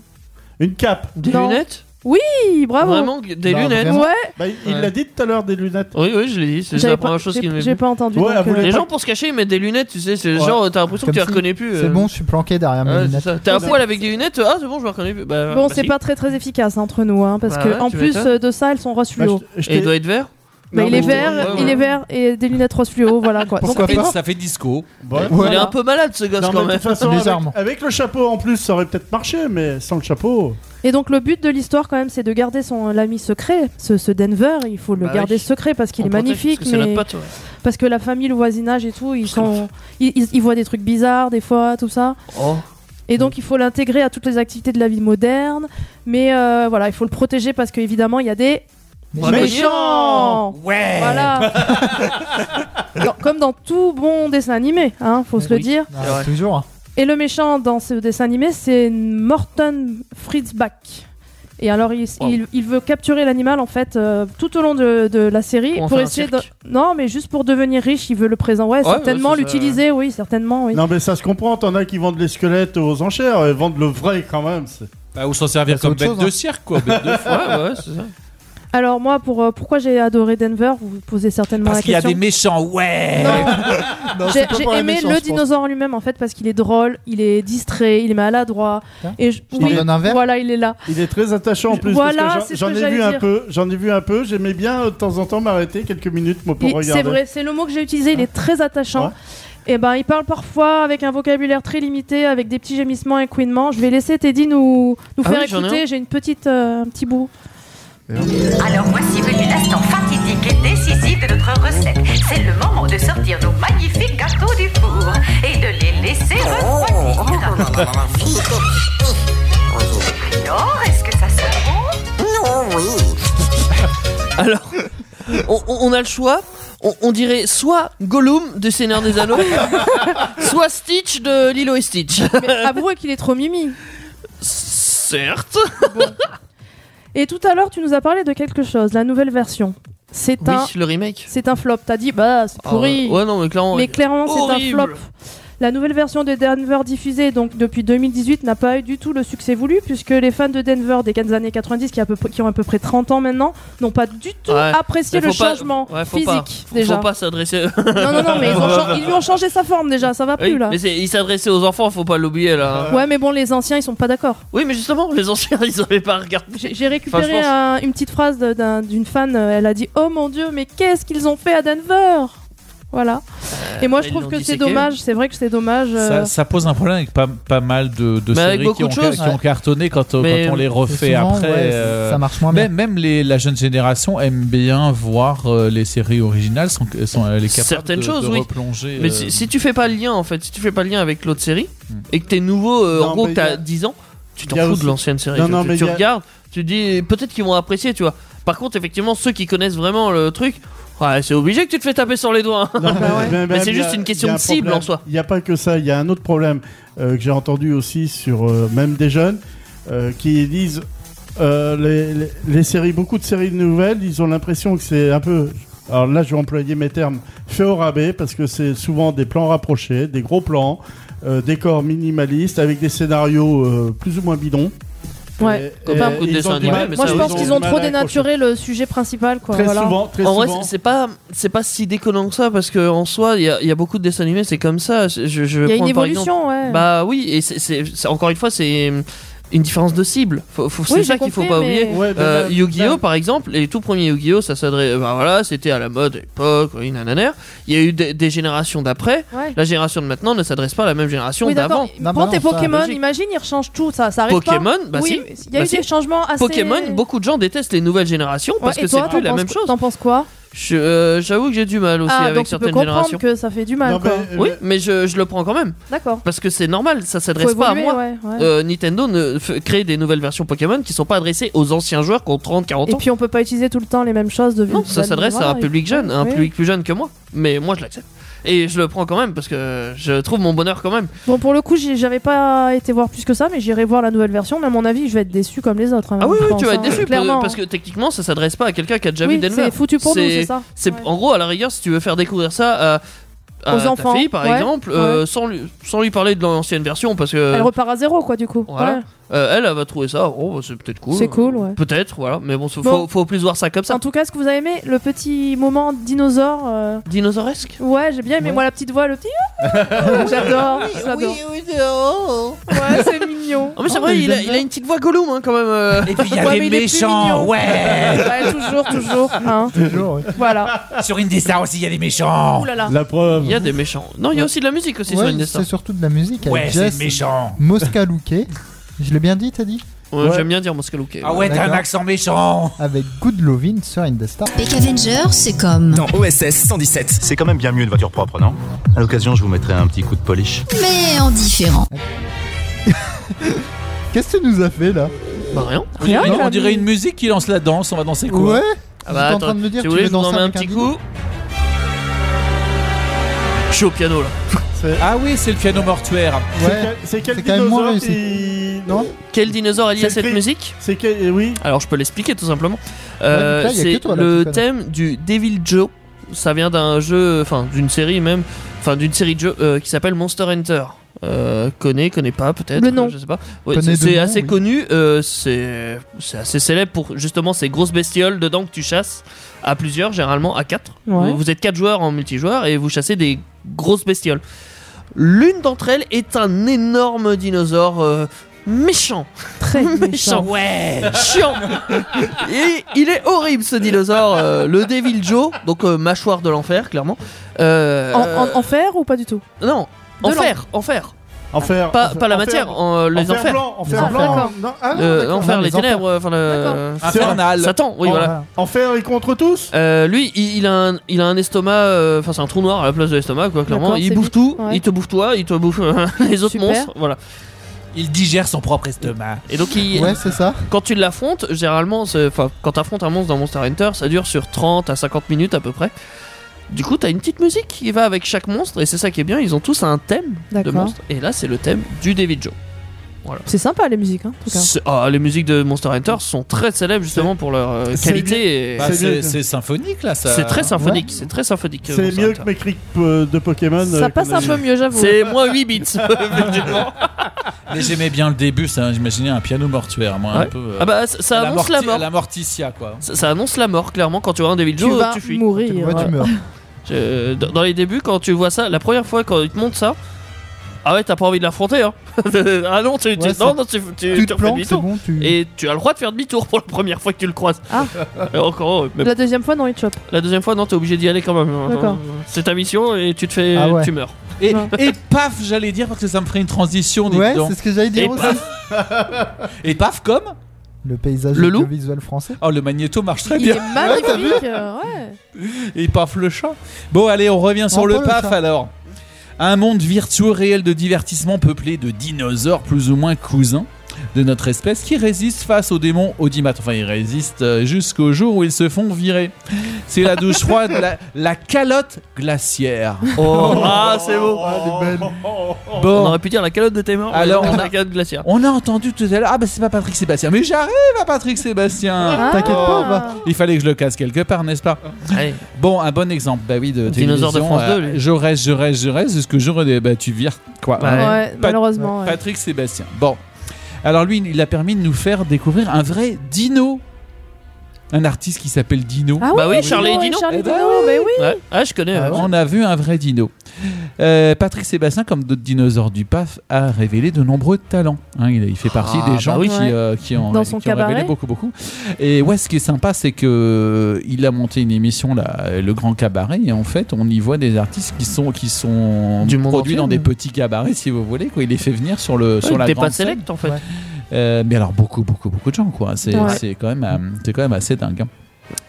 Une cape.
Des
Non. Ah
lunettes
Oui, bravo.
Vraiment, des
Non,
lunettes
vraiment.
Ouais.
Bah, il il
Ouais.
l'a dit tout à l'heure, des lunettes.
Oui, oui, je l'ai dit. C'est
J'avais
la
pas-
première chose
j'ai-
qui m'est
j'ai
venue.
pas entendu,
Ouais,
donc,
elle voulait
euh,
Les
pas-
gens, pour se cacher, ils mettent des lunettes, tu sais. C'est
Ouais.
genre, t'as l'impression que
Comme
tu les
si-
reconnais plus.
C'est
euh.
bon, je suis planqué derrière mes
Ouais, c'est
lunettes.
ça. T'es un poil avec des lunettes, ah c'est bon, je le reconnais plus. Bah,
Bon,
bah,
c'est
si.
pas très très efficace entre nous, hein, parce
Bah
que
ouais,
en
tu
plus
m'étonnes.
euh, de ça, elles sont roses
Bah,
fluo.
Et il doit être vert
Bah,
Non,
il est
mais-
vert,
ouais, ouais.
il est vert et des lunettes roses fluo, voilà quoi.
Pourquoi
Donc,
pas
et-
Ça fait disco.
Il est un peu malade ce gosse
Non, mais
quand
de
même.
toute façon, avec, avec le chapeau en plus, ça aurait peut-être marché, mais sans le chapeau.
Et donc le but de l'histoire quand même, c'est de garder son l'ami secret, ce, ce Denver. Il faut le
Bah
garder
oui.
secret parce qu'il
On
est
protège,
magnifique,
parce que c'est
mais-
notre pote, ouais.
parce que la famille, le voisinage et tout, ils sont, ils, ils- ils voient des trucs bizarres des fois, tout ça.
Oh.
Et donc il faut l'intégrer à toutes les activités de la vie moderne, mais euh, voilà, il faut le protéger parce qu'évidemment il y a des
Méchants.
méchants.
Ouais.
Voilà. Dans- comme dans tout bon dessin animé, hein,
Eh
faut se le dire.
Ah, toujours.
Et le méchant dans ce dessin animé, c'est Morton Fritzback. Et alors, il, il- il veut capturer l'animal, en fait, euh, tout au long de, de la série.
Pour en
Pour,
faire un
essayer de... Non, mais juste pour devenir riche, il veut le présent. Ouais,
Ouais,
certainement
ouais, c'est ça,
l'utiliser, oui, certainement, oui.
Non, mais ça se comprend, t'en as qui vendent les squelettes aux enchères et vendent le vrai quand même. c'est-
Bah, ou s'en servir
C'est
comme
autre
bête
chose,
de
hein.
cirque, quoi. Bête de foire.
Ouais, ouais,
c'est ça.
Alors, moi, pour, euh, pourquoi j'ai adoré Denver Vous vous posez certainement
Parce
la
qu'il y a
question.
des méchants, ouais.
Non,
J'ai
c'est pas
j'ai
pour les
aimé
méchants,
le
je pense.
dinosaure en lui-même en fait parce qu'il est drôle, il est distrait, il est maladroit. Et je-
Il
oui,
donne un verre
voilà, il est là.
Il est très attachant en plus.
Voilà,
parce que
c'est ce
j'en-
que
j'en ai
j'allais
vu un
dire.
peu. J'en ai vu un peu. J'aimais bien euh, de temps en temps m'arrêter quelques minutes moi, pour
Il-
regarder. Ah.
C'est vrai, c'est le mot que j'ai utilisé, il est très attachant.
Ouais.
Et ben, il parle parfois avec un vocabulaire très limité, avec des petits gémissements et couinements. Je vais laisser Teddy nous, nous
Ah
faire
oui, j'en ai un.
écouter, j'ai une petite, euh, un petit bout.
Alors voici venu l'instant fatidique et décisif de notre recette. C'est le moment de sortir nos magnifiques gâteaux du four et de les laisser refroidir. Alors, est-ce que ça sent bon Non, oui.
Alors, on, on- on a le choix. On, on dirait soit Gollum de Seigneur des Anneaux, soit Stitch de Lilo et Stitch.
Mais avouez qu'il est trop mimi.
Certes.
Et tout à l'heure, tu nous as parlé de quelque chose, la nouvelle version. C'est
Oui,
un,
le remake.
c'est un flop. T'as dit bah c'est
Ah,
pourri.
ouais, non, mais clairement,
Mais clairement, c'est un
horrible.
flop. La nouvelle version de Denver diffusée donc depuis 2018 n'a pas eu du tout le succès voulu puisque les fans de Denver des années 90 qui, a à peu près- qui ont à peu près 30 ans maintenant n'ont pas du tout
Ouais.
apprécié
Mais
le
faut pas-
changement
ouais, faut
physique
pas- faut-
déjà.
Faut pas s'adresser.
Non non non mais ils, ont chan- ils lui ont changé sa forme déjà, ça va
Oui,
plus là.
mais c'est- il s'adressait aux enfants, faut pas l'oublier là.
Ouais mais bon les anciens ils sont pas d'accord.
Oui, mais justement, les anciens, ils avaient pas regardé.
J'ai- J'ai récupéré
Enfin,
un- une petite phrase de- d'un- d'une fan, euh, elle a dit Oh mon dieu, mais qu'est-ce qu'ils ont fait à Denver Voilà.
Euh,
Et moi je
ils
trouve
l'ont
que c'est
disséqué.
dommage, c'est vrai que c'est dommage. euh,
Ça, ça pose un problème avec pas, pas mal de, de
Mais avec
séries qui
beaucoup
ont,
de choses,
qui
ouais.
ont cartonné quand, on-
Mais
quand on les refait
souvent,
après.
ouais, ça
marche moins
bien. Même, même les, la jeune génération aime bien voir euh, les séries originales, sont, sont, elle est capable
certaines
de,
choses,
de
oui.
replonger.
Mais
euh,
si, si tu fais pas le lien, en fait, si tu fais pas le lien avec l'autre série et que t'es nouveau, euh,
Non,
en gros,
mais
que
y
t'as
a-
10 ans, tu t'en
y a
fous
aussi-
de l'ancienne série.
Non,
tu
non,
tu-
mais
tu
y a-
regardes, tu dis peut-être qu'ils vont apprécier, tu vois. Par contre, effectivement, ceux qui connaissent vraiment le truc, ouais, c'est obligé que tu te fais taper sur les doigts. hein. mais
même,
c'est
il y a-
juste une
il y
question
a un
de cible
problème.
en soi.
Il n'y a pas que ça, il y a un autre problème euh, que j'ai entendu aussi sur euh, même des jeunes euh, qui disent euh, les, les- les séries, beaucoup de séries nouvelles, ils ont l'impression que c'est un peu. Alors là, je vais employer mes termes fait au rabais parce que c'est souvent des plans rapprochés, des gros plans, euh, décors minimalistes avec des scénarios euh, plus ou moins bidons.
Ouais.
Et- Comme et- beaucoup de ils dessins ont du animés, mal- mais
Moi
ça,
je
ils
pense
ont
qu'ils
du
ont
mal
trop
à accrocher.
dénaturé le sujet principal quoi. voilà.
en vrai, c'est- c'est pas, c'est pas si déconnant que ça parce que en soi, il y, a- il y a beaucoup de dessins animés, c'est comme ça. Je, je- je
Il y a une
prends par exemple-
évolution, ouais.
Bah oui, et c'est, c'est- c'est- encore une fois, c'est une différence de cible. Faut- faut-
Oui,
c'est ça
j'ai
qu'il faut
compris,
pas
mais-
oublier.
Ouais, bah,
Euh,
ben,
bah,
Yu-Gi-Oh
bah.
par exemple, les tout premiers Yu-Gi-Oh, ça s'adresse, bah voilà, c'était à la mode à l'époque, oui, nananaire. Il y a eu des, des générations d'après.
Ouais.
La génération de maintenant ne s'adresse pas à la même génération
Oui, d'accord.
d'avant.
Prends tes Pokémon, imagine, ils rechangent tout, ça, ça arrive
Pokémon,
pas.
bah
oui,
si.
il y a
Bah
eu
si.
des changements assez.
Pokémon, beaucoup de gens détestent les nouvelles générations
Ouais,
parce
et
que
toi,
c'est plus
t'en
la
penses-
même chose.
T'en penses quoi
Je- euh, J'avoue que j'ai du mal aussi
Ah,
avec
donc tu peux
certaines
comprendre
générations.
que ça fait du
euh,
mal quoi.
oui, mais je, je le prends quand même.
D'accord.
Parce que c'est normal, ça s'adresse
Faut
pas à
évoluer,
moi.
ouais, ouais.
Euh, Nintendo ne f- crée des nouvelles versions Pokémon qui sont pas adressées aux anciens joueurs qui ont 30, 40
Et
ans.
puis on peut pas utiliser tout le temps les mêmes choses de
Non, ça s'adresse à un public jeune, à un public plus jeune que moi. Mais moi, je l'accepte. Et je le prends quand même parce que je trouve mon bonheur quand même.
Bon, pour le coup, j'ai- j'avais pas été voir plus que ça, mais j'irai voir la nouvelle version. Mais à mon avis, je vais être déçu comme les autres. hein,
Ah oui,
je
oui,
pense,
tu vas être
hein,
déçu
clairement.
parce que techniquement, ça s'adresse pas à quelqu'un qui a déjà
Oui,
vu Denver.
c'est foutu pour nous, c'est ça.
En gros, à la rigueur, si tu veux faire découvrir ça à, à
Aux
ta
enfants,
fille, par
ouais,
exemple, euh, sans, lui, sans lui parler de l'ancienne version parce que.
Elle repart à zéro, quoi, du coup.
Voilà.
Ouais.
Euh, elle, elle va trouver ça. Oh, bah, c'est peut-être cool.
C'est cool, ouais.
Peut-être, voilà. Mais bon, faut,
Bon.
faut plus voir ça comme ça.
En tout cas, est-ce que vous avez aimé le petit moment dinosaure euh,
Dinosauresque
Ouais, j'ai bien aimé. Moi, la petite voix, le petit. J'adore. J'adore. Ouais, c'est mignon.
Ah, mais c'est vrai, il a, il a une petite voix Gollum hein, quand même. euh.
Et puis il y
Ouais,
avait
mais il est plus
méchants,
mignon.
ouais.
Ouais, toujours, toujours. hein. Voilà.
Sur Indestar aussi, il y a des méchants.
Ouh là là.
La preuve.
Il y a des méchants. Non, il y a aussi de la musique aussi sur
Ouais,
Indestar.
c'est surtout de la musique. avec
Ouais, c'est
Jess
méchant.
Moscalouquet. Je l'ai bien dit, t'as dit
Ouais, J'aime bien dire Moscalouquet.
Ah ouais, t'as un
D'accord.
accent méchant.
Avec Good Lovin sur Indestar.
Peck Avenger, c'est comme.
Dans OSS 117.
C'est quand même bien mieux une voiture propre, non À l'occasion, je vous mettrai un petit coup de polish.
Mais en différent.
Qu'est-ce que tu nous as fait là
Bah rien.
Rien,
Non,
il a
on dirait
mis-
une musique qui lance la danse, on va danser quoi
Ouais
Ah bah,
J'étais en
attends,
train de me dire,
si
tu
vous voulez,
veux
je vous en
danser
mets un
avec un
petit
guide
coup. Je suis au piano là.
Ah oui, c'est le piano mortuaire.
Ouais.
C'est quel
C'est quand même moins
dinosaure
réussi.
qui. Non
Quel dinosaure est lié
C'est
à cette
écrit-
musique
C'est quel. eh Oui.
Alors je peux l'expliquer tout simplement. Euh,
putain, y a que
c'est
toi, là,
le
qui connais.
thème du Devil Joe. Ça vient d'un jeu, enfin d'une série même, enfin d'une série de jeux euh, qui s'appelle Monster Hunter. Euh, connaît, connaît pas peut-être.
Le nom.
Je sais pas. Ouais,
Connais
c'est
de
c'est
nom,
assez
oui.
connu. euh, c'est c'est assez célèbre pour justement ces grosses bestioles dedans que tu chasses à plusieurs, généralement à quatre.
Ouais.
Vous êtes quatre joueurs en multijoueur et vous chassez des grosses bestioles. L'une d'entre elles est un énorme dinosaure euh, méchant.
Très méchant.
Ouais. Chiant. Et il est horrible ce dinosaure, euh, le Devil Joe, donc euh, mâchoire de l'enfer, clairement. Euh,
En, en- en fer ou pas du tout
non,
de
enfer, enfer.
Enfer.
Pas, pas la
enfer-
matière, en- euh, les
enfer
enfers.
blanc,
Les
enfer
enfers.
blanc.
D'accord.
Non, ah non,
Euh,
d'accord.
enfer, les
enfers.
ténèbres, enfin le.
D'accord.
Infernal.
Satan, oui,
Oh,
voilà.
Enfer et contre tous
Euh, lui, il, il a un, il a un estomac, euh, enfin c'est un trou noir à la place de l'estomac, quoi, clairement.
D'accord,
Il
c'est
bouffe
vite.
tout,
Ouais.
il te bouffe toi, il te bouffe euh, les autres
Super.
monstres, voilà.
Il digère son propre estomac.
Et donc, il,
Ouais, c'est ça.
quand tu l'affrontes, généralement, c'est- enfin, quand tu affrontes un monstre dans Monster Hunter, ça dure sur 30 à 50 minutes à peu près. Du coup, t'as une petite musique qui va avec chaque monstre, et c'est ça qui est bien, ils ont tous un thème de
D'accord.
monstre. Et là, c'est le thème du David Joe.
C'est sympa les musiques, hein, en tout cas.
C'est- ah, les musiques de Monster Hunter sont très célèbres justement pour leur euh,
c'est
qualité. et-
Bah,
C'est
c'est
bien.
c'est symphonique là, ça.
C'est très symphonique, c'est très symphonique. euh,
C'est
Monster
mieux
Hunter.
que mes clics euh, de Pokémon. euh,
Ça passe
qu'on a
un
eu.
peu mieux, j'avoue.
C'est moins 8 bits, effectivement.
Mais j'aimais bien le début, ça. J'imaginais un piano mortuaire, moi, un
Ouais.
peu. euh,
Ah bah, ça, ça
à la
annonce la
morti- à
mort.
la morticia, quoi.
Ça, ça annonce la mort, clairement. Quand tu vois un David
Tu
Joe,
vas
tu fuis.
mourir.
Ouais, tu meurs.
Je- dans dans les débuts, quand tu vois ça, la première fois quand ils te montrent ça, ah ouais, t'as pas envie de l'affronter, hein. ah non, tu, tu-
Ouais,
non,
c'est-
non, tu, tu-
Tu
tu
te
refais
plantes, c'est
demi-tour.
bon, tu.
Et tu as le droit de faire demi-tour pour la première fois que tu le croises.
Ah.
Et encore, euh, mais
La deuxième fois, non, il te chope.
la deuxième fois, non, t'es obligé d'y aller quand même. hein.
D'accord.
C'est ta mission et tu te fais,
Ah ouais.
tu meurs.
Et,
Non.
et paf, j'allais dire parce que ça me ferait une transition. dis
Ouais,
donc.
c'est ce que j'allais
Et
dire aussi.
Et paf, comme
Le paysage
Le loup
audiovisuel français.
Oh, le magnéto marche très
Il
bien.
est magnifique. euh, ouais.
Et paf le chat. Bon, allez, on revient sur
On
le
prend le
paf
chat.
alors. Un monde virtueux réel de divertissement peuplé de dinosaures plus ou moins cousins de notre espèce qui résistent face aux démons audimat. Enfin, ils résistent euh, jusqu'au jour où ils se font virer. C'est la douche froide, la, la calotte glaciaire.
ah, c'est beau.
Oh, elle est belle.
On
Bon,
aurait pu dire la calotte de tes morts. mais
Alors,
non,
on
c'est
a-
la calotte glaciaire.
on a entendu tout à l'heure. Ah, bah c'est pas Patrick Sébastien. Mais j'arrive à Patrick Sébastien.
Ah.
T'inquiète pas, on va-
Il fallait que je le casse quelque part, n'est-ce pas
Allez.
Bon, un bon exemple, bah oui, de
Dinosaure de
télévision,
France
euh,
2, lui.
Je reste, je reste, je reste, jusqu'au jour où des- bah, tu vires, quoi.
Ouais.
Hein.
Ah, Ouais, malheureusement. ouais.
Patrick Sébastien. Bon. Alors lui, il a permis de nous faire découvrir un vrai dino. Un artiste qui s'appelle Dino.
Ah
Bah oui,
ouais,
Charlie et Dino.
Charlie
Eh ben
Dino, mais oui.
Ouais. Ah, je connais. ouais.
On a vu un vrai dino. Euh, Patrick Sébastien, comme d'autres dinosaures du PAF, a révélé de nombreux talents. Hein, il, il fait partie
Ah,
des gens
bah
oui.
qui,
Ouais.
euh, qui en,
Dans son
qui en révélé
cabaret.
beaucoup, beaucoup. Et ouais, ce qui est sympa, c'est que euh, il a monté une émission, là, le Grand Cabaret, et en fait, on y voit des artistes qui sont, qui sont
Du monde
produits
entier,
dans
mais-
des petits cabarets, si vous voulez. Quoi. Il les fait venir sur, le, sur
Ouais,
la
T'es
grande
pas
scène.
select en fait.
Ouais.
Euh, mais alors beaucoup, beaucoup, beaucoup de gens, quoi. C'est
Ouais.
c'est quand, même, euh, c'est quand même assez dingue. hein.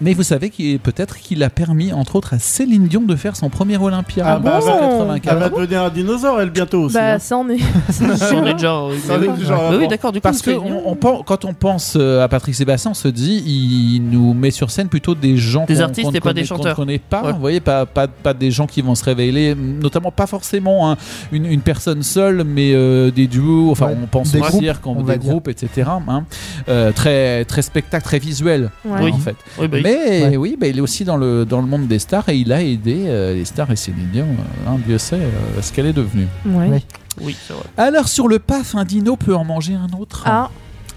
Mais vous savez qu'il peut-être qu'il a permis, entre autres, à Céline Dion de faire son premier Olympia
Ah
en
bah,
1984.
Elle va devenir un dinosaure, elle, bientôt aussi.
Bah,
hein.
ça en est.
J'en ai déjà. euh,
Ça en est déjà
Bah
avant.
oui, d'accord, du coup.
Parce que
c'est-
on, on pen- quand on pense euh, à Patrick Sébastien, on se dit il nous met sur scène plutôt des gens
Des
qu'on-
artistes
qu'on ne
et pas
connaît-
des
qu'on ne
chanteurs.
connaît pas,
Ouais.
vous voyez, pas, pas, pas des gens qui vont se révéler, notamment pas forcément hein, une, une personne seule, mais euh, des duos. Enfin,
Ouais,
on pense
des
au
groupes,
cirque,
on
des
va dire.
groupes, etc. hein. Euh, très très spectacle, très visuel
Ouais.
en fait.
Oui, rubrique.
Mais oui, bah, il est aussi dans le, dans le monde des stars et il a aidé euh, les stars et Céline Dion. euh, hein, Dieu sait euh, ce qu'elle est devenue.
Ouais.
Oui.
Oui, c'est vrai.
Alors sur le PAF, un dino peut en manger un autre.
Ah.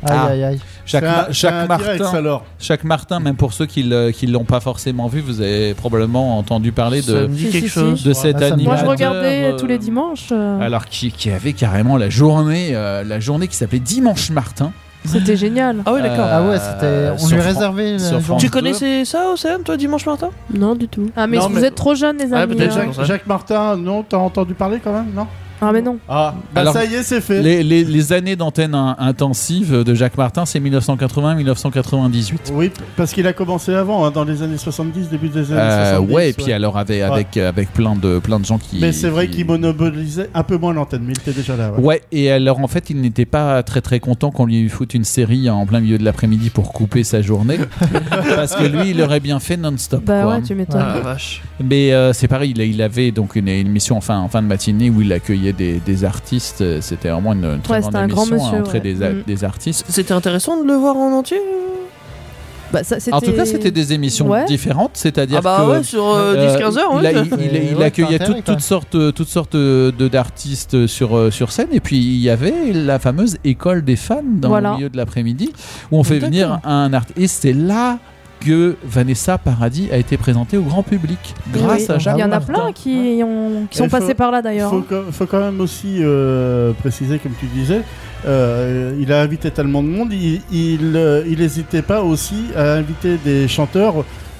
Aïe, aïe, aïe.
Chaque,
C'est
Ma-
un-
chaque
c'est un
Martin,
direct, alors.
chaque Martin, même pour ceux qui ne l'ont pas forcément vu, vous avez probablement entendu parler
Ça
de,
me dit Si, quelque si, chose.
de
si.
cet
Ah, ça me
Moi,
animal.
je regardais euh, tous les dimanches. euh,
Alors qui, qui avait carrément la journée, euh, la journée qui s'appelait Dimanche Martin.
C'était génial.
Ah oui,
d'accord. Euh,
ah ouais, c'était. On
sur
lui
Fran-
réservait.
sur
la
Fran-
journée.
Tu connaissais ça, Océane, toi, dimanche matin
Non, du tout.
Ah, mais
Non,
vous
mais-
êtes trop jeunes, les amis.
peut-être
hein.
Jacques, Jacques Martin, non, t'as entendu parler quand même, non
Ah, mais non.
Ah, bah
Alors,
ça y est, c'est fait.
Les, les- les années d'antenne in- intensive de Jacques Martin, c'est 1980-1998.
Oui, parce qu'il a commencé avant, hein, dans les années 70, début des années
Euh,
70.
ouais, et puis alors avec avec, avec plein de plein de gens qui.
Mais c'est vrai
qui-
qu'il monopolisait un peu moins l'antenne, mais il était déjà là. ouais.
Ouais, et alors en fait, il n'était pas très très content qu'on lui foute une série en plein milieu de l'après-midi pour couper sa journée, parce que lui, il aurait bien fait non-stop.
Bah
quoi.
ouais, tu m'étonnes.
Ah, la vache.
Mais euh, c'est pareil, il, a- il avait donc une, une émission en fin, en fin de matinée où il accueillait des, des artistes. euh, C'était vraiment une, une très
Ouais,
grande
c'était un
émission
grand monsieur,
à entrer
ouais.
des, a-
Mm.
des artistes.
C'était intéressant de le voir en entier euh
Bah, ça,
En tout cas, c'était des émissions
Ouais.
différentes, c'est-à-dire
Ah bah
que,
ouais, sur, euh, 10-15 heures,
il, a-
ouais.
il- il-
Et
il
ouais,
accueillait
t'as
tout-
intérêt, quoi.
toutes sortes, toutes sortes de d'artistes sur euh, sur scène, et puis il y avait la fameuse école des fans dans
Voilà.
le milieu de l'après-midi où on fait
D'accord.
venir un artiste. Et c'est là que Vanessa Paradis a été présentée au grand public grâce
Oui, Bah,
à Jacques
Il y en a
Martin.
plein qui, ont, qui sont
Et faut-
passés par là d'ailleurs. hein.
Faut, quand- faut quand même aussi euh, préciser, comme tu disais, euh, il a invité tellement de monde, il, il, euh, il hésitait pas aussi à inviter des chanteurs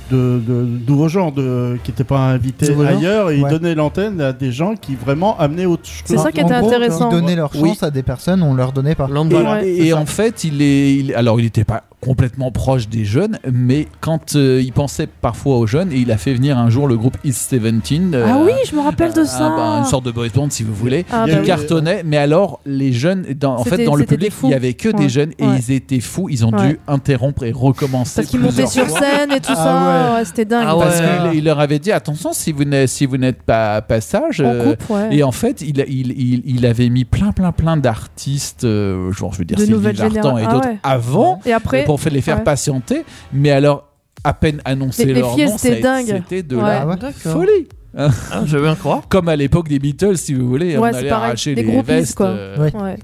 de de- nouveaux genres de, qui n'étaient pas invités
Nouveaux genres
ailleurs et il
Ouais.
donnait l'antenne à des gens qui vraiment amenaient autre chose.
C'est ça qui était
En gros,
intéressant.
Ils donnaient leur chance
Oui.
à des personnes, on leur donnait pas.
Et,
Ouais,
et en fait, il est, il- alors il n'était pas complètement proche des jeunes, mais quand euh, il pensait parfois aux jeunes, et il a fait venir un jour le groupe East 17 euh,
Ah oui, je me rappelle de
un-
ça.
bah, une sorte de boys band si vous voulez,
Ah
qui
bah oui.
cartonnait. Mais alors les jeunes, dans- en fait,
C'était-
dans le
c'était
public,
des fous.
il y avait que
Ouais.
des jeunes et
Ouais.
ils étaient fous. Ils ont
Ouais.
dû interrompre et recommencer.
Parce qu'ils montaient
plusieurs
sur
fois.
scène et tout
Ah
ça.
ouais.
ouais, c'était dingue.
Ah ouais.
Parce qu'il il leur avait dit attention si vous n'êtes si vous n'êtes pas pas sage.
On
euh,
coupe, ouais.
Et en fait, il, a- il, il, il avait mis plein plein plein d'artistes, euh, genre je veux dire
De
Sylvie
nouvelles
Vartan et
générations. Ah
d'autres
ouais.
avant,
Et après-
pour faire- les faire
ouais.
patienter. Mais alors à peine annoncé
Les- les
leur
filles,
nom, ça
c'était
a-
dingue.
c'était de
Ouais.
la
Ah ouais.
D'accord.
folie. Hein.
Ah, je veux bien croire.
Comme à l'époque des Beatles, si vous voulez, on
Ouais,
allait
c'est pareil.
arracher
Des
les
groupies,
vestes.
quoi.
euh,
Ouais.
Ouais.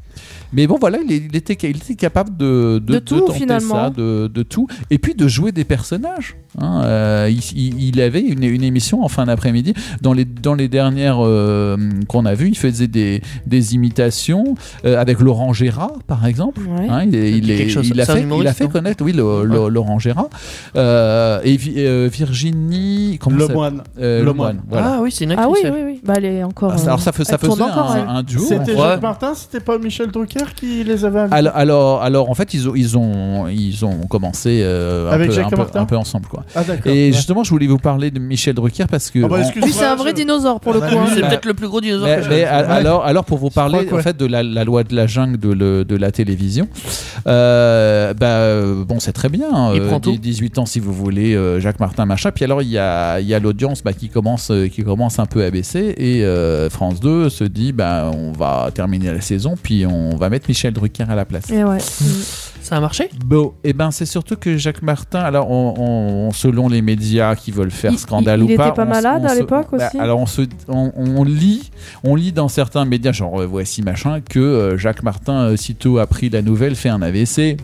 mais bon, voilà, il, il était, il était capable de, de,
De tout,
tenter
finalement.
ça, de, de tout, et puis de jouer des personnages. hein. Euh, il, il- il avait une, une émission en fin d'après-midi. Dans les, dans les dernières euh, qu'on a vues, il faisait des, des imitations euh, avec Laurent Gérard, par exemple.
Ouais.
Hein, il, est- il
dit
est-
quelque chose.
il a
C'est un
fait, il a
humoriste,
fait
non
connaître oui, le- le- Laurent Gérard. Euh, et Vi- euh, Virginie. Comment ça
Lemoine.
s'appelle Euh,
Lemoine.
Lemoine, voilà.
Ah oui, c'est une actrice.
Ah oui,
elle.
oui, oui. Bah, elle est encore.
Ah, ça-
euh,
alors ça fait- ça
elle tourne
faisait
encore,
un-
elle.
un duo, hein.
C'était
ouais.
Jacques Martin, c'était pas Michel Drucker qui les avait invités
Alors, alors, alors, en fait, ils ont, ils ont, ils ont commencé euh, un,
Avec
peu,
Jacques
un, peu,
Martin
un peu ensemble. Quoi.
Ah, d'accord.
Et
Ouais.
justement, je voulais vous parler de Michel Drucker parce que.
Ah bah,
en-
excuse-moi,
Lui, c'est un vrai
je-
dinosaure
Ah
pour le
bah,
coup. hein.
C'est peut-être le plus gros dinosaure
mais,
que j'ai
mais
vu.
a- alors, alors, pour vous
crois
parler
que
en
ouais.
fait de la, la loi de la jungle de, le- de la télévision, euh, bah, euh, bon, c'est très bien.
Il
euh,
prend tout.
dix- 18 ans si vous voulez, euh, Jacques Martin, machin. Puis alors, il y a, il y a l'audience bah, qui, commence, euh, qui commence un peu à baisser et euh, France 2 se dit bah, on va terminer la saison, puis on va mettre Michel Drucker à la place.
hein. Et ouais.
Ça a marché
Bon, et ben c'est surtout que Jacques Martin, alors on, on- selon les médias qui veulent faire
Il-
scandale
il-
ou
il
pas,
était pas
on se-
malade
on
à
se-
l'époque
bah,
aussi
Alors on se, on, on lit, on lit dans certains médias, genre euh, voici machin, que euh, Jacques Martin, euh, sitôt a pris la nouvelle, fait un AVC.
Ouais.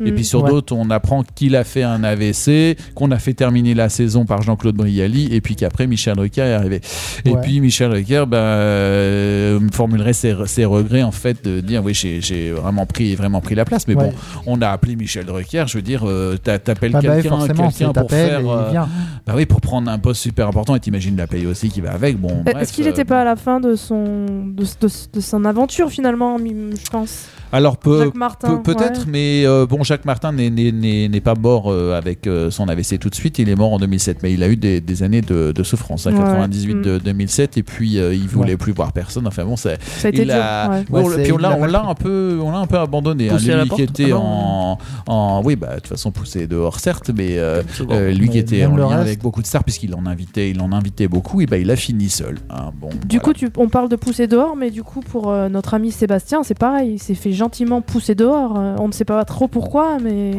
Bon. Et
Mm.
puis sur
Ouais.
d'autres, on apprend qu'il a fait un AVC, qu'on a fait terminer la saison par Jean-Claude Brialy, et puis qu'après Michel Drucker est arrivé. Et
Ouais.
puis Michel Drucker bah, euh, formulerait ses, ses regrets en fait de dire oui j'ai- j'ai vraiment pris vraiment pris la place, mais
Ouais.
bon on a appelé Michel Drucker, je veux dire, euh, t'a- t'appelles
Ah bah oui,
quelqu'un
forcément,
quelqu'un
c'est
pour
t'appelles
faire.
et il
euh,
vient.
bah oui, pour prendre un poste super important et t'imagines la paye aussi qui va avec. Bon,
Est-ce
bref,
qu'il
euh,
n'était pas à la fin de son de, de- de son aventure finalement, mi- je pense.
Alors peu-
Jacques Martin,
peu- peut-être,
ouais.
mais euh, bon, Jacques Martin n'est- n'est- n'est n'est pas mort euh, avec euh, son AVC tout de suite. Il est mort en 2007, mais il a eu des, des années de, de souffrance, hein,
Ouais.
98,
Mm.
de- 2007, et puis euh, il voulait
Ouais.
plus voir personne. Enfin bon, c'est.
Ça a été
il
dur.
a-
ouais.
Ouais,
Oui, on l'a-
Bah, c'est-
puis on
il
l'a,
l'a
on
mal
l'a un peu, on l'a un peu abandonné. hein.
Poussé à la
Lui qui
porte.
était
Ah bon.
en, en- oui, bah de toute façon poussé dehors certes, mais euh,
C'est bon.
euh, lui qui
Mais
était
même
en
le
lien
reste.
avec beaucoup de stars puisqu'il en invitait, il en invitait beaucoup et bah il a fini seul. hein. Bon,
Du
voilà.
coup, tu, on parle de pousser dehors, mais du coup, pour euh, notre ami Sébastien, c'est pareil. Il s'est fait gentiment pousser dehors. Euh, on ne sait pas trop pourquoi, mais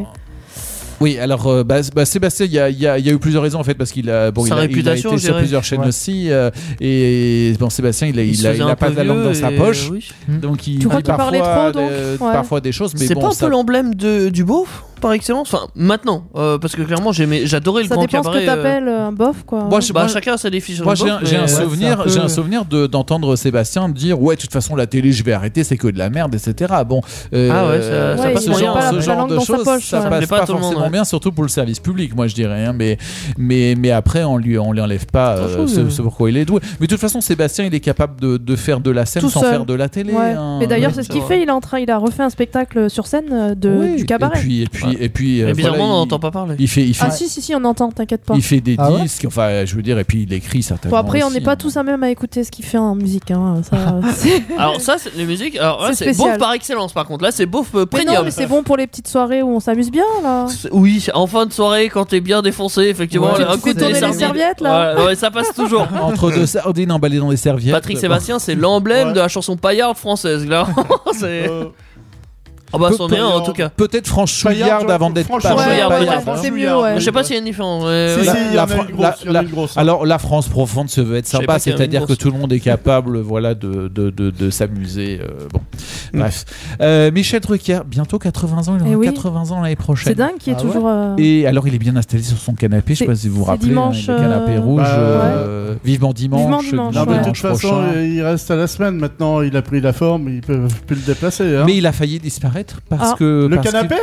Oui, alors euh, bah, bah, Sébastien, il y a, il y a- il y a eu plusieurs raisons en fait, parce qu'il a, bon,
Sa
il a, il a
réputation,
été
je
sur
dirais.
plusieurs chaînes
Ouais.
aussi, euh, et bon, Sébastien, il a,
Il
il
se
a,
faisait
il
un
a pas
peu
de la langue dans
vieux
sa
et-
poche,
oui.
donc il
Tu crois
dit
qu'il
parfois,
parlait trop, donc
des-
Ouais.
parfois des choses, mais
C'est
bon,
pas un
ça-
peu l'emblème de- du beauf par excellence Enfin, maintenant, euh, parce que clairement j'aimais- j'adorais le
Ça
grand
dépend ce
cabaret.
que t'appelles euh, un bof, quoi.
Moi, je- Bah, moi, chacun a sa définition
Moi,
de
j'ai
beauf,
un, j'ai un
mais- euh,
souvenir,
Ouais, c'est un
j'ai un
peu-
souvenir de- d'entendre Sébastien dire ouais, de toute façon la télé, je vais arrêter, c'est que de la merde, etc. Bon, euh,
Ah ouais, ça- ça Ouais, passe il
ce
moyen,
genre,
hein.
ce
La
genre
langue
de
dans sa
choses,
poche,
ça
ouais.
passe
Mais
pas,
pas tout le monde,
forcément
ouais.
bien, surtout pour le service public, moi je dirais. hein, mais, mais, mais après, on lui, on lui enlève pas euh,
Franchement,
ce,
euh.
ce pourquoi il est doué. Mais de toute façon, Sébastien, il est capable de, de faire de la scène
Tout
sans
seul.
faire de la télé.
Ouais.
hein.
Mais d'ailleurs,
Oui,
c'est ce qu'il
ça.
fait. Il est en train, il a refait un spectacle sur scène euh, de,
Oui,
du cabaret.
Et puis, et puis, et puis.
Et
euh,
bizarrement,
voilà,
on
il-
n'entend pas parler.
Il fait, il fait,
Ah si si si, on entend, t'inquiète pas.
il fait des
Ah ouais
disques, enfin, je veux dire, et puis il écrit certainement.
Bon après, on
aussi,
n'est
hein.
pas tous à même à écouter ce qu'il fait en musique. Hein. Ça, c'est-
Alors ça, c'est- les musiques, alors là
C'est
c'est beauf
spécial.
par excellence par contre. Là c'est beauf euh,
mais
premium.
non, mais c'est bon pour les petites soirées où on s'amuse bien là.
Oui, en fin de soirée, quand t'es bien défoncé, effectivement,
Ouais,
un
tu
coup
fais
de
tourner les
sardine.
serviettes, là.
Ouais, ouais, ça passe toujours.
Entre deux sardines emballées dans des serviettes.
Patrick Sébastien, c'est l'emblème de la chanson paillarde française, là. C'est-
Euh,
Ah bah,
Pe-
c'en est un, en tout cas.
Peut-être Franchouillard avant d'être
Franchouillard,
Paillarde,
ouais,
Paillarde,
ouais,
hein.
c'est mieux, ouais. Je sais
euh,
pas s'il y a une différence. mais
Si,
oui.
si, il y en a une grosse, il y en a une grosse, hein. Alors la France profonde se veut être
Je savais
sympa,
pas qu'il y en avait
c'est-à-dire
une
que
grosse.
tout le monde est capable, voilà, de, de, de, de s'amuser. euh, bon,
Mm.
bref. Euh, Michel Drucker, bientôt 80 ans, il
Eh
aura
oui.
80 ans l'année prochaine.
C'est dingue qu'il est
Ah
toujours,
ouais.
euh,
Et alors il est bien installé sur son canapé. Je sais
C'est-
pas si vous vous
c'est
rappelez, hein,
dimanche,
le canapé
euh,
rouge.
Bah,
euh, Vivement dimanche.
Vivement dimanche,
Non, mais de toute
dimanche
façon,
hein. prochain.
euh, il reste à la semaine maintenant. Il a pris la forme, ils peuvent plus le déplacer. hein.
Mais il a failli disparaître parce
Ah.
que
Le
parce que-
canapé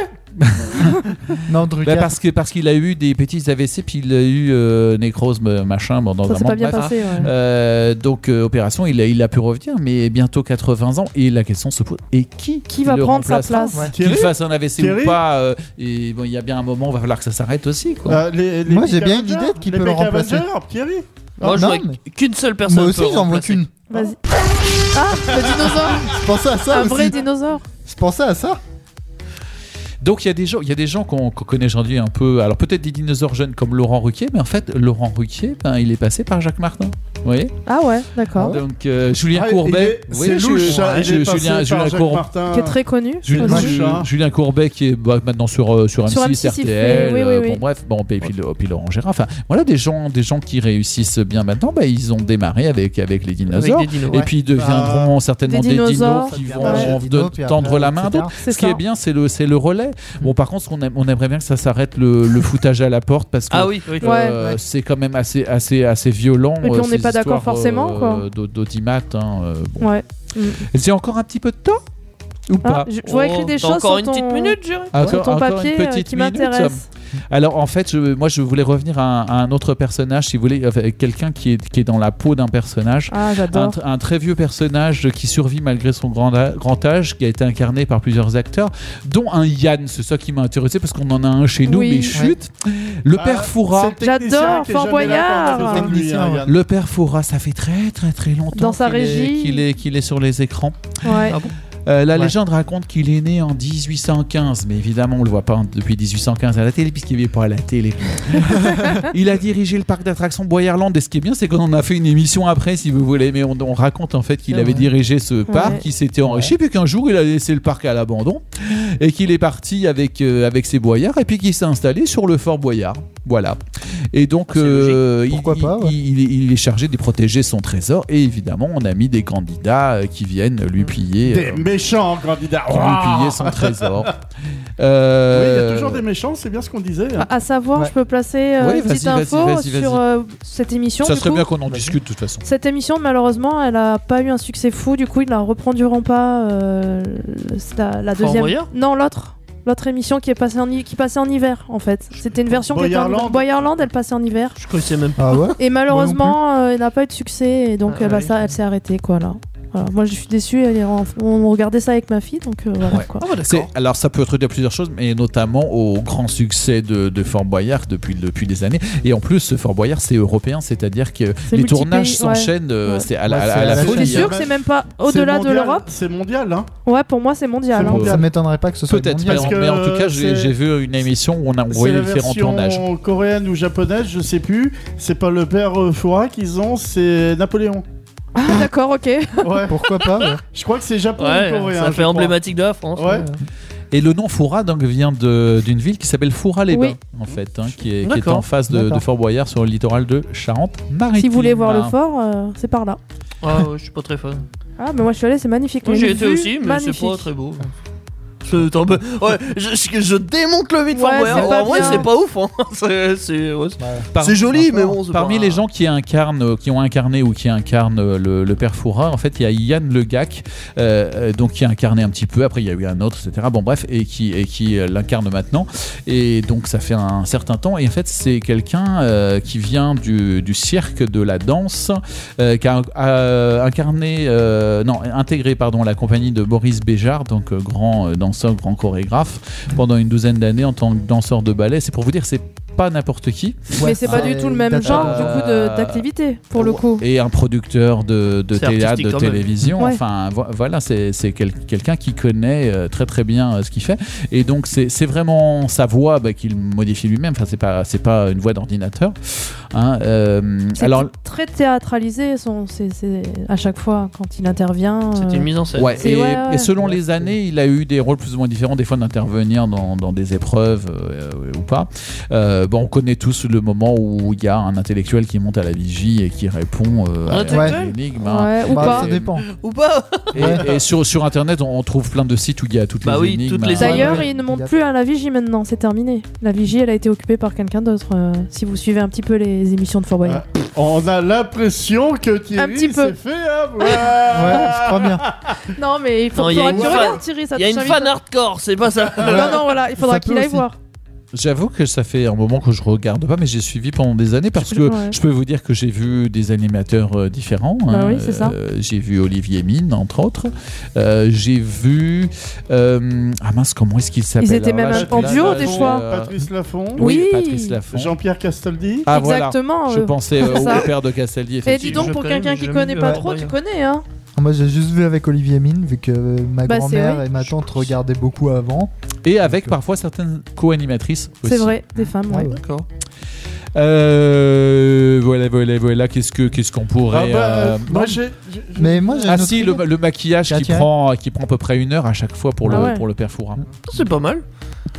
Non,
Bah, parce que parce qu'il a eu des petits AVC puis il a eu euh, nécrose euh, machin bon, dans
Ça
un
s'est
monde,
pas bien
bref.
passé, ouais.
Euh, donc euh, opération il a, il a pu revenir mais bientôt 80 ans et la question se pose et qui
Qui va
le
prendre sa
remplacera
place Ouais.
qu'il
Thierry
fasse un AVC
Thierry
ou pas euh, et bon il y a bien un moment il va falloir que ça s'arrête aussi quoi.
Euh, les- les Moi, j'ai Peter bien une Avenger, idée de qui les peut le Peter remplacer. Avenger, Thierry
Moi, je vois qu'une seule personne.
Moi Oh, aussi,
peut
j'en vois
remplacer.
qu'une.
Vas-y. Ah, le dinosaure.
Je pensais à ça
Un vrai
aussi.
dinosaure.
Je pensais à ça.
Donc il y a des gens, il y a des gens qu'on qu'on connaît aujourd'hui un peu. Alors peut-être des dinosaures jeunes comme Laurent Ruquier, mais en fait Laurent Ruquier, ben, il est passé par Jacques Martin. Vous voyez
Ah ouais, d'accord.
Donc euh, Julien
Ah, il
Courbet,
est-
vous voyez,
c'est
Ju-
louche, ça, il est
Ju-
passé par Jacques
Cour-
Martin.
Qui est très connu.
Julien,
aussi.
Ju- Julien Courbet qui est bah, maintenant sur, euh, sur M6,
Sur M6, il
RTL,
fait- oui, oui,
euh,
oui.
bon bref, bon, et puis, le- puis Laurent Gérard. Enfin voilà des gens, des gens qui réussissent bien maintenant, bah, ils ont démarré avec, avec les dinosaures
Avec des dinos,
et
ouais.
puis ils deviendront certainement
des
des dinos
dinosaures.
qui vont
Ouais.
en-
Des
de-
dinos, puis après,
tendre la main à
etc.
d'autres.
C'est
Ce qui
ça.
est bien, c'est le, c'est le relais. Bon par contre, ce qu'on aime- on aimerait bien que ça s'arrête le, le foutage à la porte parce que
Ah oui, oui.
euh,
Ouais.
c'est quand même assez, assez, assez violent.
Et puis, on
euh,
n'est
ces
pas d'accord
histoires,
forcément,
euh,
quoi.
d'au- d'audimat, hein, euh, bon.
Ouais. Mm.
J'ai encore un petit peu de temps ou
Ah,
pas
je, je vois écrit des choses
Oh, encore
sur
une
ton-
petite minute, Jérémy.
Encore-
sur ton
encore
papier
une
euh,
petite
qui
minute.
m'intéresse.
Alors en fait, je, moi je voulais revenir à un, à un autre personnage, si vous voulez, enfin, quelqu'un qui est, qui est dans la peau d'un personnage.
Ah, j'adore.
Un, tr- un très vieux personnage qui survit malgré son grand, a- grand âge, qui a été incarné par plusieurs acteurs, dont un Yann, c'est ça qui m'a intéressé parce qu'on en a un chez nous,
Oui.
mais chute. Le père Foura.
Ah, c'est le technicien J'adore, qui est Fort jamais Boyard. d'accord avec les autres, lui, hein, Yann.
Le père Foura, ça fait très très très longtemps
Dans sa
qu'il est-
régie.
qu'il est, qu'il est sur les écrans.
Ouais.
Euh, la légende raconte qu'il est né en 1815, mais évidemment on le voit pas en- depuis 1815 à la télé puisqu'il n'est pas à la télé. il a dirigé le parc d'attractions Boyerland et ce qui est bien c'est qu'on en a fait une émission après si vous voulez, mais on, on raconte en fait qu'il
C'est
avait
vrai.
dirigé ce
Ouais.
parc, qu'il s'était enrichi puis qu'un jour il a laissé le parc à l'abandon et qu'il est parti avec, euh, avec ses boyards et puis qu'il s'est installé sur le fort Boyard. Voilà. Et
Ah,
donc euh, il, il- il est- il est chargé de protéger son trésor et évidemment on a mis des candidats euh, qui viennent lui piller.
Des
euh,
méchants candidats.
qui lui
Ouah.
pillait son trésor.
Oui, il y
Euh,
a toujours des méchants, c'est bien ce qu'on disait. hein.
À- À savoir, je peux placer euh,
Oui,
une petite
vas-y, vas-y,
info
vas-y, vas-y.
sur euh, cette émission.
Ça
du
serait
coup.
bien qu'on en discute de toute façon.
Cette émission, malheureusement, elle a pas eu un succès fou. Du coup, ils la reproduiront pas. euh, c'est la, la
Fort
deuxième.
Boyard
non, l'autre. L'autre émission qui est passée en hi- qui passait en hiver en fait. C'était une version qui était en
Boyerland
Boyerland, elle passait en hiver.
Je connaissais même pas.
Ah ouais
Et malheureusement, euh, elle n'a pas eu de succès et donc
Ah
euh, bah,
oui.
ça, elle s'est arrêtée quoi là. Voilà. Moi, je suis déçue. Elle est en- On regardait ça avec ma fille, donc euh, voilà quoi.
Ah
C'est- alors ça peut être dû à plusieurs choses, mais notamment au grand succès de, de Fort Boyard depuis, depuis des années. Et en plus, ce Fort Boyard, c'est européen, c'est-à-dire que
C'est
les
multi-pays,
tournages
ouais.
s'enchaînent euh,
Ouais.
c'est à la,
Ouais,
à la-
c'est
à la
la
folie.
C'est sûr que c'est même pas ah, au-delà
C'est
de
mondial,
l'Europe.
C'est mondial, hein.
Ouais, pour moi, c'est mondial. hein.
Ça m'étonnerait pas que ce soit
Peut-être, mais,
mondial.
en-
Parce que,
mais en tout cas, j'ai
c'est-
j'ai vu une émission où on a
C'est
envoyé
la
les différents
version
tournages.
coréenne ou japonaise, je sais plus. C'est pas le père euh, Foura qu'ils ont, c'est Napoléon.
Ah, d'accord, ok.
Ouais.
Pourquoi pas
Je crois que c'est japonais
Ouais,
ou coréen.
ça
je
fait
crois.
emblématique de la France. hein.
Ouais.
Et le nom Foura donc, vient de- d'une ville qui s'appelle Foura-les-Bains, en fait, hein, qui, est, qui est
D'accord.
en face de,
D'accord.
de Fort Boyard sur le littoral de Charente-Maritime.
Si vous voulez voir le fort, euh, c'est par là.
Ah ouais, je suis pas très fan.
Ah, mais moi je suis allée, c'est magnifique.
Moi
J'ai
j'ai été aussi, mais c'est pas très beau. C'est un peu- Ouais, je, je- je démonte le vide
Ouais,
Fort Boyard.
c'est pas
En vrai,
bien.
c'est pas ouf. hein. C'est- C'est ouais, c'est-
Par-
c'est joli, mais bon. c'est
Parmi
pas-
les gens qui incarnent, euh, qui ont incarné ou qui incarnent euh, le, le père Foura, en fait, il y a Yann Le Gac, euh, euh, donc qui a incarné un petit peu. Après, il y a eu un autre, etc. Bon, bref, et qui et qui euh, l'incarne maintenant. Et donc, ça fait un certain temps. Et en fait, c'est quelqu'un euh, qui vient du, du cirque de la danse, euh, qui a, a incarné, euh, non, intégré, pardon, la compagnie de Boris Béjart, donc euh, grand euh, danseur, grand chorégraphe, pendant une douzaine d'années en tant que danseur de ballet. C'est pour vous dire, c'est pas n'importe qui.
Mais c'est pas du tout le même genre
euh,
du coup de- d'activité pour le coup.
Et un producteur de, de
C'est
théâtre,
artistique
de
quand même.
télévision.
Ouais.
Enfin, vo- voilà, c'est c'est quel- quelqu'un qui connaît euh, très très bien euh, ce qu'il fait. Et donc, c'est c'est vraiment sa voix bah, qu'il modifie lui-même. Enfin, c'est pas, c'est pas une voix d'ordinateur. Hein, euh,
C'est
alors,
très théâtralisé, son, c'est- c'est à chaque fois quand il intervient. euh,
Ouais,
c'est-
et,
ouais, ouais.
et selon les années, il a eu des rôles plus ou moins différents, des fois d'intervenir dans, dans des épreuves euh, euh, ou pas. Euh, bon, on connaît tous le moment où il y a un intellectuel qui monte à la vigie et qui répond euh, à, à
Intellectuel
l'énigme. hein.
Ouais, ou
Et-
pas.
bah, Ça dépend.
Ou pas
Et, et sur, sur internet, on, on trouve plein de sites où il y a toutes
Bah
les
oui,
énigmes.
toutes les-
hein.
D'ailleurs, il ne monte plus à la vigie maintenant, c'est terminé. La vigie, elle a été occupée par quelqu'un d'autre. euh, si vous suivez un petit peu les émissions de Fort Boyard.
On a l'impression que
Un
Thierry
petit peu.
s'est fait avoir.
je crois bien.
Non, mais il
Non,
faudra
il y a
que
une
tu
fan-
regardes, Thierry. Ça
Il y a
te
une
invite-
fan hardcore, c'est pas ça.
Non, non, voilà, il faudra qu'il aille voir.
J'avoue que ça fait un moment que je regarde pas, mais j'ai suivi pendant des années parce que
Ouais.
je peux vous dire que j'ai vu des animateurs euh, différents.
Bah oui, c'est ça.
Euh, j'ai vu Olivier Mine, entre autres. Euh, j'ai vu. euh, ah mince, comment est-ce qu'il s'appelle
Ils étaient
Alors là,
même
je suis
en
là,
duo,
là,
des
je-
fois.
euh,
Patrice Laffont.
Oui, Patrice Laffont.
Jean-Pierre Castaldi.
Ah, voilà.
Exactement,
Je
euh,
pensais
c'est
euh, au
ça.
père de Castaldi.
Et dis donc, pour quelqu'un qui connaît pas
Ouais.
trop, tu connais, hein
Moi j'ai juste vu avec Olivier Mine, vu que euh, ma
Bah, c'est
grand-mère
vrai.
et ma tante regardaient beaucoup avant.
Et avec parfois certaines co-animatrices.
C'est
aussi.
vrai, des femmes, ouais.
D'accord.
Euh, voilà, voilà, voilà. Qu'est-ce que qu'est-ce qu'on pourrait.
Ah bah, euh,
euh,
moi, j'ai- j'ai-
Mais moi j'ai
Ah
une autre
si,
idée.
le, le maquillage
Tiens,
qui
tiens.
prend, qui prend à peu près une heure à chaque fois pour le,
Ah ouais.
pour le père Foura.
C'est pas mal.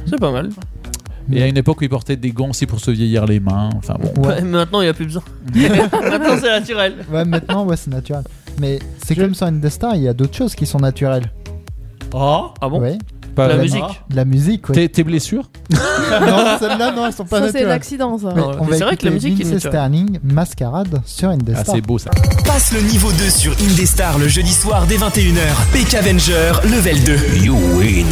C'est pas mal.
Et à une époque où il portait des gants aussi pour se vieillir les mains. Enfin bon.
Bah, Maintenant, il y a plus besoin. Maintenant, c'est naturel.
Ouais, maintenant ouais, c'est naturel. Mais c'est comme sur Indestar, il y a d'autres choses qui sont naturelles.
Oh.
Ah, ah bon
Ouais.
Pas-
La
Ouais.
musique.
La musique, ouais.
Tes, tes blessures
non, celles-là, non, elles sont pas
Ça, c'est
naturelles.
l'accident, ça.
Mais
Ah ouais.
on
Mais
va
c'est vrai que la
écouter
musique est
Lindsey
naturelle.
Sterling, Mascarade sur Indestar.
Ah, c'est beau ça.
Passe le niveau 2 sur Indestar le jeudi soir dès 21h. PK Avenger, level 2. You win.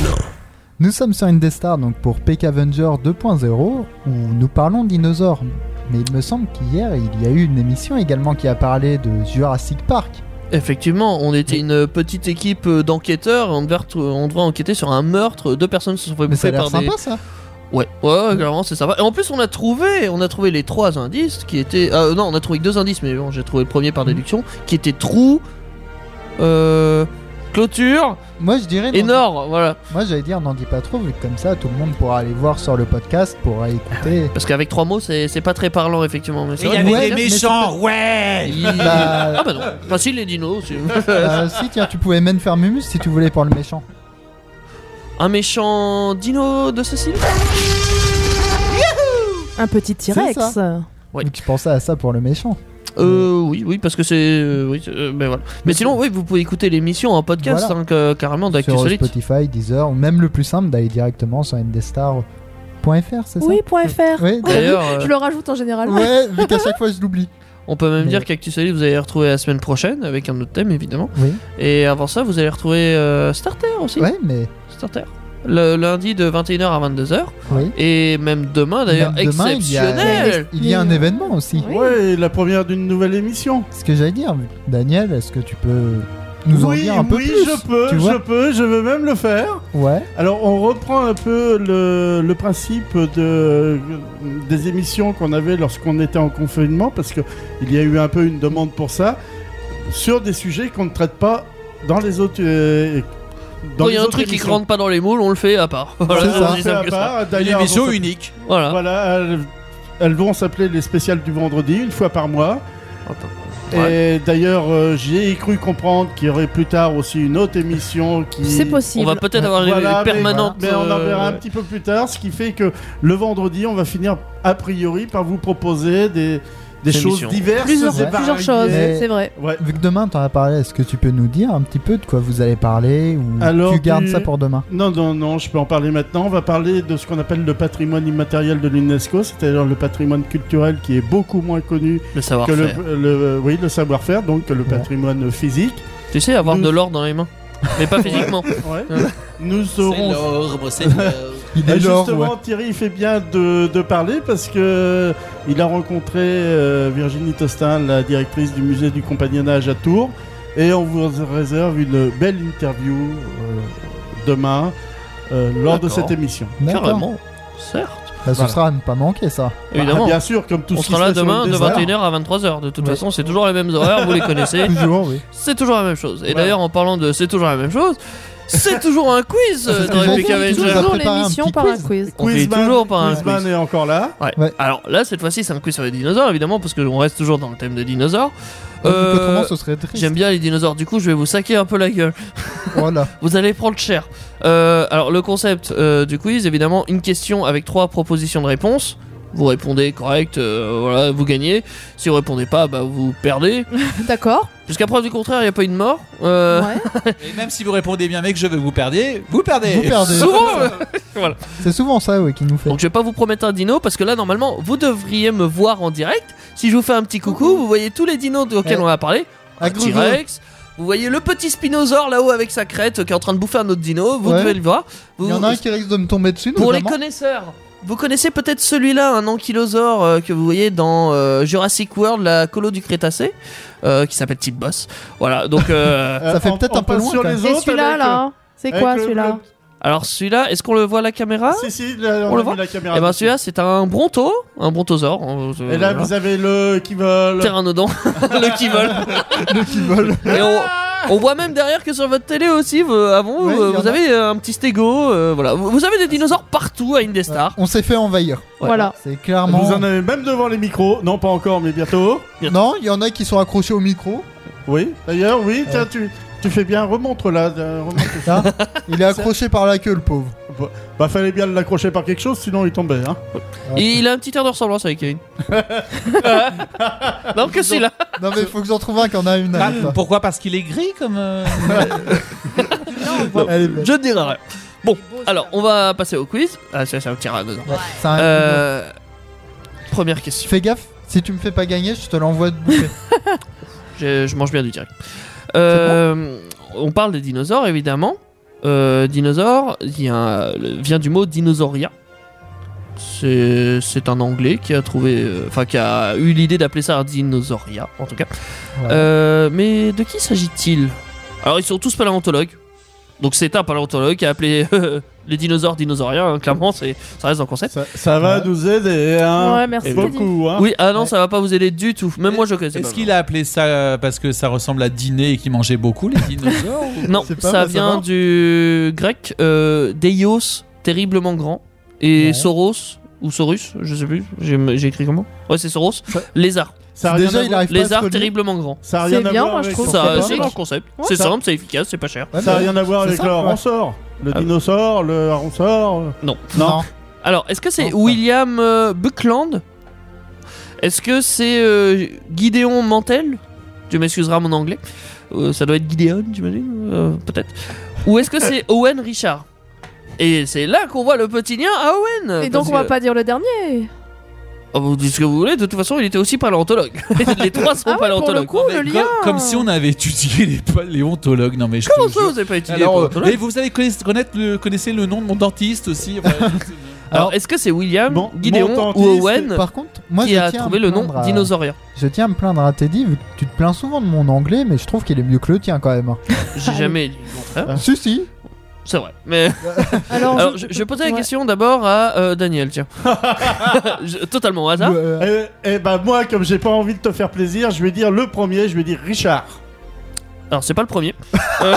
Nous sommes sur Indestar donc pour Peck Avenger 2.0 où nous parlons de dinosaures. Mais il me semble qu'hier il y a eu une émission également qui a parlé de Jurassic Park.
Effectivement, on était une petite équipe euh, d'enquêteurs. On devait, retrou- on devait enquêter sur un meurtre. Deux personnes se sont fait
Mais ça a
bouffer
l'air
par
sympa
des.
ça.
Ouais, ouais, ouais, clairement, c'est sympa. Et en plus, on a trouvé, on a trouvé les trois indices qui étaient. ah, non, on a trouvé que deux indices, mais bon, j'ai trouvé le premier
Mhm.
par déduction, qui était trou, euh, clôture
Moi je dirais.
et
n'en-
nord. Voilà.
Moi j'allais dire n'en dis pas trop vu que comme ça tout le monde pourra aller voir sur le podcast, pourra écouter.
Parce qu'avec trois mots, c'est c'est pas très parlant, effectivement. Mais c'est
Il y
vrai
avait
que-
Ouais,
des
mais
méchants, ouais
Il-
Bah-
Ah bah non, enfin si les dinos. si.
Euh, si tiens tu pouvais même faire Mumus si tu voulais pour le méchant.
un méchant dino de Cécile
Un petit T-Rex.
Ouais.
Donc je pensais à ça pour le méchant.
Euh,
Mm.
oui, oui, parce que c'est. euh, oui, euh, mais voilà. Mais sinon, oui, vous pouvez écouter l'émission en podcast,
Voilà.
hein, que- carrément, d'Actu
Sur
Solite.
Spotify, Deezer, ou même le plus simple d'aller directement sur indestar.fr, c'est ça
Oui, point .fr.
Oui,
D'ailleurs, euh,
Je le rajoute en général.
Ouais, vu qu'à chaque fois je l'oublie.
on peut même
Mais-
dire qu'Actu Solite, vous allez les retrouver la semaine prochaine, avec un autre thème, évidemment.
Oui.
Et avant ça, vous allez retrouver euh, Starter aussi.
Ouais, mais
Starter. Le lundi de 21h à 22h.
oui.
Et même
Ah,
demain, d'ailleurs,
Même demain, il y a-
exceptionnel.
Il y a un événement aussi.
Ouais, et la première d'une nouvelle émission.
Ce que j'allais dire, Daniel, est-ce que tu peux nous en
oui,
dire un peu
oui,
plus
je peux,
tu
je
vois
peux, je veux même le faire.
Ouais.
Alors, on reprend un peu le, le principe de, des émissions qu'on avait lorsqu'on était en confinement, parce que il y a eu un peu une demande pour ça, sur des sujets qu'on ne traite pas dans les autres. euh, dans
Quand il y
les
a un
autres
truc qui
émissions.
rentre pas dans les moules, on le fait à part.
C'est ça.
Voilà,
On
c'est
fait à
simple que ça.
part.
Une
D'ailleurs,
émission
on se-
unique. hein.
Voilà.
Voilà, elles, elles vont s'appeler les spéciales du vendredi, une fois par mois.
Attends.
Et d'ailleurs, euh, j'ai cru comprendre qu'il y aurait plus tard aussi une autre émission qui.
C'est possible.
On va peut-être avoir les-
Voilà,
les
mais-
permanentes,
Mais, on en
euh,
verra un petit peu plus tard, ce qui fait que le vendredi, on va finir a priori par vous proposer des, des
Des
choses
émissions.
diverses.
Plusieurs-
et
plusieurs
variées.
choses, c'est vrai.
Vu que demain t'en as parlé, est-ce que tu peux nous dire un petit peu de quoi vous allez parler ou
Alors,
tu gardes ça pour demain
Non, non, non, je peux en parler maintenant. On va parler de ce qu'on appelle le patrimoine immatériel de l'UNESCO, c'est-à-dire le patrimoine culturel qui est beaucoup moins connu
Le
que le,
savoir-faire.
le- oui, le savoir-faire, donc le patrimoine physique.
Tu sais, avoir de l'or dans les mains. Mais pas physiquement.
Ouais. Nous aurons.
c'est
Il
Et
est l'or,
Ah, justement,
ouais.
Thierry fait bien de, de parler parce que euh, il a rencontré euh, Virginie Tostin, la directrice du musée du compagnonnage à Tours, et on vous réserve une belle interview euh, demain euh, lors de
D'accord.
cette émission.
D'accord. Carrément.
Certes.
Bah, Ce
Voilà.
sera à ne pas manquer ça.
Évidemment.
Bah, Ah, eh bien sûr, comme tout
On
ce qui
sera
se
là
fait sur
demain de
le désert.
21h à 23h. De toute
Ouais.
façon, c'est toujours les mêmes horaires, vous les connaissez.
Ah.
Toujours, oui.
C'est toujours la même chose. Et d'ailleurs, en parlant de c'est toujours la même chose, c'est toujours un quiz euh, dans Epic Avengers.
l'émission par un quiz.
On finit toujours par un
Quizman
quiz.
est encore là.
Ouais. Alors là, cette fois-ci, c'est un quiz sur les dinosaures, évidemment, parce qu'on reste toujours dans le thème des dinosaures. Euh,
Ouais,
Euh,
donc autrement, ce serait triste.
J'aime bien les dinosaures, du coup, je vais vous saquer un peu la gueule.
Voilà.
vous allez prendre cher. Euh, alors, le concept euh, du quiz, évidemment, une question avec trois propositions de réponse. Vous répondez correct, euh, voilà, vous gagnez. Si vous répondez pas, bah, vous perdez.
D'accord.
Jusqu'à preuve du contraire, il n'y a pas eu de mort. Euh,
Et même si vous répondez bien, mec, je veux vous perdez, vous perdez.
Vous perdez.
Souvent, euh, voilà.
C'est souvent ça oui, qui nous fait.
Donc je vais pas vous promettre un dino parce que là normalement vous devriez me voir en direct. Si je vous fais un petit coucou, vous voyez tous les dinos auxquels
Ouais.
on a parlé. Un
gros
T-Rex. Vous voyez le petit spinosaure là-haut avec sa crête euh, qui est en train de bouffer un autre dino. Vous
Ouais.
devez le voir. Vous-
Il y en a un qui risque de me tomber dessus.
Pour les
notamment.
connaisseurs, vous connaissez peut-être celui-là, un ankylosaure euh, que vous voyez dans euh, Jurassic World, la colo du Crétacé, euh, qui s'appelle Petite Boss. Voilà, donc. euh,
Ça fait
on-
peut-être
on
un peu
passe
loin.
sur
quand
les
même.
autres.
Et celui-là,
avec, euh,
là, hein c'est quoi
avec le-
celui-là
Alors celui-là, est-ce qu'on le voit à la
Ah.
caméra
Si, si, là, on,
On
a
le
mis
voit
la caméra.
Eh ben celui-là, c'est un bronto, un brontosaure. euh,
Et là,
voilà.
vous avez le qui vole.
Pteranodon, le qui vole.
Le qui vole.
Et on, on voit même derrière que sur votre télé aussi, vous- avant,
Ouais,
vous,
il y en
vous
a.
avez euh, un petit stégo. euh, voilà. vous, vous avez des dinosaures partout à Indestar.
On s'est fait envahir.
Voilà.
C'est clairement.
Ah. Vous en avez même devant les micros. Non, pas encore, mais bientôt.
Non, il y en a qui sont accrochés au micro.
Oui, d'ailleurs, oui, tiens, tu, tu fais bien, remontre là. euh, remontre.
Là, il est accroché par la queue, le pauvre.
bah, bah, fallait bien l'accrocher par quelque chose, sinon il tombait. Hein.
Et il a un petit air de ressemblance avec Kevin. non, que celui-là.
Non, mais faut que j'en trouve un qui en a une.
Bah,
arrête, là.
pourquoi Parce qu'il est gris comme. euh,
bah. Elle est belle.
Je ne dirai rien. Bon, alors, on va passer au quiz. Ah, ça, c'est un petit rat dedans.
Ouais, c'est un-
Euh, première question.
Fais gaffe, si tu me fais pas gagner, je te l'envoie de bouffer.
Je, je mange bien du direct. Euh, On parle des dinosaures, évidemment. Euh, dinosaure il y a- le- vient du mot dinosauria. C'est c'est un anglais qui a trouvé, euh, enfin qui a eu l'idée d'appeler ça un dinosauria, en tout cas.
Ouais.
Euh, mais de qui s'agit-il Alors ils sont tous paléontologues, donc c'est un paléontologue qui a appelé euh, les dinosaures dinosauriens. hein, clairement, c'est ça reste dans le concept.
Ça, ça va nous aider, hein.
Ouais, merci,
Beaucoup, hein.
Oui, ah non, ça va pas vous aider du tout. Même moi, je connaissais pas.
Est-ce qu'il a appelé ça euh, parce que ça ressemble à dîner et qu'il mangeait beaucoup les dinosaures ou-
Non,
C'est pas
ça
bon à
vient
savoir.
du grec euh, Deios, terriblement grand, et Soros, ou Sorus, je sais plus, j'ai j'ai écrit comment Ouais, c'est Soros, lézard.
Ça a rien
Déjà,
à
Ah, il
voir-
arrive pas à se
Lézard
coller.
terriblement grand.
Ça a
C'est
rien à
bien,
voir
moi, je
avec-
trouve
Ça,
pas
C'est
mal.
leur concept.
Ouais,
c'est
ça-
simple, c'est efficace, c'est pas cher.
Ouais,
Ça a
mais-
rien à voir
c'est hein.
avec
ça,
le
ouais.
ronsort. Le
Ah
dinosaure, le ronsort.
Non.
Non.
Non.
Alors, est-ce que c'est
Non, ça-
William euh, Buckland Est-ce que c'est euh, Gideon Mantel Tu m'excuseras mon anglais. Euh, ça doit être Gideon, j'imagine Euh, Peut-être. Ou est-ce que c'est Owen Richard Et c'est là qu'on voit le petit lien à Owen
Et donc
parce
on va
que-
pas dire le dernier.
Ah, vous dites ce que vous voulez, de toute façon, il était aussi paléontologue. Les trois sont
Ah ouais, pour le
paléontologues.
coup, le
Comme,
lien.
comme si on avait étudié les paléontologues. Non mais je te
Comment
jure.
ça, vous avez pas étudié
Alors, euh,
paléontologue
et vous savez connaître, connaître le, connaissez le nom de mon dentiste aussi. enfin,
euh, Alors, est-ce que c'est William,
Bon, mon
Gideon
dentiste,
ou Owen
Par contre, moi,
qui
je
a
tiens à
trouvé
me
le nom
plaindre à-
dinosaurien
Je tiens à me plaindre à Teddy, vu que tu te plains souvent de mon anglais, mais je trouve qu'il est mieux que le tien quand même. hein.
J'ai jamais dit le contraire.
si, si.
C'est vrai. Mais
Alors,
alors, je, je posais la
Ah, ouais.
question d'abord à euh, Daniel, tiens. Je- totalement au hasard.
Euh,
Eh, eh ben, moi, comme j'ai pas envie de te faire plaisir, je vais dire le premier, je vais dire Richard.
Alors, c'est pas le premier. Euh,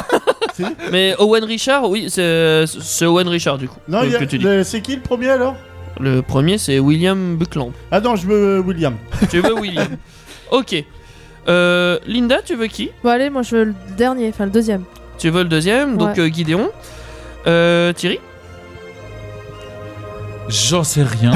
Si.
mais Owen Richard, oui, c'est c'est Owen Richard du coup. euh,
Non, il y
que
a-
tu dis.
le- c'est qui le premier alors
Le premier, c'est William Buckland.
Ah non, je veux euh, William.
Tu veux William Ok. Euh, Linda, tu veux qui
Bon, allez, moi je veux le dernier, enfin le deuxième.
Tu veux le deuxième, donc
Ouais.
euh, Guidéon. Euh, Thierry
J'en sais rien.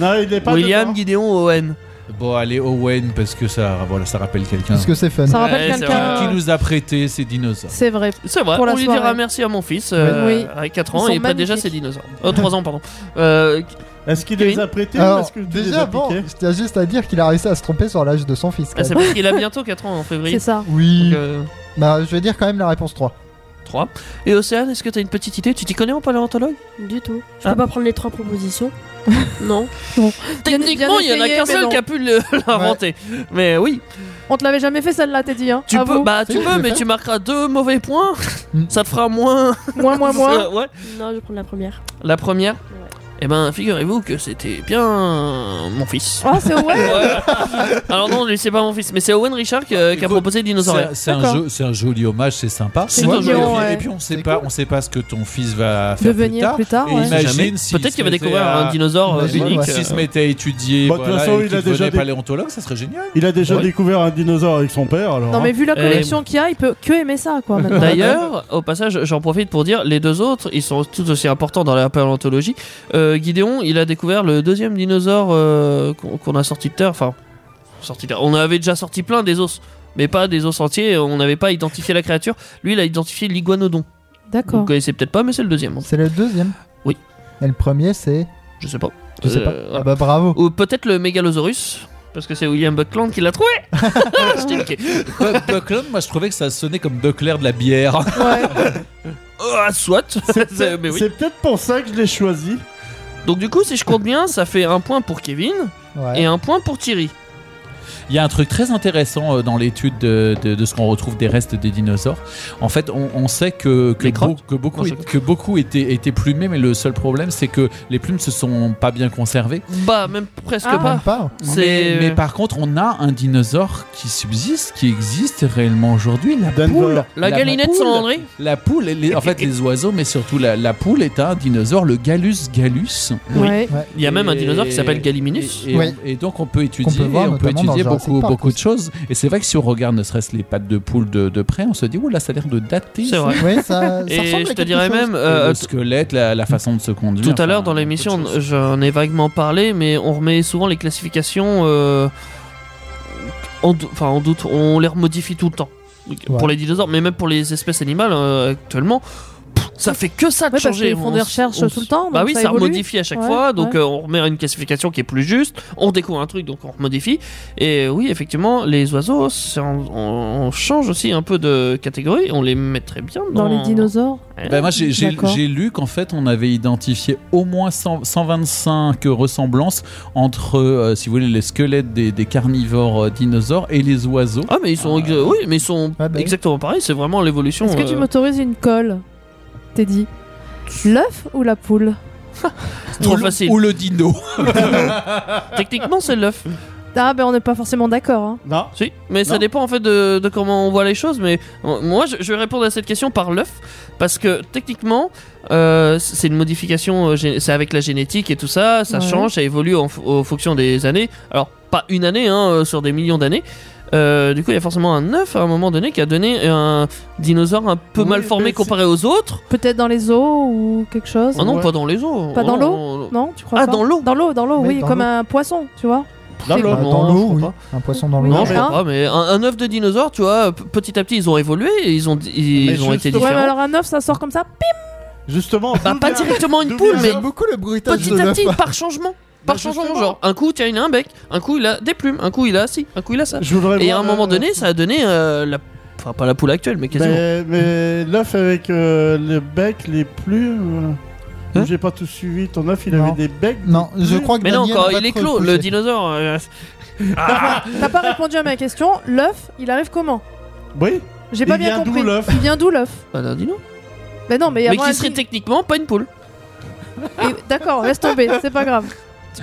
non, il n'est
pas William, Guidéon, Owen.
Bon, allez, Owen, parce que ça, voilà, ça rappelle quelqu'un.
Parce que c'est fun. Ça
rappelle Ouais, c'est quelqu'un. vrai.
qui nous a prêté ces dinosaures.
C'est vrai.
C'est vrai,
Pour la
on lui
soirée.
dira merci à mon fils euh,
Oui.
à 4
Ils
ans
sont
et pas déjà ses
magnifiques.
dinosaures. Oh, 3 ans, pardon. Euh,
Est-ce qu'il
Kevin
les a prêtés ou
Alors,
est-ce que tu les
déjà,
as
bon,
piqués
je tiens juste à dire qu'il a réussi à se tromper sur l'âge de son fils.
Ah, c'est parce qu'il a bientôt 4 ans en février.
C'est
ça.
Oui.
Donc, euh,
Bah, je vais dire quand même la réponse 3.
3. Et Océane, est-ce que t'as une petite idée Tu t'y connais en paléontologue
Du tout. Je peux pas prendre les trois propositions. non.
Techniquement, il y en a qu'un seul qui a pu le- l'inventer. Mais oui.
On te l'avait jamais fait celle-là, t'es dit, hein
Tu
à
peux,
vous.
bah tu peux, mais tu marqueras deux mauvais points. Ça te fera moins.
Moins, moins, moins.
Ça, ouais.
Non, je vais prendre la première.
La première. Eh ben, figurez-vous que c'était bien mon fils.
Ah, c'est Owen
Alors non, lui, c'est pas mon fils, mais c'est Owen Richard qui, euh, qui a proposé Dinosaurien.
C'est- C'est un, jeu- c'est un joli hommage, c'est sympa.
C'est C'est un mignon, joli hommage. ouais.
Et puis on sait pas, on sait pas ce que ton fils va faire
Devenir plus
plus
tard,
tard.
ouais.
Imagine
Jamais.
s'il
Peut-être
se
qu'il va
mettait
découvrir
à-
un dinosaure, euh,
Imagine
unique,
S'il
euh.
se mettait à étudier,
Bah, de toute
voilà,
façon,
et
il
qu'il
a déjà
devenait
des-
paléontologue, ça serait génial.
Il a déjà
Ouais.
découvert un dinosaure avec son père, alors.
Non, mais
hein.
vu la collection qu'il y a, il peut que aimer ça, quoi. maintenant.
D'ailleurs, au passage, j'en profite pour dire, les deux autres, ils sont tout aussi importants dans la paléontologie. Euh, Guidéon, il a découvert le deuxième dinosaure euh, qu'on qu'on a sorti de terre. Enfin, sorti de terre. On avait déjà sorti plein des os, mais pas des os entiers. On n'avait pas identifié la créature. Lui, il a identifié l'iguanodon. Vous
D'accord.
le connaissez peut-être pas, mais c'est le deuxième.
C'est le deuxième
Oui.
Et le premier, c'est.
Je sais pas.
Je sais
Euh,
pas.
voilà.
Ah bah bravo.
Ou peut-être le Megalosaurus, parce que c'est William Buckland qui l'a trouvé. Je t'ai niqué.
Buck- Buckland, moi je trouvais que ça sonnait comme Buckler de la bière.
Ah, soit.
C'est
C'est- mais oui.
c'est peut-être pour ça que je l'ai choisi.
Donc du coup, si je compte bien, ça fait un point pour Kevin
Ouais.
et un point pour Thierry.
Il y a un truc très intéressant euh, dans l'étude de, de- de ce qu'on retrouve des restes des dinosaures. En fait, on, on sait que, que,
Les crottes
beau- que beaucoup,
Non, je-
que beaucoup étaient, étaient plumés, mais le seul problème, c'est que les plumes se sont pas bien conservées.
Bah, même presque
Ah.
pas. hein.
Même
C'est-
Mais, mais par contre, on a un dinosaure qui subsiste, qui existe réellement aujourd'hui, la poule.
La galinette
poule.
Saint-André.
La poule, et les- en fait, les oiseaux, mais surtout la, la poule est un dinosaure, le Gallus gallus.
euh, Oui. Ouais. Il y a même un
Et-
dinosaure qui s'appelle Galliminus.
Et, et-
Ouais.
et donc, on peut étudier,
Qu'on peut voir
et on peut
notamment dans
étudier
Jurassic
beaucoup,
Park
beaucoup de choses. Et c'est vrai que si on regarde ne serait-ce les pattes de poule de, de près, on se dit, oh là, ça a l'air de dater.
C'est vrai.
Ouais, ça- ça
Et
ressemble à
je te
quelque
dirais
chose.
même, euh,
Et le squelette, la, la façon de se conduire.
Tout à l'heure dans l'émission, j'en ai vaguement parlé, mais on remet souvent les classifications euh, en, dou- enfin, en doute, on les modifie tout le temps. Donc,
Ouais.
Pour les dinosaures, mais même pour les espèces animales euh, actuellement, pff, ça fait que ça de
Ouais, parce
changer.
qu'ils font
On
des
s-
recherches
on s-
tout le temps,
Bah
donc
oui,
ça
ça,
évolue.
modifie à chaque
Ouais,
fois, donc
ouais.
euh, on remet une classification qui est plus juste, on découvre un truc, donc on remodifie. Et oui, effectivement, les oiseaux, c'est- on, on- on change aussi un peu de catégorie, on les mettrait bien dans,
Dans les dinosaures
Ouais.
Bah, moi, j'ai- j'ai
D'accord.
j'ai lu qu'en fait, on avait identifié au moins 100 125 ressemblances entre, euh, si vous voulez, les squelettes des, des carnivores euh, dinosaures et les oiseaux.
Ah, mais ils sont, exa- oui, mais ils sont exactement pareils, c'est vraiment l'évolution.
Ah, bah Est-ce que tu
euh,
m'autorises une colle T'es dit L'œuf ou la poule
Ah, C'est trop facile.
Ou le dino.
Techniquement, c'est l'œuf.
Ah, ben on n'est pas forcément d'accord. Hein.
Non.
Si, mais ça dépend en fait de, de comment on voit les choses. Mais euh, moi, je, je vais répondre à cette question par l'œuf parce que techniquement, euh, c'est une modification. euh, gé- C'est avec la génétique et tout ça. Ça
Ouais.
change, ça évolue en, f- en fonction des années. Alors pas une année, hein, euh, sur des millions d'années. Euh, du coup, il y a forcément un œuf à un moment donné qui a donné un dinosaure un peu mal formé comparé aux autres.
Peut-être dans les eaux ou quelque chose
Ah non, pas dans les eaux.
Pas dans
Oh,
l'eau Non, tu crois
Ah,
pas
dans l'eau
Dans l'eau, dans l'eau,
Oui,
oui,
dans
comme
l'eau.
un poisson, tu vois
Dans l'eau,
Bah,
non,
dans
je
l'eau,
crois
oui.
pas.
Un poisson dans l'eau.
Non, je
un.
crois pas, mais un, un œuf de dinosaure, tu vois, p- petit à petit, ils ont évolué, et ils ont, ils
Mais
ont été
justement-
différents.
Ouais, mais alors un œuf, ça sort comme ça, pim
Justement,
Bah, pas directement une
d'où
poule,
vient-
mais
J'aime
beaucoup le bruitage
petit
de
à
l'œuf.
petit, par changement. Par changement, genre, un coup, tiens, il a un bec, un coup, il a des plumes, un coup, il a ci, un coup, il a ça.
voudrais
Et à
voir,
un moment
euh, Bah,
donné, ça a donné euh, la. Enfin, pas la poule actuelle, mais quasiment.
Mais, mais l'œuf avec euh, le bec, les plumes. euh,
Hein
J'ai pas tout suivi. Ton œuf, il avait des becs.
Non, je
crois
Mais non, quand il est clos, le dinosaure. euh, Ah
T'as pas répondu à ma question. L'œuf, il arrive comment
Oui
J'ai pas
Il
bien
vient d'où,
compris.
l'œuf
Il vient d'où l'œuf
Pas d'un dino.
Mais non, mais
Mais
avant,
qui
elle
serait
dit-
techniquement pas une poule.
Et- D'accord, laisse tomber, c'est pas grave.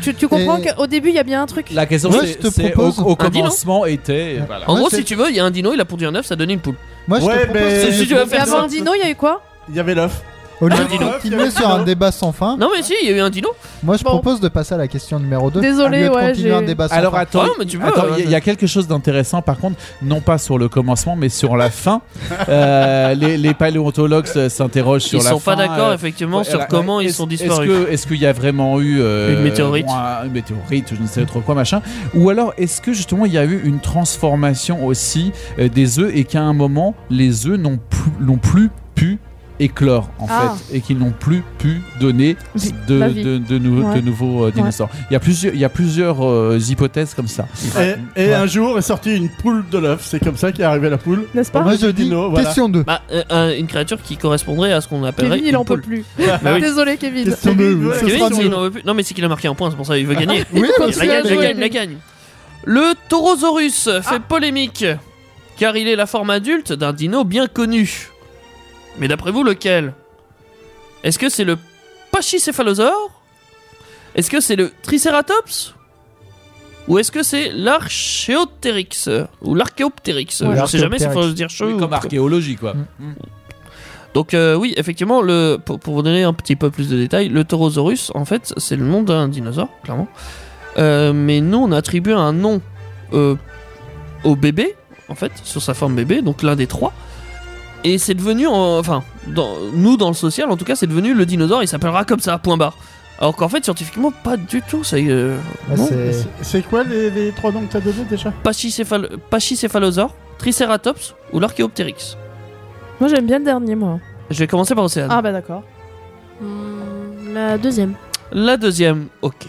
Tu, tu comprends
Et-
qu'au début, il y a bien un truc.
La question,
Moi,
c'est-
je te
c'est au,
propose-
au
Un dino
commencement était. voilà.
En gros, si tu veux, il y a un dino, il a pondu un œuf, ça a donné une poule.
Moi, je te
Ouais, propose- mais-
Si tu veux
Mais
faire
avant
ça.
Dino, il y a eu quoi
Il y avait l'œuf.
Au lieu
Un
de
Ah, dino.
continuer sur un débat sans fin,
Non, mais si, il y a eu un dino.
moi je propose de passer à la question numéro 2.
Désolé,
au lieu de
ouais,
continuer
j'ai-
un débat sans
Alors
fin.
attends, il
hein, euh,
y, a quelque chose d'intéressant par contre, non pas sur le commencement, mais sur la fin. Euh, les, les paléontologues s- s'interrogent sur
Ils
la
sont
fin. euh,
pas d'accord, effectivement, sur comment ils
est-ce-
sont disparus.
Est-ce que- est-ce qu'il y a vraiment eu euh,
Une météorite.
bon, un- une météorite, je ne sais trop quoi, machin. Ou alors est-ce que justement il y a eu une transformation aussi euh, des œufs et qu'à un moment les œufs n'ont plus, n'ont plus pu éclore en
Ah.
fait et qu'ils n'ont plus pu donner
Vi-
de,
la vie.
de, de nou- de
Ouais.
nouveaux euh, dinosaures. Il y a plusieurs, il y a plusieurs euh, hypothèses comme ça.
Et, et
Ouais.
un jour est sortie une poule de l'œuf, c'est comme ça qu'est arrivée la poule.
N'est-ce
Bah,
Moi je dis
question 2.
euh, une créature qui correspondrait à ce qu'on appellerait.
Kevin, il
une
en peut
poule.
plus.
Bah oui.
Désolé, Kevin.
Kevin, il en veut plus. Non, mais c'est qu'il a marqué un point, c'est pour ça qu'il veut gagner.
Oui, parce
la
qu'il a
gagne, la
joué, Ah.
gagne,
lui.
la gagne. Le Taurosaurus fait polémique car il est la forme adulte d'un dino bien connu. Mais d'après vous, lequel Est-ce que c'est le Pachycéphalosaure Est-ce que c'est le Triceratops ou est-ce que c'est l'archéoptérix ou l'archéoptérix
Ouais,
Je sais jamais s'il
l'archéoptérix.
faut dire chaud
Oui,
ou
comme archéologie quoi.
donc euh, oui, effectivement, le, pour, pour vous donner un petit peu plus de détails, le Taurosaurus, en fait, c'est le nom d'un dinosaure, clairement. Euh, mais nous, on attribue un nom euh, au bébé, en fait, sur sa forme bébé, donc l'un des trois. Et c'est devenu, euh, enfin, dans, nous dans le social, en tout cas, c'est devenu le dinosaure, il s'appellera comme ça, point barre. Alors qu'en fait, scientifiquement, pas du tout. C'est euh, non.
C'est quoi les, les trois noms que t'as donné déjà
Pachycéphalo- Pachycéphalosaure, Triceratops ou l'archéoptérix.
Moi, j'aime bien le dernier, moi.
Je vais commencer par Océane.
Ah, bah d'accord.
Hmm, La deuxième.
La deuxième, ok.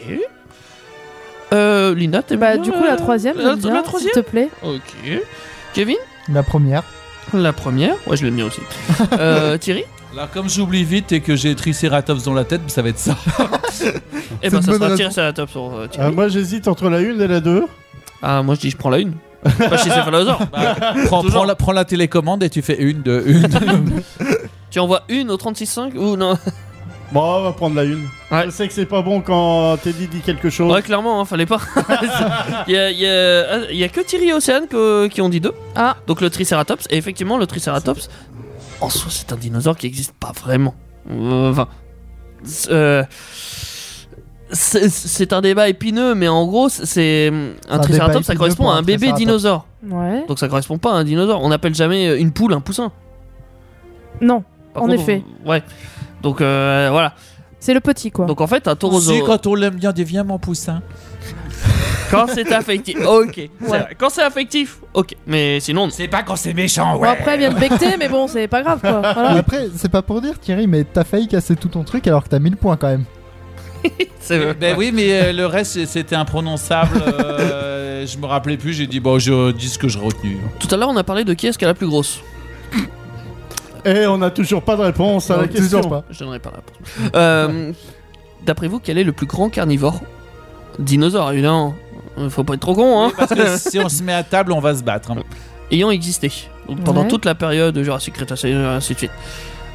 Euh, Lina, t'es
Bah, du coup, la troisième,
la,
j'aime bien,
la troisième
s'il te plaît.
Ok. Kevin
La première.
La première. Ouais, je l'aime bien aussi. Euh, Thierry
Là, comme j'oublie vite et que j'ai Triceratops dans la tête, ça va être ça.
Eh ben,
C'est
ça
une bonne
sera
raison.
Thierry, c'est la top sur euh,
Ah,
Thierry.
Moi j'hésite entre la une et la deux.
Ah, moi je dis je prends la une. Pas chez Bah, Céphalosaure.
prends, prends la, prends la télécommande et tu fais une, deux, une.
Tu envoies une au 36.5 ou non
Bon, on va prendre la une. Je sais que c'est pas bon quand Teddy dit quelque chose.
Ouais, clairement, hein, fallait pas. Il y, a- il y a- ah, il y a que Thierry et Océane que- qui ont dit deux.
Ah.
Donc le Triceratops. Et effectivement, le Triceratops, en soi, c'est un dinosaure qui n'existe pas vraiment. Euh, Enfin. c'est, euh, c'est c'est un débat épineux, mais en gros, c'est- c'est. Un
débat
Triceratops, ça
épineux
correspond
pour
à
un
un bébé
Triceratops.
dinosaure.
Ouais.
Donc ça correspond pas à un dinosaure. On n'appelle jamais une poule un poussin.
Non,
Par
en
contre,
effet.
on- Ouais. Donc euh, voilà.
C'est le petit, quoi.
Donc en fait, un taurosaure.
Si, quand on l'aime bien, devient mon poussin.
Quand c'est affectif, ok. C'est vrai. Quand c'est affectif, ok. Mais sinon,
c'est pas quand c'est méchant.
Bon, après, elle vient de becter, mais bon, c'est pas grave, quoi. Voilà.
Ah
Mais Après, c'est pas pour dire Thierry, mais t'as failli casser tout ton truc alors que t'as 1000 points quand même.
Ben oui, mais euh, le reste c'est- c'était imprononçable. euh, je me rappelais plus. J'ai dit bon, je dis ce que je retenu.
Tout à l'heure, on a parlé de qui est-ce qui a la plus grosse.
Et on a toujours pas de réponse à la question.
Je donnerai pas la réponse. Euh, D'après vous, quel est le plus grand carnivore Dinosaure, évidemment. Faut pas être trop con, hein.
Parce que si on se met à table, on va se battre. hein.
Ayant existé donc pendant
Ouais.
toute la période Jurassique, Crétacé, ainsi de suite.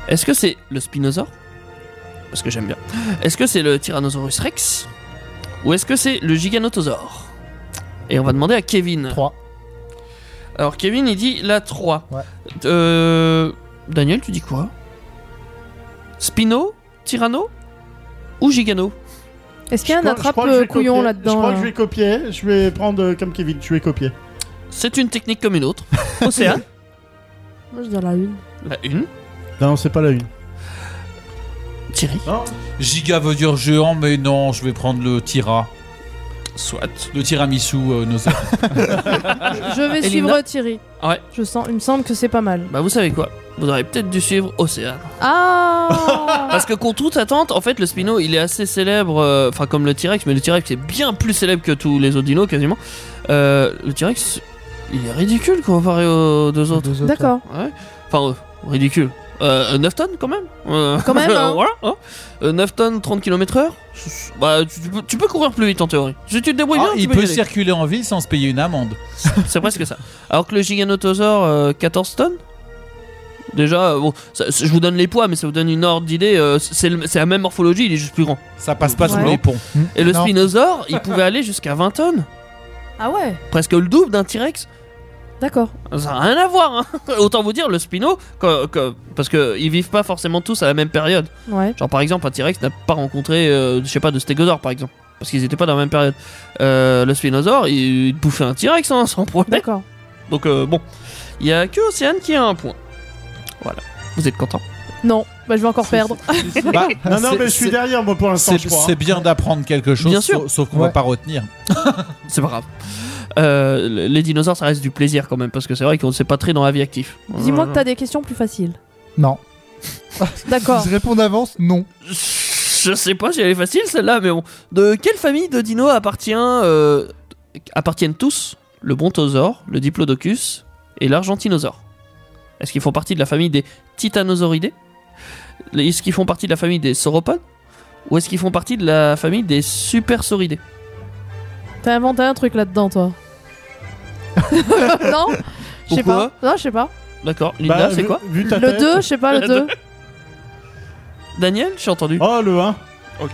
Est-ce que c'est le Spinosaure Parce que j'aime bien. Est-ce que c'est le Tyrannosaurus Rex Ou est-ce que c'est le Giganotosaure Et on va demander à Kevin.
3.
Alors Kevin, il dit la 3.
Ouais.
Euh, Daniel, tu dis quoi Spino Tyranno Ou Gigano
Est-ce qu'il y a un
Je crois- je
attrape euh,
crois que je vais
couillon
copier. Je
là-dedans hein
crois
là
que je vais copier. Je vais prendre euh, comme Kevin, je vais copier.
C'est une technique comme une autre. Océane Bah,
Moi, je dois la une.
La 1.
Non, c'est pas la une.
Thierry
Giga veut dire géant, mais non, je vais prendre le Tira.
Soit.
Le tiramisu, euh, nos
Je vais
Et
suivre
Lina
Thierry.
Ouais.
Je sens, il me semble que c'est pas mal.
Bah vous savez quoi Vous aurez peut-être dû suivre Océane.
Ah
Parce que contre toute attente, en fait, le Spino, il est assez célèbre, euh, enfin comme le T-Rex, mais le T-Rex est bien plus célèbre que tous les autres dinos quasiment. Euh, le T-Rex, il est ridicule comparé aux deux autres.
autres, D'accord.
Ouais. Enfin, euh, ridicule. Euh, euh, 9 tonnes quand même Euh,
Quand même, hein.
voilà, hein. Euh, 9 tonnes, 30 km/h Bah, tu, tu peux, tu peux courir plus vite en théorie. Si tu te débrouilles bien, tu
Ah, il
peux y
peut
aller.
circuler en ville sans se payer une amende.
C'est presque ça. Alors que le giganotosaure, euh, 14 tonnes Déjà, euh, bon, ça- ça- je vous donne les poids, mais ça vous donne une ordre d'idée. euh, c'est le- c'est la même morphologie, il est juste plus grand.
Ça passe pas
sous
sous les ponts.
Et le
Ah Non.
spinosaure, il pouvait aller jusqu'à 20 tonnes.
Ah ouais
Presque le double d'un T-Rex.
D'accord.
Ça n'a rien à voir. hein. Autant vous dire, le Spino, que- que- parce qu'ils vivent pas forcément tous à la même période.
Ouais.
Genre par exemple, un T-Rex n'a pas rencontré, euh, je sais pas, de stégosaure par exemple. Parce qu'ils étaient pas dans la même période. Euh, le Spinosaure, il, il bouffait un T-Rex hein, sans problème.
D'accord.
Donc euh, bon, il y a que Océane qui a un point. Voilà. Vous êtes content
Non, bah, je vais encore perdre.
Bah,
Non, non,
c'est-
mais je suis
c'est-
derrière moi pour l'instant,
c'est-
je crois.
C'est bien d'apprendre quelque chose,
Bien
sauf-
sûr.
sauf qu'on
Ouais.
va pas retenir.
C'est pas grave. Euh, les dinosaures, ça reste du plaisir quand même, parce que c'est vrai qu'on ne sait pas très dans la vie active.
Dis-moi que t'as des questions plus faciles.
Non.
D'accord.
Je réponds d'avance, non.
Je sais pas si elle est facile celle-là, mais bon. De quelle famille de dinos appartient, euh, appartiennent tous le Brontosaure, le Diplodocus et l'Argentinosaure Est-ce qu'ils font partie de la famille des Titanosauridés Est-ce qu'ils font partie de la famille des Sauropodes Ou est-ce qu'ils font partie de la famille des Supersauridés
T'as inventé un truc là-dedans, toi. non Je sais
Pourquoi
pas. Non, je sais pas.
D'accord, Linda,
Bah,
c'est
vu-
quoi
vu ta
Le
tête.
2, je sais pas, le
Le
2.
Daniel, j'ai entendu.
Oh, le 1.
Ok.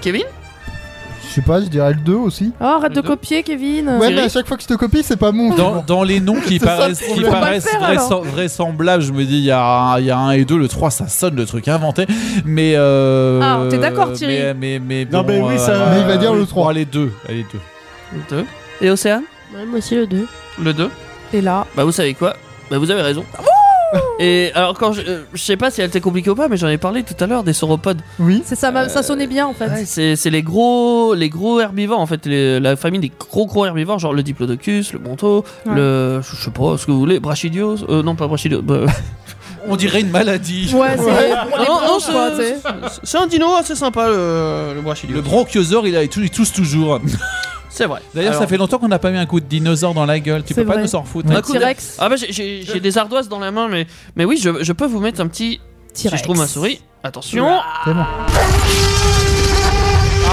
Kevin
Je sais pas, je dirais le 2 aussi.
Oh, arrête de copier, Kevin.
Ouais, mais à chaque fois que je te copie, c'est pas mon.
Dans, dans les noms qui
C'est ça le
paraissent, qui
problème. Faut pas
paraissent
le faire, alors.
vraisem- vraisemblables, je me dis, il y a, un- il y a un et deux, le 3, ça sonne le truc inventé. Mais. euh,
Ah, t'es d'accord, Thierry
mais, mais, mais
Non,
bon,
mais oui,
euh,
ça- Mais il va dire le
bon,
trois.
allez, deux. Allez, deux.
Le 2. Et Océane
bah,
Ouais, moi aussi le 2.
Le 2.
Et là.
Bah vous savez quoi Bah vous avez raison. Et alors quand je, euh, je sais pas si elle était compliquée ou pas, mais j'en ai parlé tout à l'heure des sauropodes.
Oui.
C'est ça,
Euh,
m'a- ça sonnait bien en fait.
C'est c'est les gros, les gros herbivores en fait, les- la famille des gros gros herbivores, genre le diplodocus, le bonto,
Ouais.
le, je sais pas ce que vous voulez, brachidios, euh, non pas brachidios. bah-
On dirait une maladie.
Ouais, c'est
Ouais.
pour les
Non,
bronches,
non,
quoi, tu
hein.
c'est
sais.
c'est un dino assez sympa le, le brachydiosaure.
Le bronchiosaure, il a tous, tous toujours.
C'est vrai.
D'ailleurs, ça
Alors-
fait longtemps qu'on n'a pas mis un coup de dinosaure dans la gueule. Tu
C'est
peux pas
vrai.
nous en foutre.
Un coup de- Ah bah j'ai- j'ai j'ai des ardoises dans la main, mais, mais oui, je, je peux vous mettre un petit. Si je trouve ma souris, attention.
C'est bon.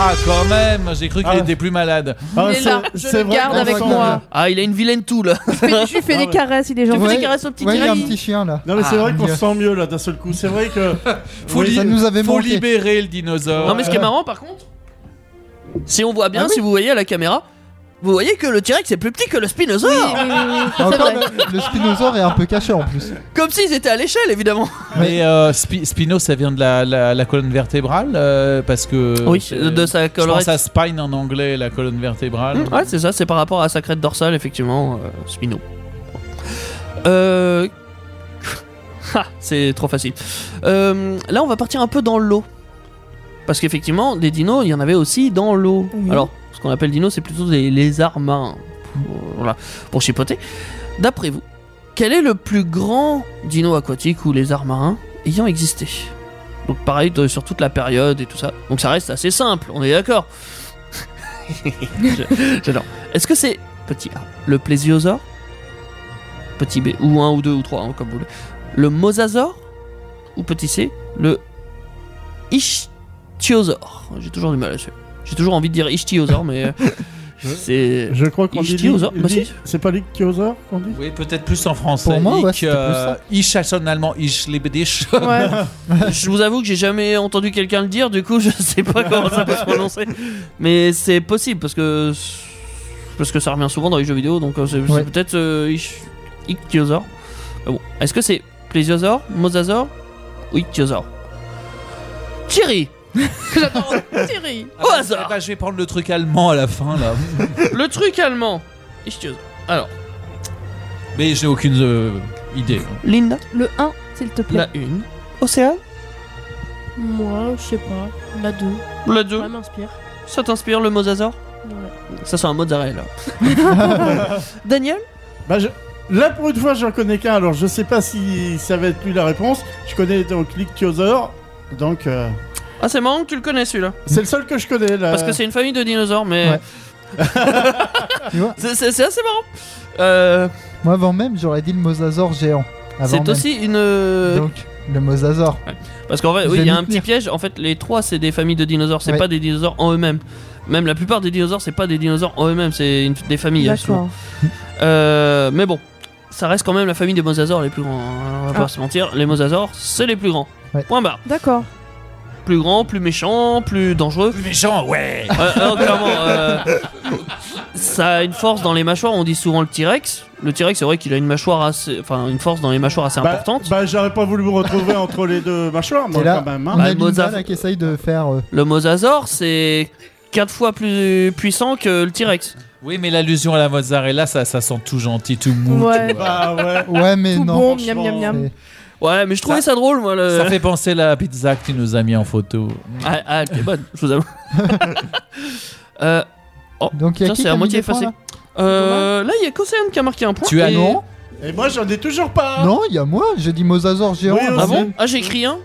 Ah, quand même, j'ai cru qu'il
Ah.
était plus malade.
Ah, Il est c'est- là, je c'est le vrai garde qu'on avec sent moi. bien.
Ah, il a une vilaine toux là.
Fais- Je lui fais des caresses, il est gentil.
Ouais. Ouais, il y a un petit chien là.
Non, mais c'est
Ah,
vrai qu'on
Dieu.
se sent mieux là d'un seul coup. C'est vrai que.
Faut,
Oui,
li-
ça nous avait
faut
manqué.
libérer le dinosaure.
Non, mais ce qui est marrant par contre, si on
Ah
voit bien, si vous voyez à la caméra, vous voyez que le T-Rex est plus petit que le Spinosaure.
Ah, Encore, le, le spinosaure est un peu caché en plus.
Comme s'ils étaient à l'échelle évidemment.
Mais euh, Spi- Spino, ça vient de la, la- la colonne vertébrale euh, parce que
Oui,
c'est-
de sa collerette.
Je pense à spine en anglais, la colonne vertébrale.
Mm, ouais, c'est ça, c'est par rapport à sa crête dorsale, effectivement, euh, Spino. Euh... Ha, c'est trop facile. Euh, là, on va partir un peu dans l'eau. Parce qu'effectivement, des dinos, il y en avait aussi dans l'eau.
Oui.
Alors, ce qu'on appelle dinos, c'est plutôt des lézards marins. Pour- Voilà, pour chipoter. D'après vous, quel est le plus grand dino aquatique ou lézard marin ayant existé Donc, pareil, de- sur toute la période et tout ça. Donc, ça reste assez simple, on est d'accord Je- J'adore. Est-ce que c'est petit A, le plésiosaure Petit B, ou un ou deux ou trois, hein, comme vous voulez. Le mosasaure Ou petit C, le ichthyosaure J'ai toujours du mal à ça. J'ai toujours envie de dire ichthyosaure, mais euh, c'est.
Je crois qu'on dit.
Ichthyosaure,
li-
bah
li-
si.
C'est pas l'ichthyosaure qu'on dit
Oui, peut-être plus en français.
Pour moi, ouais,
Ich,
c'était plus ça.
ich ça sonne allemand, ich lebe dich.
je vous avoue que j'ai jamais entendu quelqu'un le dire, du coup je sais pas comment ça peut se prononcer. Mais c'est possible parce que parce que ça revient souvent dans les jeux vidéo, donc euh, c'est c'est
Ouais.
peut-être euh, ich- ichthyosaure. Mais bon, est-ce que c'est plésiosaure, mosasaure ou ichthyosaure Thierry,
Thierry.
Au hasard. Eh ben, je vais prendre le truc allemand à la fin là.
le truc allemand, ichthyosaure. Alors,
Mais j'ai aucune euh, idée.
Linda,
Le 1, s'il te plaît.
la une, Océane,
Moi, je sais pas. La 2.
La deux.
Ouais, m'inspire.
ça t'inspire le mosasaure Ça c'est un mozzarella. Daniel
Bah, je- Là, pour une fois, j'en connais qu'un, alors je sais pas si ça va être lui la réponse. Je connais donc l'ichthyosaure, donc. euh,
Ah c'est marrant que tu le connais celui-là.
C'est le seul que je connais là.
Euh.
Parce que c'est une famille de dinosaures, mais.
vois
c'est c'est- c'est assez marrant. Euh,
Moi avant même, j'aurais dit le mosasaure géant. Avant
c'est
même.
aussi une. euh,
Donc, le mosasaure.
Parce qu'en fait,
Je
oui,
vais
il y a
m'y
un petit piège. En fait, les trois, c'est des familles de dinosaures. C'est
Ouais.
pas des dinosaures en eux-mêmes. Même la plupart des dinosaures, c'est pas des dinosaures en eux-mêmes. C'est une- des familles. hein,
D'accord.
souvent. Euh, mais bon, ça reste quand même la famille des mosasaures les plus grands. hein, On va pas
Ah.
se mentir. Les mosasaures, c'est les plus grands. Point barre.
D'accord.
Plus grand, plus méchant, plus dangereux. Plus
méchant, ouais.
clairement, euh, ça a une force dans les mâchoires. On dit souvent le T-Rex. Le T-Rex, c'est vrai qu'il a une mâchoire assez, enfin une force dans les mâchoires assez
Bah-
importante.
Bah, j'aurais pas voulu me retrouver entre les deux mâchoires, moi,
Et là,
quand même. hein.
on a Bah, du Mozart- mal à-
qui essaye de faire. euh,
Le mosasaur, c'est quatre fois plus puissant que le T-Rex.
Oui, mais l'allusion à la mozzarella, ça, ça sent tout gentil, tout mou.
Ouais.
Bah,
Ouais, mais
Ah, Tout
non.
bon, miam, miam, miam.
Ouais, mais je trouvais ça, drôle, moi. Le...
Ça fait penser à la pizza que tu nous as mis en photo.
Ah, ah, elle était bonne, je vous avoue. euh, oh,
Donc,
y a
tiens,
qui
c'est
qui a
à
mis
moitié
des points,
effacé. Euh, là, il y a Kosean qui a marqué un point.
Tu as
et-
non
Et moi, j'en ai toujours pas.
Non, il y a moi, j'ai dit mosasaur géant.
Oui,
Ah
aussi.
bon Ah, j'ai écrit un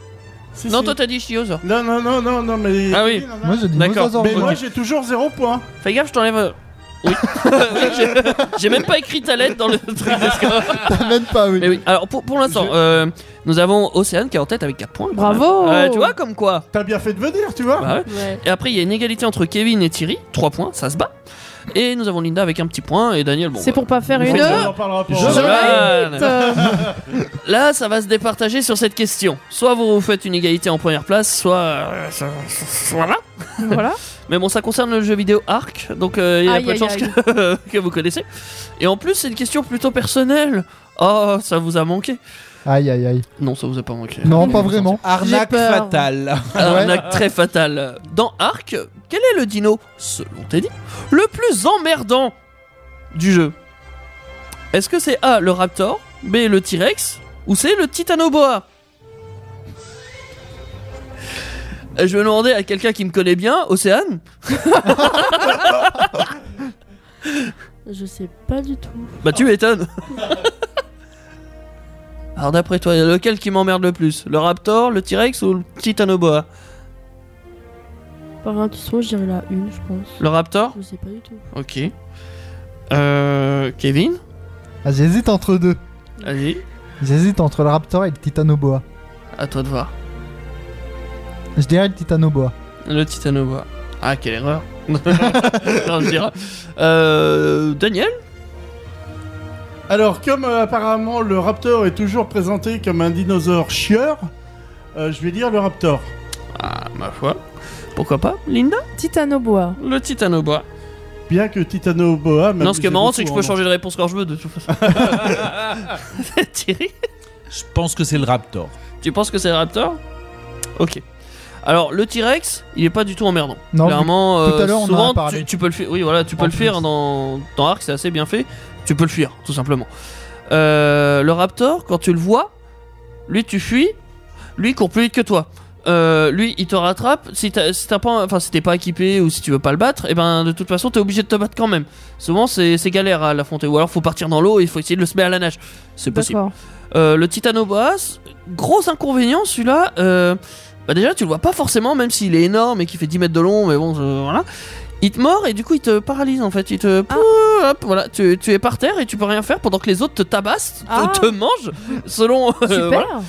Si,
Non,
si.
toi, t'as dit Chiosa.
Non, non, non, non, non, mais.
Ah oui.
Moi, j'ai dit
D'accord.
mosasaur
Mais moi,
géant.
j'ai toujours zéro point.
Fais gaffe, je t'enlève. euh, Oui. Oui, j'ai- J'ai même pas écrit ta lettre dans le truc de score.
même pas, oui.
Mais oui. Alors, pour, pour l'instant, euh, nous avons Océane qui est en tête avec 4 points. quand
Bravo.
même. Ouais, Tu vois, comme quoi.
T'as bien fait de venir, tu vois.
Bah ouais. Et après, il y a une égalité entre Kevin et Thierry. 3 points, ça se bat. Et nous avons Linda avec un petit point et Daniel, bon.
C'est
bah,
pour pas faire
on
une.
en
parlera
Je Là, ça va se départager sur cette question. Soit vous faites une égalité en première place, soit. euh, ça- ça- ça- voilà.
Voilà.
Mais bon, ça concerne le jeu vidéo Arc, donc euh, il y a
Aïe,
peu de
aïe,
chances
aïe.
que, que vous connaissez. Et en plus, c'est une question plutôt personnelle. Oh, ça vous a manqué
Aïe, aïe, aïe.
Non, ça vous a pas manqué.
Non, pas vraiment.
Arnaque
J'ai peur.
fatale.
Arnaque très fatale. Dans Arc, quel est le dino, selon Teddy, le plus emmerdant du jeu Est-ce que c'est A, le Raptor, B, le T-Rex, ou C, le Titanoboa Euh, Je vais demander à quelqu'un qui me connaît bien, Océane.
Je sais pas du tout.
Bah tu m'étonnes. Alors d'après toi, lequel qui m'emmerde le plus Le Raptor, le T-Rex ou le Titanoboa
Par intuition, je dirais la une, je pense.
Le Raptor
Je sais pas du tout.
Ok. Euh, Kevin
Ah, J'hésite entre deux.
Vas-y,
J'hésite entre le raptor et le titanoboa.
à toi de voir.
Je dirais le titanoboa.
Le Titanoboa. Ah, quelle erreur. non, je dirais. Euh, Daniel
Alors, comme euh, apparemment le raptor est toujours présenté comme un dinosaure chieur, euh, je vais dire le raptor.
Ah, ma foi. Pourquoi pas Linda
Titanoboa.
Le Titanoboa.
Bien que Titanoboa.
Non, ce qui est
m'amusait
marrant, c'est que je
beaucoup,
peux
hein.
changer de réponse quand je veux, de toute façon. Thierry
Je pense que c'est le Raptor.
Tu penses que c'est le Raptor Ok. Alors, le T-Rex, il est pas du tout emmerdant.
Non,
Clairement,
vu- tout à
euh,
l'heure, on en a
souvent,
parlé.
Tu, tu peux le fuir. Oui, voilà, tu peux
En
le fuir
plus.
dans, dans Arc, c'est assez bien fait. Tu peux le fuir, tout simplement. Euh, le Raptor, quand tu le vois, lui, tu fuis. Lui, il court plus vite que toi. Euh, lui, il te rattrape. Si t'as si t'as pas, enfin, si t'es pas équipé ou si tu veux pas le battre, et ben de toute façon, t'es obligé de te battre quand même. Souvent, c'est c'est galère à l'affronter. Ou alors, faut partir dans l'eau et il faut essayer de le semer à la nage. C'est possible.
D'accord.
Euh, le Titanoboas, gros inconvénient celui-là. euh, bah déjà, tu le vois pas forcément, même s'il est énorme et qu'il fait 10 mètres de long, mais bon, euh, voilà. Il te mord et du coup, il te paralyse en fait. Il te.
Ah.
Hop, voilà, tu, tu es par terre et tu peux rien faire pendant que les autres te tabassent, te-
Ah.
te, mangent, selon. euh,
Super.
voilà.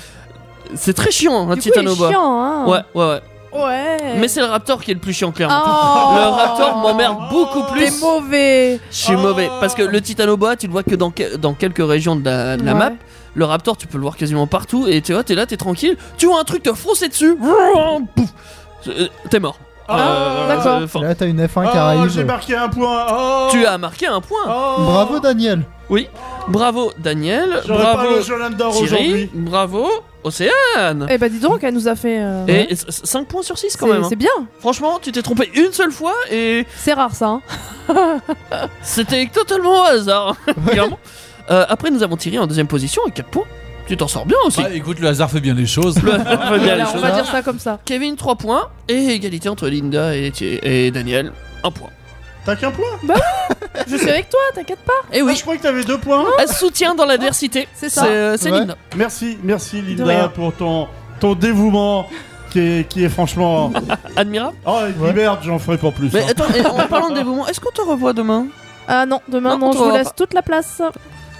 C'est très chiant, un
Du coup, il est
Titanoboa.
chiant, hein.
Ouais, ouais, ouais.
Ouais.
Mais c'est le Raptor qui est le plus chiant, clairement.
Oh.
le Raptor m'emmerde beaucoup plus.
Ah, T'es mauvais.
Je suis mauvais. Parce que le Titanoboa, tu le vois que dans, que- dans quelques régions de la, de la
Ouais.
map. Le Raptor, tu peux le voir quasiment partout. Et tu vois, t'es là, t'es tranquille. Tu vois un truc te foncer dessus. Vroom, pouf. Euh, T'es mort.
Ah,
Euh, euh, fin.
Là, t'as une F1 qui
Oh, j'ai
arrive.
marqué un point. Oh.
Tu as marqué un point.
Bravo, Daniel.
Oui. Bravo, Daniel.
J'aurais
Bravo,
pas le Jolande d'or
Thierry.
aujourd'hui.
Bravo, Océane.
Eh bah dis donc, elle nous a fait. euh,
Et 5 points sur 6 quand
C'est-
même. hein.
c'est bien.
Franchement, tu t'es trompé une seule fois et
C'est rare ça. hein.
c'était totalement au hasard. clairement. Euh, après, nous avons Thierry en deuxième position à 4 points. Tu t'en sors bien aussi.
Bah, écoute, le hasard fait bien les choses.
Voilà,
Voilà, on va dire ça comme ça.
Kevin 3 points et égalité entre Linda et, Thi- et Daniel 1 point.
T'as qu'un point
Bah oui, je suis avec toi, t'inquiète pas.
Et oui.
Ah, je crois que t'avais deux points.
Elle se soutient dans l'adversité.
C'est
ça. C'est, euh, c'est Linda.
Merci, merci Linda
rien.
pour ton, ton dévouement qui est, qui est franchement.
Admirable.
Oh, et puis merde, j'en ferai pas plus.
Mais euh,
hein.
attends, et en parlant de dévouement, est-ce qu'on te revoit demain
Ah non, demain
Non,
non,
on te
je vous
verra
laisse
pas.
toute la place.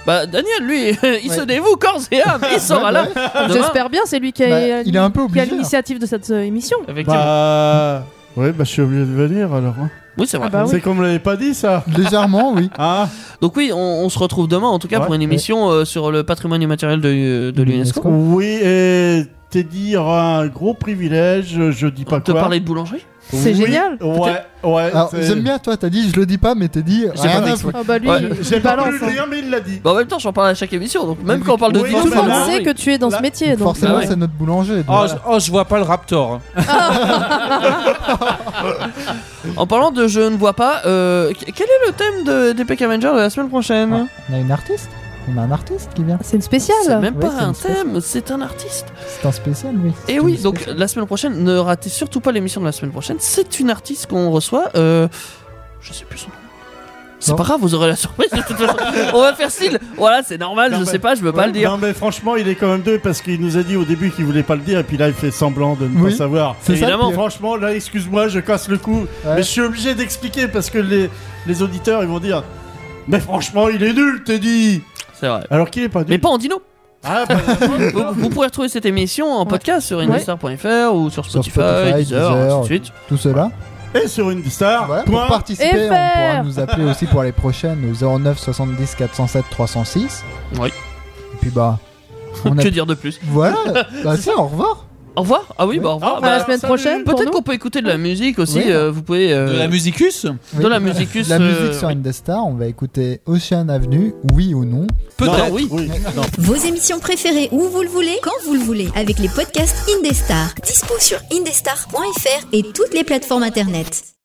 Bah Daniel, lui, il se
Ouais.
dévoue corps et âme, il sera là. Demain.
J'espère bien, c'est lui qui a,
Bah, il est un peu
qui a
obligé,
l'initiative de cette euh, émission.
Bah. Ouais, bah je suis obligé de venir alors. hein.
Oui, c'est vrai.
Ah bah oui.
C'est comme l'avait pas dit ça.
Légèrement, oui.
Ah.
Donc oui, on, on se retrouve demain en tout cas
Ouais.
pour une émission euh, sur le patrimoine immatériel de, de l'UNESCO.
Oui, et t'ai dit un gros privilège, je dis pas
te
quoi.
parlait de boulangerie
C'est
Oui,
génial.
Ouais, ouais.
Alors,
c'est-
j'aime bien, toi, t'as dit, je le dis pas, mais t'as dit
J'ai
rien
pas
à
d'exemple.
Oh,
foutre.
bah,
Ouais.
J'ai pas lu
hein.
le lien, mais il l'a dit.
Bah, en même temps, j'en parle à chaque émission, donc même quand on parle de
hein. Tout
toi,
le
c'est
monde
marrant.
sait que tu es dans ce métier. Donc
Forcément,
Ah
voilà.
c'est notre boulanger. donc
Oh,
voilà.
je, oh, je vois pas le Raptor.
En parlant de je ne vois pas, euh, qu- quel est le thème de, des Peck Avengers de la semaine prochaine
Ah.
On a une artiste On a un artiste qui vient.
C'est une spéciale.
C'est même
Ouais,
pas
c'est une
un
spéciale.
thème, c'est un artiste.
C'est un spécial, oui.
Et Eh oui, donc la semaine prochaine, ne ratez surtout pas l'émission de la semaine prochaine. C'est une artiste qu'on reçoit. euh, je sais plus son nom. C'est pas grave, vous aurez la surprise. de toute façon. On va faire style. Voilà, c'est normal. je sais pas, je veux pas le dire.
Non, mais franchement, il est quand même deux parce qu'il nous a dit au début qu'il voulait pas le dire et puis là, il fait semblant de ne
Oui.
pas savoir.
C'est ça,
Évidemment,
puis- euh,
franchement, là, excuse-moi, je casse le cou. Mais je suis obligé d'expliquer parce que les, les auditeurs, ils vont dire Mais franchement, il est nul, Teddy
C'est vrai.
Alors qu'il est pas nul.
Mais pas en dino
Ah, bah,
vous, vous pouvez retrouver cette émission en podcast sur indestar.fr ou sur
Sur
Spotify,
Spotify,
Deezer,
Deezer,
ainsi de suite.
Tout cela.
Et sur une
Ah,
star.
Pour participer, on pourra
faire.
nous appeler aussi pour les prochaines au 09 70 407 306.
Oui.
Et puis bah. on a-
Que dire de plus
Voilà. Bah, si, au revoir.
Au revoir Ah oui, bah au revoir.
Au revoir,
Bah,
la semaine
salut.
prochaine, pour
Peut-être
nous.
qu'on peut écouter de la musique aussi.
Oui.
euh, vous pouvez. euh,
De la musicus
Oui.
De la musicus.
La
euh,
musique sur Indestar, on va écouter Ocean Avenue, oui ou non.
Peut-être, oui.
Vos émissions préférées où vous le voulez, quand vous le voulez, avec les podcasts Indestar. Dispo sur indestar.fr et toutes les plateformes internet.